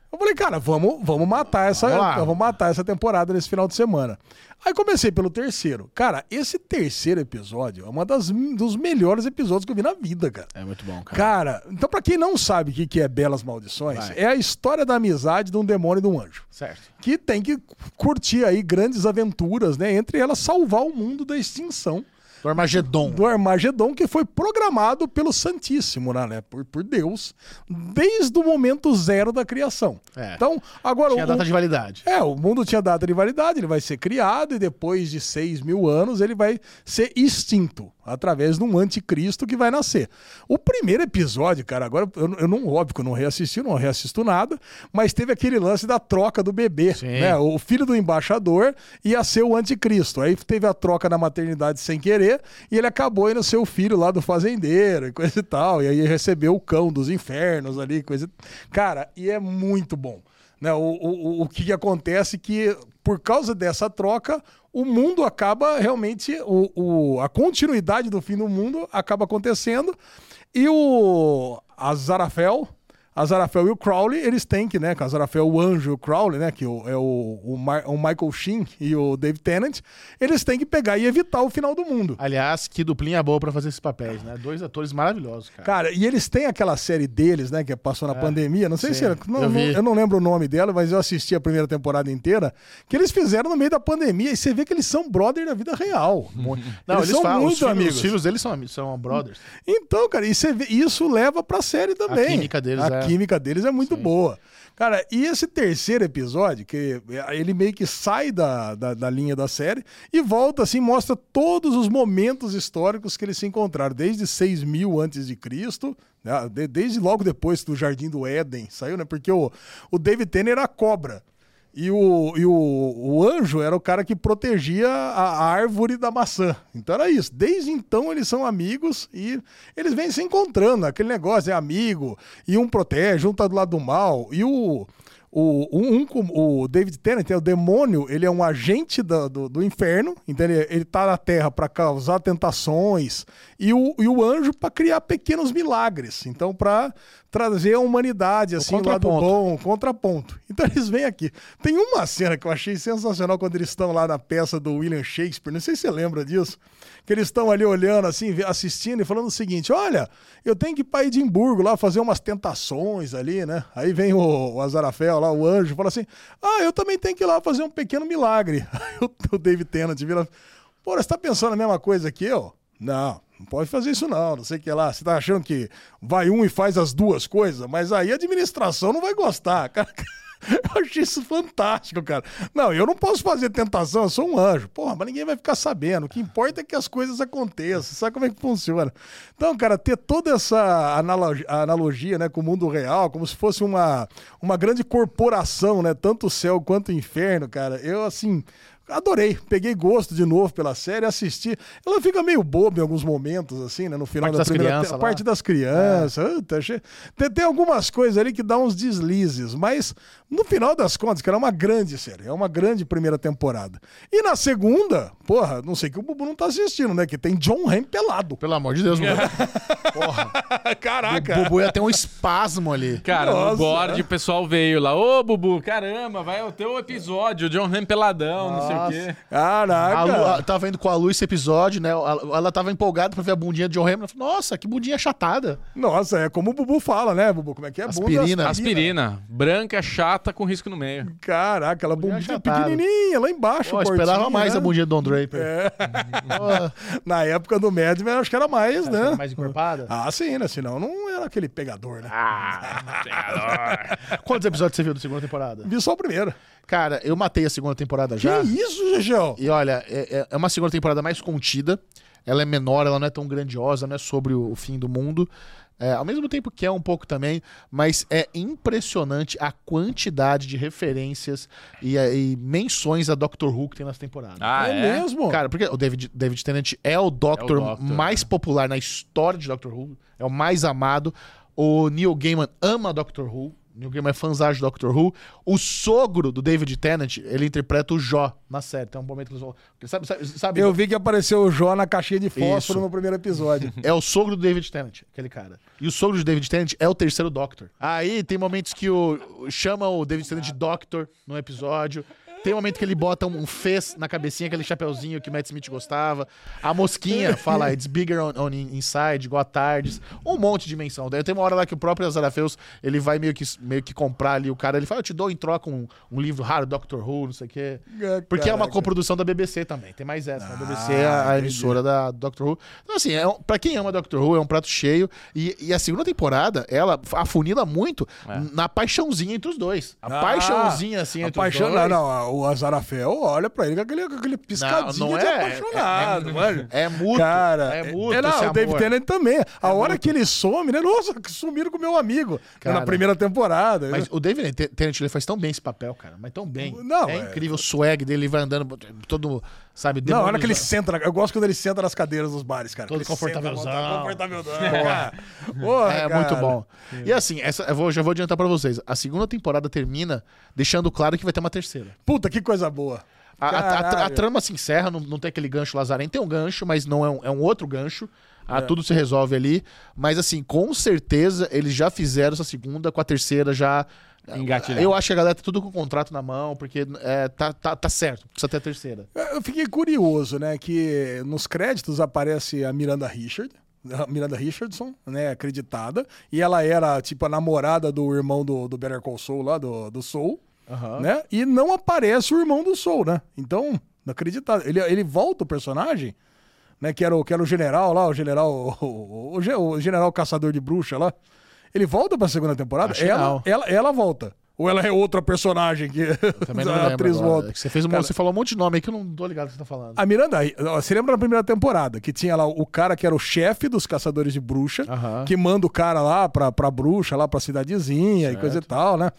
[SPEAKER 3] Eu falei, cara, vamos, vamos matar essa,
[SPEAKER 1] Vamos lá.
[SPEAKER 3] vamos matar essa temporada nesse final de semana. Aí comecei pelo terceiro. Cara, esse terceiro episódio é um dos melhores episódios que eu vi na vida, cara.
[SPEAKER 1] É muito bom, cara.
[SPEAKER 3] Cara, então pra quem não sabe o que que é Belas Maldições, é a história da amizade de um demônio e de um anjo.
[SPEAKER 1] Certo.
[SPEAKER 3] Que tem que curtir aí grandes aventuras, né? Entre elas, salvar o mundo da extinção
[SPEAKER 1] Do Armagedon.
[SPEAKER 3] do Armagedon, que foi programado pelo Santíssimo, né? né, Por, por Deus, desde o momento zero da criação.
[SPEAKER 1] É.
[SPEAKER 3] Então, agora
[SPEAKER 1] Tinha
[SPEAKER 3] o-
[SPEAKER 1] data de validade.
[SPEAKER 3] é, o mundo tinha data de validade, ele vai ser criado e depois de 6 mil anos ele vai ser extinto através de um anticristo que vai nascer. O primeiro episódio, cara, agora eu, eu não, óbvio que eu não reassisti, não reassisto nada, mas teve aquele lance da troca do bebê, né? O filho do embaixador ia ser o anticristo. Aí teve a troca na maternidade sem querer e ele acabou indo ser o filho lá do fazendeiro e coisa e tal. E aí recebeu o cão dos infernos ali, coisa. e- Cara, e é muito bom né? O, o, o- o que, que acontece que, por causa dessa troca, o mundo acaba realmente. O, o, a continuidade do fim do mundo acaba acontecendo. E o a Zarafel. A Zarafel e o Crowley, eles têm que, né? Com a Zarafel, o anjo e o Crowley, né? Que o- é o, o, Mar- o Michael Sheen e o Dave Tennant, eles têm que pegar e evitar o final do mundo.
[SPEAKER 1] Aliás, que duplinha boa pra fazer esses papéis, né? Dois atores maravilhosos, cara. É.
[SPEAKER 3] Cara, e eles têm aquela série deles, né? Que passou na pandemia. Não sei se era. não- não-
[SPEAKER 1] eu
[SPEAKER 3] eu,
[SPEAKER 1] vi.
[SPEAKER 3] não lembro o nome dela, mas eu assisti a primeira temporada inteira. Que eles fizeram no meio da pandemia. E você vê que eles são brother da vida real.
[SPEAKER 1] Não, eles, falam, os
[SPEAKER 3] muito
[SPEAKER 1] filhos,
[SPEAKER 3] amigos.
[SPEAKER 1] Os filhos deles são, ami- são brothers.
[SPEAKER 3] Então, cara, e você vê- isso leva pra série também.
[SPEAKER 1] química deles
[SPEAKER 3] A
[SPEAKER 1] é-
[SPEAKER 3] química deles é muito boa. Cara, e esse terceiro episódio, que ele meio que sai da, da, da linha da série e volta assim, mostra todos os momentos históricos que eles se encontraram, desde 6 mil antes de Cristo, né, de- desde logo depois do Jardim do Éden, saiu, né? Porque o, o David Tennant era a cobra. E, o, e o, o anjo era o cara que protegia a árvore da maçã. Então era isso. Desde então eles são amigos e eles vêm se encontrando. Aquele negócio é amigo e um protege, um tá do lado do mal. E o, o, um, um com- o David Tennant, é o demônio, ele é um agente da- do, do inferno. Então ele, ele tá na terra para causar tentações. E o, e o anjo para criar pequenos milagres. Então para trazer a humanidade assim, o lado
[SPEAKER 1] contraponto.
[SPEAKER 3] bom bom, contraponto. Então eles vêm aqui. Tem uma cena que eu achei sensacional quando eles estão lá na peça do William Shakespeare, não sei se você lembra disso, que eles estão ali olhando assim, ve- assistindo e falando o seguinte, olha, eu tenho que ir pra Edimburgo lá fazer umas tentações ali, né? Aí vem o, o Azarafel lá, o anjo, fala assim, ah, eu também tenho que ir lá fazer um pequeno milagre. Aí o, o David Tennant vira, pô, você tá pensando a mesma coisa que eu? Não, não pode fazer isso não, não sei o que lá. Você tá achando que vai um e faz as duas coisas, mas aí a administração não vai gostar, cara. Eu achei isso fantástico, cara. Não, eu não posso fazer tentação, eu sou um anjo. Porra, mas ninguém vai ficar sabendo. O que importa é que as coisas aconteçam. Sabe como é que funciona? Então, cara, ter toda essa analogia, analogia né, com o mundo real, como se fosse uma, uma grande corporação, né? Tanto o céu quanto o inferno, cara. Eu, assim, Adorei, peguei gosto de novo pela série, assisti. Ela fica meio boba em alguns momentos, assim, né? No final
[SPEAKER 1] Parte
[SPEAKER 3] da
[SPEAKER 1] das
[SPEAKER 3] primeira
[SPEAKER 1] crianças
[SPEAKER 3] te-
[SPEAKER 1] lá. É.
[SPEAKER 3] parte das crianças. puta, achei- Tem, tem algumas coisas ali que dá uns deslizes, mas no final das contas, cara, é uma grande série, é uma grande primeira temporada. E na segunda, porra, não sei que o Bubu não tá assistindo, né? Que tem John Ram pelado.
[SPEAKER 1] Pelo amor de Deus, mano.
[SPEAKER 2] Ah,
[SPEAKER 3] Caraca!
[SPEAKER 1] O Bubu ia ter um espasmo ali.
[SPEAKER 2] Cara,
[SPEAKER 3] Nossa.
[SPEAKER 2] no board o pessoal veio lá. Ô, Bubu, caramba, vai o teu episódio, o John Ram peladão, não sei o quê.
[SPEAKER 1] A Lu,
[SPEAKER 3] Caraca!
[SPEAKER 1] a- tava vendo com a Lu esse episódio, né? Ela, ela tava empolgada pra ver a bundinha de John Hammond. Ela falou, Nossa, que bundinha chatada.
[SPEAKER 3] Nossa, é como o Bubu fala, né, Bubu? Como é que é? Bunda
[SPEAKER 1] Aspirina.
[SPEAKER 2] Aspirina, branca, chata, com risco no meio.
[SPEAKER 3] Caraca, ela bombinha
[SPEAKER 1] achatada.
[SPEAKER 3] pequenininha, lá embaixo.
[SPEAKER 1] tá- Pô, esperava
[SPEAKER 3] cortinha,
[SPEAKER 1] mais
[SPEAKER 3] né?
[SPEAKER 1] a bundinha do Don Draper.
[SPEAKER 3] Na época do Mad Men, acho que era mais, né?
[SPEAKER 1] Mais encorpada.
[SPEAKER 3] Ah, sim, né? Senão não era aquele
[SPEAKER 1] Ah.
[SPEAKER 3] pegador, né?
[SPEAKER 1] Quantos episódios você viu da segunda temporada?
[SPEAKER 3] Vi só o primeiro.
[SPEAKER 1] Cara, eu matei a segunda temporada já.
[SPEAKER 3] Que isso, Gegel?
[SPEAKER 1] E olha, é, é- é uma segunda temporada mais contida. Ela é menor, ela não é tão grandiosa, não é sobre o, o fim do mundo. É, ao mesmo tempo que é um pouco também, mas é impressionante a quantidade de referências e, é, e menções a Doctor Who que tem nessa temporada.
[SPEAKER 2] Ah, é?
[SPEAKER 3] mesmo?
[SPEAKER 1] Cara, porque o David, David Tennant é o Doctor né?
[SPEAKER 2] Doctor,
[SPEAKER 1] mais popular na história de Doctor Who, é o mais amado. O Neil Gaiman ama Doctor Who. Neil Gaiman é fãzão de Doctor Who. O sogro do David Tennant, ele interpreta o Jó na série. Tem um momento que eles vão. Sabe, sabe, sabe-
[SPEAKER 3] eu vi que apareceu o Jó na caixinha de
[SPEAKER 1] Isso.
[SPEAKER 3] fósforo no primeiro episódio.
[SPEAKER 1] É o sogro do David Tennant, aquele cara. E o sogro do David Tennant é o terceiro Doctor. Aí tem momentos que o, o- chama o David Tennant de Doctor no episódio. Tem momento que ele bota um, um fez na cabecinha, aquele chapeuzinho que o Matt Smith gostava. A mosquinha fala, it's bigger on, on inside, igual a Tardes. Um monte de menção. Daí tem uma hora lá que o próprio Azarafeus, ele vai meio que, meio que comprar ali o cara. Ele fala, eu te dou em troca um, um livro raro, Doctor Who, não sei o quê.
[SPEAKER 3] É,
[SPEAKER 1] Porque é uma
[SPEAKER 3] caraca.
[SPEAKER 1] coprodução da BBC também. Tem mais essa. né? a BBC é
[SPEAKER 3] Ah,
[SPEAKER 1] a, a emissora da Doctor Who. Então, assim, é um- pra quem ama Doctor Who, é um prato cheio. E, e a segunda temporada, ela afunila muito
[SPEAKER 3] É.
[SPEAKER 1] na paixãozinha entre os dois. A paixãozinha, assim,
[SPEAKER 3] Ah,
[SPEAKER 1] entre os
[SPEAKER 3] apaixonado.
[SPEAKER 1] dois.
[SPEAKER 3] Ah, Não, o Azarafel olha pra ele com aquele, com aquele piscadinho
[SPEAKER 1] não
[SPEAKER 3] de
[SPEAKER 1] é.
[SPEAKER 3] apaixonado, mano.
[SPEAKER 1] É mútuo.
[SPEAKER 3] Cara,
[SPEAKER 1] é mútuo
[SPEAKER 3] é, não,
[SPEAKER 1] esse
[SPEAKER 3] o David
[SPEAKER 1] amor. É
[SPEAKER 3] Tennant também. A hora que ele some, né? Nossa, que sumiram com o meu amigo. É
[SPEAKER 1] Cara.
[SPEAKER 3] na primeira temporada.
[SPEAKER 1] Mas o David Te- Tennant ele faz tão bem esse papel, cara. Mas tão bem.
[SPEAKER 3] Não,
[SPEAKER 1] é,
[SPEAKER 3] é-
[SPEAKER 1] incrível o swag dele, ele vai andando todo, sabe,
[SPEAKER 3] Não, olha
[SPEAKER 1] demonizado.
[SPEAKER 3] que ele senta. na- Eu gosto quando ele senta nas cadeiras dos bares, cara.
[SPEAKER 1] Todo
[SPEAKER 3] Que ele senta,
[SPEAKER 1] confortávelzão.
[SPEAKER 3] bota- Confortávelzão. cara. Porra,
[SPEAKER 1] É
[SPEAKER 3] cara.
[SPEAKER 1] muito bom. E assim, essa, eu vou- já vou adiantar pra vocês. A segunda temporada termina deixando claro que vai ter uma terceira.
[SPEAKER 3] Puta, que coisa boa.
[SPEAKER 1] A, a- a-
[SPEAKER 3] Caralho.
[SPEAKER 1] a trama se encerra, não, não tem aquele gancho lazarento. Tem um gancho, mas não é um, é um outro gancho. Ah, Tudo se resolve ali. Mas assim, com certeza eles já fizeram essa segunda, com a terceira já. ah,
[SPEAKER 2] Engatilhado.
[SPEAKER 1] Eu acho que a galera tá tudo com o contrato na mão, porque é, tá, tá, tá certo, precisa ter a terceira.
[SPEAKER 3] É, Eu fiquei curioso, né? Que nos créditos aparece a Miranda Richard. a Miranda Richardson, né, acreditada. E ela era, tipo, a namorada do irmão do, do Better Call Saul lá, do, do Soul, né? E não aparece o irmão do Soul, né? Então, não acreditado. Ele, ele volta o personagem, né, que era o, que era o general lá, o general o, o- o ge- o general caçador de bruxa lá. Ele volta pra segunda temporada?
[SPEAKER 1] Acho que
[SPEAKER 3] ela,
[SPEAKER 1] não.
[SPEAKER 3] ela, ela volta. Ou ela é outra personagem que
[SPEAKER 1] Também não
[SPEAKER 3] a
[SPEAKER 1] lembro.
[SPEAKER 3] atriz
[SPEAKER 1] agora.
[SPEAKER 3] volta.
[SPEAKER 1] É que Você, fez um,
[SPEAKER 3] Cara,
[SPEAKER 1] você falou um monte de nome aí que eu não tô ligado o que você tá falando.
[SPEAKER 3] a Miranda, ó, você lembra da primeira temporada, que tinha lá o cara que era o chefe dos caçadores de bruxa,
[SPEAKER 1] Aham.
[SPEAKER 3] que manda o cara lá pra, pra bruxa, lá pra cidadezinha e coisa e tal, né?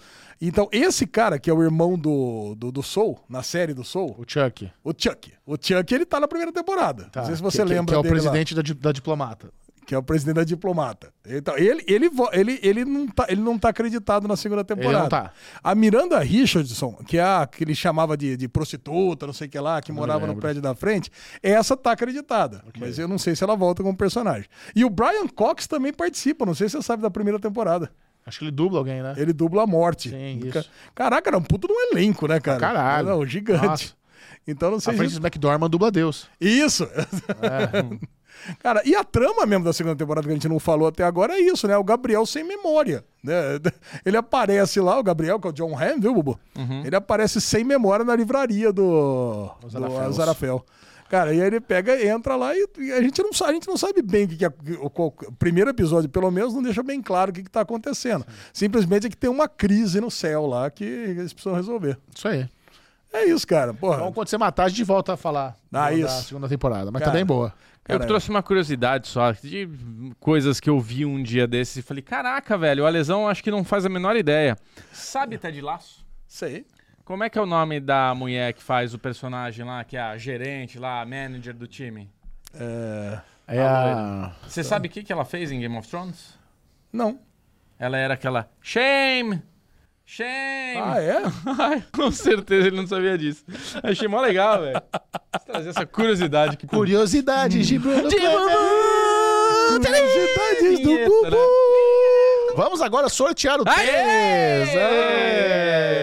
[SPEAKER 3] Então, esse cara que é o irmão do, do, do Soul, na série do Soul,
[SPEAKER 1] O Chuck.
[SPEAKER 3] o Chuck. O Chuck, ele tá na primeira temporada.
[SPEAKER 1] Tá.
[SPEAKER 3] Não sei
[SPEAKER 1] Que-
[SPEAKER 3] se você
[SPEAKER 1] que-
[SPEAKER 3] lembra
[SPEAKER 1] Que é o
[SPEAKER 3] dele lá.
[SPEAKER 1] presidente da, di- da diplomata.
[SPEAKER 3] Que é o presidente da diplomata. Então, ele, ele, vo- ele, ele, não tá, ele não tá acreditado na segunda temporada.
[SPEAKER 1] Ele não tá.
[SPEAKER 3] A Miranda Richardson, que é a que ele chamava de, de prostituta, não sei o que lá, que morava no
[SPEAKER 1] lembro.
[SPEAKER 3] prédio da frente, essa tá acreditada. Mas eu não sei se ela volta como personagem. E o Brian Cox também participa, não sei se você sabe da primeira temporada.
[SPEAKER 1] Acho que ele dubla alguém, né?
[SPEAKER 3] Ele dubla a morte.
[SPEAKER 1] Sim,
[SPEAKER 3] Ca-
[SPEAKER 1] isso.
[SPEAKER 3] Caraca, era um puto de um elenco, né, cara?
[SPEAKER 1] caralho.
[SPEAKER 3] Não, gigante.
[SPEAKER 1] Nossa.
[SPEAKER 3] Então não
[SPEAKER 1] A
[SPEAKER 3] sei se.
[SPEAKER 1] Frances McDormand dubla Deus.
[SPEAKER 3] Isso! Cara, e a trama mesmo da segunda temporada que a gente não falou até agora é isso, né? O Gabriel sem memória. Né? Ele aparece lá, o Gabriel, que é o John Ham, viu, Bubu? Ele aparece sem memória na livraria do, do
[SPEAKER 1] Zarafels.
[SPEAKER 3] Azarafel. Cara, e aí ele pega, entra lá e, e a, gente não, sa- a gente não sabe bem o que, que é. O, qual- o primeiro episódio, pelo menos, não deixa bem claro o que, que tá acontecendo. Simplesmente é que tem uma crise no céu lá que eles precisam resolver.
[SPEAKER 1] Isso aí.
[SPEAKER 3] É isso, cara. Porra.
[SPEAKER 1] Então, quando você matar, a gente volta a falar
[SPEAKER 3] Ah,
[SPEAKER 1] do- da
[SPEAKER 3] isso.
[SPEAKER 1] segunda temporada. Mas
[SPEAKER 3] Cara.
[SPEAKER 1] tá bem boa.
[SPEAKER 3] Caralho.
[SPEAKER 2] Eu trouxe uma curiosidade só, de coisas que eu vi um dia desses e falei, caraca, velho, o Alesão acho que não faz a menor ideia. Sabe Ted Laço?
[SPEAKER 3] Sei.
[SPEAKER 2] Como é que é o nome da mulher que faz o personagem lá, que é a gerente lá, a manager do time?
[SPEAKER 3] É...
[SPEAKER 1] É a...
[SPEAKER 2] Você sabe o que, que ela fez em Game of Thrones?
[SPEAKER 3] Não.
[SPEAKER 2] Ela era aquela, shame! Shame!
[SPEAKER 3] Ah, é?
[SPEAKER 2] Ai, com certeza ele não sabia disso. Achei mó legal, velho. Você Trazer essa curiosidade que
[SPEAKER 1] Curiosidades de Bruno
[SPEAKER 3] Curiosidades do
[SPEAKER 2] Vinheta, né?
[SPEAKER 3] Bubu.
[SPEAKER 1] Vamos agora sortear o tênis.
[SPEAKER 2] Aê!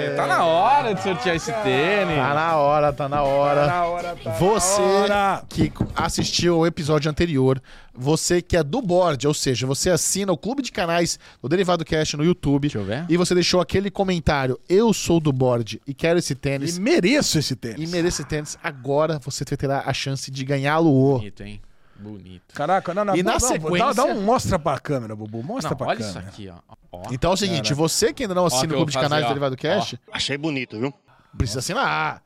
[SPEAKER 1] Aê!
[SPEAKER 2] Tá na hora de sortear esse tênis.
[SPEAKER 1] Tá na hora, tá na hora. Você
[SPEAKER 3] hora.
[SPEAKER 1] que assistiu ao episódio anterior, você que é do board, ou seja, você assina o clube de canais do Derivado Cast no YouTube
[SPEAKER 2] eu ver.
[SPEAKER 1] e você deixou aquele comentário: Eu sou do board e quero esse tênis.
[SPEAKER 3] E mereço esse
[SPEAKER 1] E
[SPEAKER 3] tênis.
[SPEAKER 1] merece tênis, agora você terá a chance de ganhá-lo.
[SPEAKER 2] Bonito, hein? Bonito.
[SPEAKER 3] Caraca, não, não,
[SPEAKER 1] E
[SPEAKER 3] não,
[SPEAKER 1] na
[SPEAKER 3] não,
[SPEAKER 1] sequência-
[SPEAKER 3] Dá, dá um mostra pra câmera, Bubu. Mostra
[SPEAKER 2] Não,
[SPEAKER 3] pra
[SPEAKER 2] olha isso
[SPEAKER 3] câmera.
[SPEAKER 2] aqui, ó. Ó.
[SPEAKER 1] Então é o seguinte, você que ainda não assina
[SPEAKER 2] que
[SPEAKER 1] o
[SPEAKER 2] eu
[SPEAKER 1] clube de
[SPEAKER 2] vou
[SPEAKER 1] canais
[SPEAKER 2] fazer,
[SPEAKER 1] do
[SPEAKER 2] ó.
[SPEAKER 1] Derivado Cast,
[SPEAKER 7] Achei bonito, viu?
[SPEAKER 1] Precisa assinar.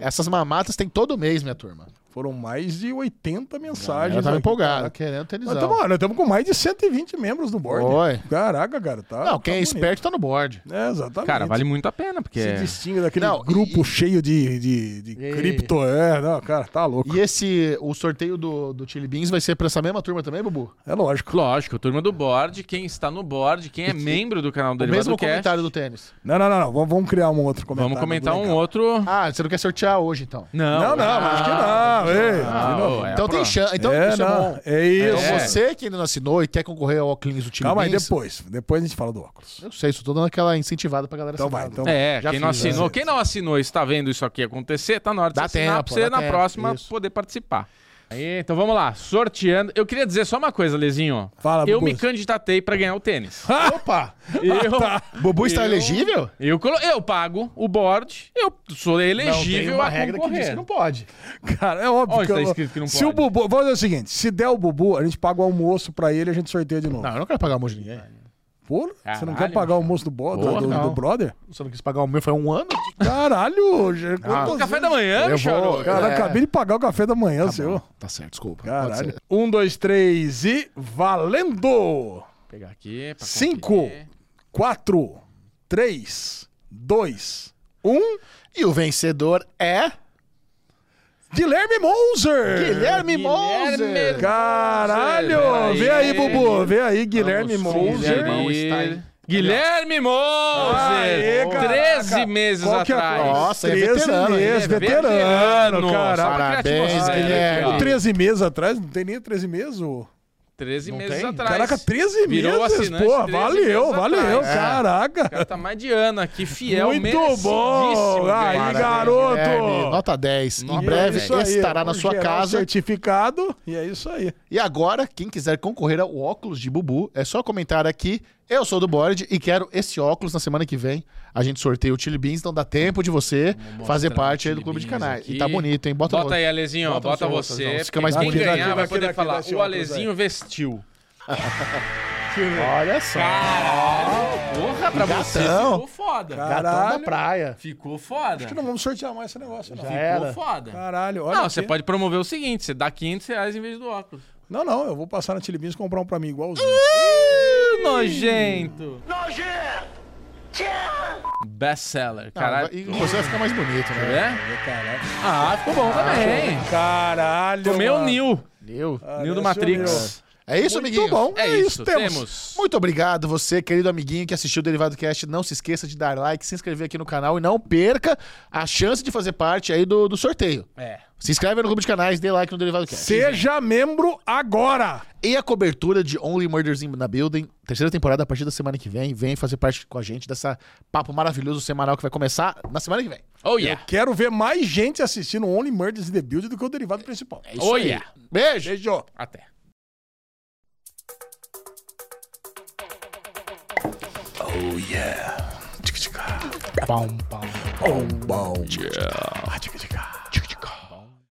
[SPEAKER 1] Essas mamatas tem todo mês, minha turma. tá
[SPEAKER 3] Foram mais de 80 mensagens.
[SPEAKER 1] Eu tava
[SPEAKER 3] aqui,
[SPEAKER 1] empolgado,
[SPEAKER 3] caraca.
[SPEAKER 1] querendo
[SPEAKER 3] Nós
[SPEAKER 1] tenizar.
[SPEAKER 3] estamos, nós estamos com mais de 120 membros no board.
[SPEAKER 1] Oi.
[SPEAKER 3] Caraca, cara. Tá,
[SPEAKER 1] Não, quem
[SPEAKER 3] tá
[SPEAKER 1] é
[SPEAKER 3] bonito.
[SPEAKER 1] esperto tá no board.
[SPEAKER 3] É, exatamente.
[SPEAKER 2] Cara, vale muito a pena, porque.
[SPEAKER 3] Se
[SPEAKER 2] é-
[SPEAKER 3] distingue daquele
[SPEAKER 1] Não,
[SPEAKER 3] grupo cheio de, de, de cripto. É, não, cara, tá louco.
[SPEAKER 1] E esse, o sorteio do, do Chili Beans vai ser pra essa mesma turma também, Bubu?
[SPEAKER 3] É lógico.
[SPEAKER 2] Lógico, turma do board, quem está no board, quem é membro do canal
[SPEAKER 1] O
[SPEAKER 2] Derivado
[SPEAKER 1] mesmo
[SPEAKER 2] Cast.
[SPEAKER 1] comentário do tênis.
[SPEAKER 3] Não, não, não, não. Vamos, vamos criar um outro comentário.
[SPEAKER 2] Vamos comentar um
[SPEAKER 3] legal.
[SPEAKER 2] outro.
[SPEAKER 1] Ah, você não quer sortear hoje, então.
[SPEAKER 2] Não,
[SPEAKER 3] Não, não, acho que não. Ei, de novo.
[SPEAKER 2] é
[SPEAKER 1] então
[SPEAKER 2] a
[SPEAKER 1] tem
[SPEAKER 2] pro-
[SPEAKER 1] chance. Então
[SPEAKER 3] é,
[SPEAKER 1] isso é
[SPEAKER 3] não,
[SPEAKER 1] bom.
[SPEAKER 3] é isso.
[SPEAKER 1] Então
[SPEAKER 2] É.
[SPEAKER 1] você que ainda não assinou e quer concorrer ao óculos do Chili
[SPEAKER 3] Calma aí,
[SPEAKER 1] Beans...
[SPEAKER 3] depois. Depois a gente fala do óculos.
[SPEAKER 1] Eu sei, só tô dando aquela incentivada pra galera
[SPEAKER 3] Então
[SPEAKER 1] assinar.
[SPEAKER 3] vai, então vai.
[SPEAKER 2] É,
[SPEAKER 1] Já
[SPEAKER 2] quem não
[SPEAKER 1] fiz,
[SPEAKER 2] assinou,
[SPEAKER 1] né?
[SPEAKER 2] quem não assinou e está vendo isso aqui acontecer, tá na hora de
[SPEAKER 1] Dá
[SPEAKER 2] assinar
[SPEAKER 1] tempo,
[SPEAKER 2] pra você
[SPEAKER 1] dá
[SPEAKER 2] na
[SPEAKER 1] tempo,
[SPEAKER 2] próxima
[SPEAKER 1] isso.
[SPEAKER 2] poder participar. Aí, então vamos lá, sorteando. Eu queria dizer só uma coisa, Lezinho.
[SPEAKER 3] Fala,
[SPEAKER 2] Eu
[SPEAKER 3] Bubu.
[SPEAKER 2] me candidatei pra ganhar o tênis.
[SPEAKER 1] Opa!
[SPEAKER 2] então- Eu,
[SPEAKER 1] Bubu está
[SPEAKER 2] Eu-
[SPEAKER 1] elegível?
[SPEAKER 2] eu, colo- eu pago o board, eu sou elegível a concorrer.
[SPEAKER 1] pode.
[SPEAKER 3] Cara, é óbvio
[SPEAKER 2] Onde
[SPEAKER 3] que,
[SPEAKER 2] tá
[SPEAKER 3] eu-
[SPEAKER 2] escrito que não
[SPEAKER 3] se
[SPEAKER 2] pode?
[SPEAKER 3] o Bubu... Vamos fazer o seguinte. Se der o Bubu, a gente paga o almoço pra ele e a gente sorteia de novo.
[SPEAKER 1] Não, eu não quero pagar amor de ninguém.
[SPEAKER 3] Pô, você não quer
[SPEAKER 2] Caralho,
[SPEAKER 3] pagar o almoço do, bo- do-
[SPEAKER 2] Porra,
[SPEAKER 3] do- do
[SPEAKER 1] não.
[SPEAKER 3] brother?
[SPEAKER 1] Você não quis pagar o meu, foi um ano?
[SPEAKER 3] Caralho, já-
[SPEAKER 2] Ah, O
[SPEAKER 3] quantos-
[SPEAKER 2] café da manhã,
[SPEAKER 1] Eu
[SPEAKER 2] chorou.
[SPEAKER 1] vou-
[SPEAKER 3] Cara,
[SPEAKER 1] É.
[SPEAKER 3] acabei de pagar o café da manhã,
[SPEAKER 1] Tá
[SPEAKER 3] seu.
[SPEAKER 1] bom, Tá certo, desculpa. Pode
[SPEAKER 3] Caralho.
[SPEAKER 1] ser.
[SPEAKER 3] Um, dois, três e valendo!
[SPEAKER 2] pegar aqui. pra
[SPEAKER 3] Cinco,
[SPEAKER 2] conferir.
[SPEAKER 3] quatro, três, dois, um.
[SPEAKER 1] E o vencedor é...
[SPEAKER 3] Guilherme Moser!
[SPEAKER 1] Guilherme Mouser!
[SPEAKER 3] Caralho!
[SPEAKER 2] Mouser,
[SPEAKER 3] Vê aí,
[SPEAKER 2] peraí.
[SPEAKER 3] Bubu. Vê aí, Guilherme
[SPEAKER 2] Vamos
[SPEAKER 3] Moser.
[SPEAKER 1] Guilherme.
[SPEAKER 2] sugerir.
[SPEAKER 1] Mouser.
[SPEAKER 2] Guilherme
[SPEAKER 3] Aê,
[SPEAKER 2] Moser!
[SPEAKER 3] caraca.
[SPEAKER 2] 13 meses
[SPEAKER 3] Qual que é a-
[SPEAKER 2] atrás.
[SPEAKER 1] Nossa, ele é
[SPEAKER 3] 13
[SPEAKER 1] veterano, ele é
[SPEAKER 3] meses, veterano,
[SPEAKER 2] veterano,
[SPEAKER 3] caralho.
[SPEAKER 1] Parabéns,
[SPEAKER 2] Criativo, né?
[SPEAKER 1] Guilherme.
[SPEAKER 2] Legal.
[SPEAKER 3] O 13 meses atrás, não tem nem 13 meses, ô.
[SPEAKER 2] 13 meses
[SPEAKER 1] tem?
[SPEAKER 2] atrás.
[SPEAKER 3] Caraca, 13
[SPEAKER 2] Virou
[SPEAKER 3] meses,
[SPEAKER 2] assinante
[SPEAKER 3] porra,
[SPEAKER 2] 13
[SPEAKER 3] valeu,
[SPEAKER 2] meses
[SPEAKER 3] valeu,
[SPEAKER 2] atrás.
[SPEAKER 3] caraca.
[SPEAKER 2] O cara tá mais de ano aqui, fiel, É,
[SPEAKER 3] Muito bom!
[SPEAKER 2] merecidíssimo,
[SPEAKER 3] Aí,
[SPEAKER 2] Guilherme.
[SPEAKER 3] garoto!
[SPEAKER 1] Guilherme, nota 10.
[SPEAKER 2] Nota
[SPEAKER 1] em breve
[SPEAKER 2] 10.
[SPEAKER 1] estará na
[SPEAKER 3] é Vamos
[SPEAKER 1] sua
[SPEAKER 3] gerar um o
[SPEAKER 1] casa.
[SPEAKER 3] certificado, e é isso aí.
[SPEAKER 1] E agora, quem quiser concorrer ao óculos de Bubu, é só comentar aqui. Eu sou do board e quero esse óculos na semana que vem. A gente sorteia o Chili Beans, então dá tempo de você fazer parte aí do
[SPEAKER 2] Chili
[SPEAKER 1] Clube de
[SPEAKER 2] Beans
[SPEAKER 1] Canais.
[SPEAKER 2] aqui.
[SPEAKER 1] E tá bonito, hein? Bota,
[SPEAKER 2] Bota,
[SPEAKER 1] no...
[SPEAKER 2] aí, Alezinho, ó,
[SPEAKER 1] bota
[SPEAKER 2] bota,
[SPEAKER 1] no seu
[SPEAKER 2] você.
[SPEAKER 1] óculos, não,
[SPEAKER 2] porque
[SPEAKER 1] fica mais
[SPEAKER 2] quem
[SPEAKER 1] bonito.
[SPEAKER 2] ganhar
[SPEAKER 1] Daqui,
[SPEAKER 2] vai
[SPEAKER 3] daqui,
[SPEAKER 2] poder
[SPEAKER 3] daqui,
[SPEAKER 2] falar,
[SPEAKER 3] daqui,
[SPEAKER 2] o
[SPEAKER 3] óculos
[SPEAKER 2] Alezinho vestiu.
[SPEAKER 1] Olha só.
[SPEAKER 2] Caralho! Porra, pra você
[SPEAKER 1] Gatão.
[SPEAKER 2] ficou foda.
[SPEAKER 1] Gatão
[SPEAKER 3] Caralho.
[SPEAKER 1] da praia.
[SPEAKER 2] Ficou foda.
[SPEAKER 3] Acho que não vamos sortear mais esse negócio, não.
[SPEAKER 1] Já
[SPEAKER 2] Ficou
[SPEAKER 1] era.
[SPEAKER 2] foda.
[SPEAKER 3] Caralho, olha
[SPEAKER 2] é. Não,
[SPEAKER 3] aqui.
[SPEAKER 2] você pode promover o seguinte: você dá 500 reais em vez do óculos.
[SPEAKER 3] Não, não, eu vou passar na Tilibins e comprar um pra mim igualzinho.
[SPEAKER 2] Nojento! Nojento! Best seller, caralho.
[SPEAKER 1] Cara, e você vai ficar mais bonito, né?
[SPEAKER 2] É?
[SPEAKER 3] Caralho.
[SPEAKER 2] Ah, ficou bom também.
[SPEAKER 3] Caralho,
[SPEAKER 2] Tomei o
[SPEAKER 3] mano.
[SPEAKER 2] Nil.
[SPEAKER 1] Meu.
[SPEAKER 2] Nil do
[SPEAKER 3] esse
[SPEAKER 2] Matrix.
[SPEAKER 1] É isso,
[SPEAKER 3] Muito
[SPEAKER 1] amiguinhos?
[SPEAKER 3] bom,
[SPEAKER 2] É, isso, temos.
[SPEAKER 1] Muito obrigado, você, querido amiguinho que assistiu o Derivado Cast. Não se esqueça de dar like, se inscrever aqui no canal e não perca a chance de fazer parte aí do, do sorteio.
[SPEAKER 2] É.
[SPEAKER 1] Se inscreve no Clube de Canais, dê like no Derivado Cast.
[SPEAKER 3] Seja membro agora!
[SPEAKER 1] E a cobertura de Only Murders in the Building, terceira temporada a partir da semana que vem. Vem fazer parte com a gente dessa papo maravilhoso semanal que vai começar na semana que vem.
[SPEAKER 2] Oh, yeah.
[SPEAKER 3] Quero ver mais gente assistindo Only Murders in the Build do que o derivado principal.
[SPEAKER 1] É isso
[SPEAKER 2] Oh,
[SPEAKER 1] aí.
[SPEAKER 2] yeah.
[SPEAKER 1] Beijo!
[SPEAKER 3] Beijo!
[SPEAKER 2] Até.
[SPEAKER 3] Oh, yeah! Tic-tic-ah. Pau, pau. Pau, pau. Tic-tic-ah. Tic-tic-ah.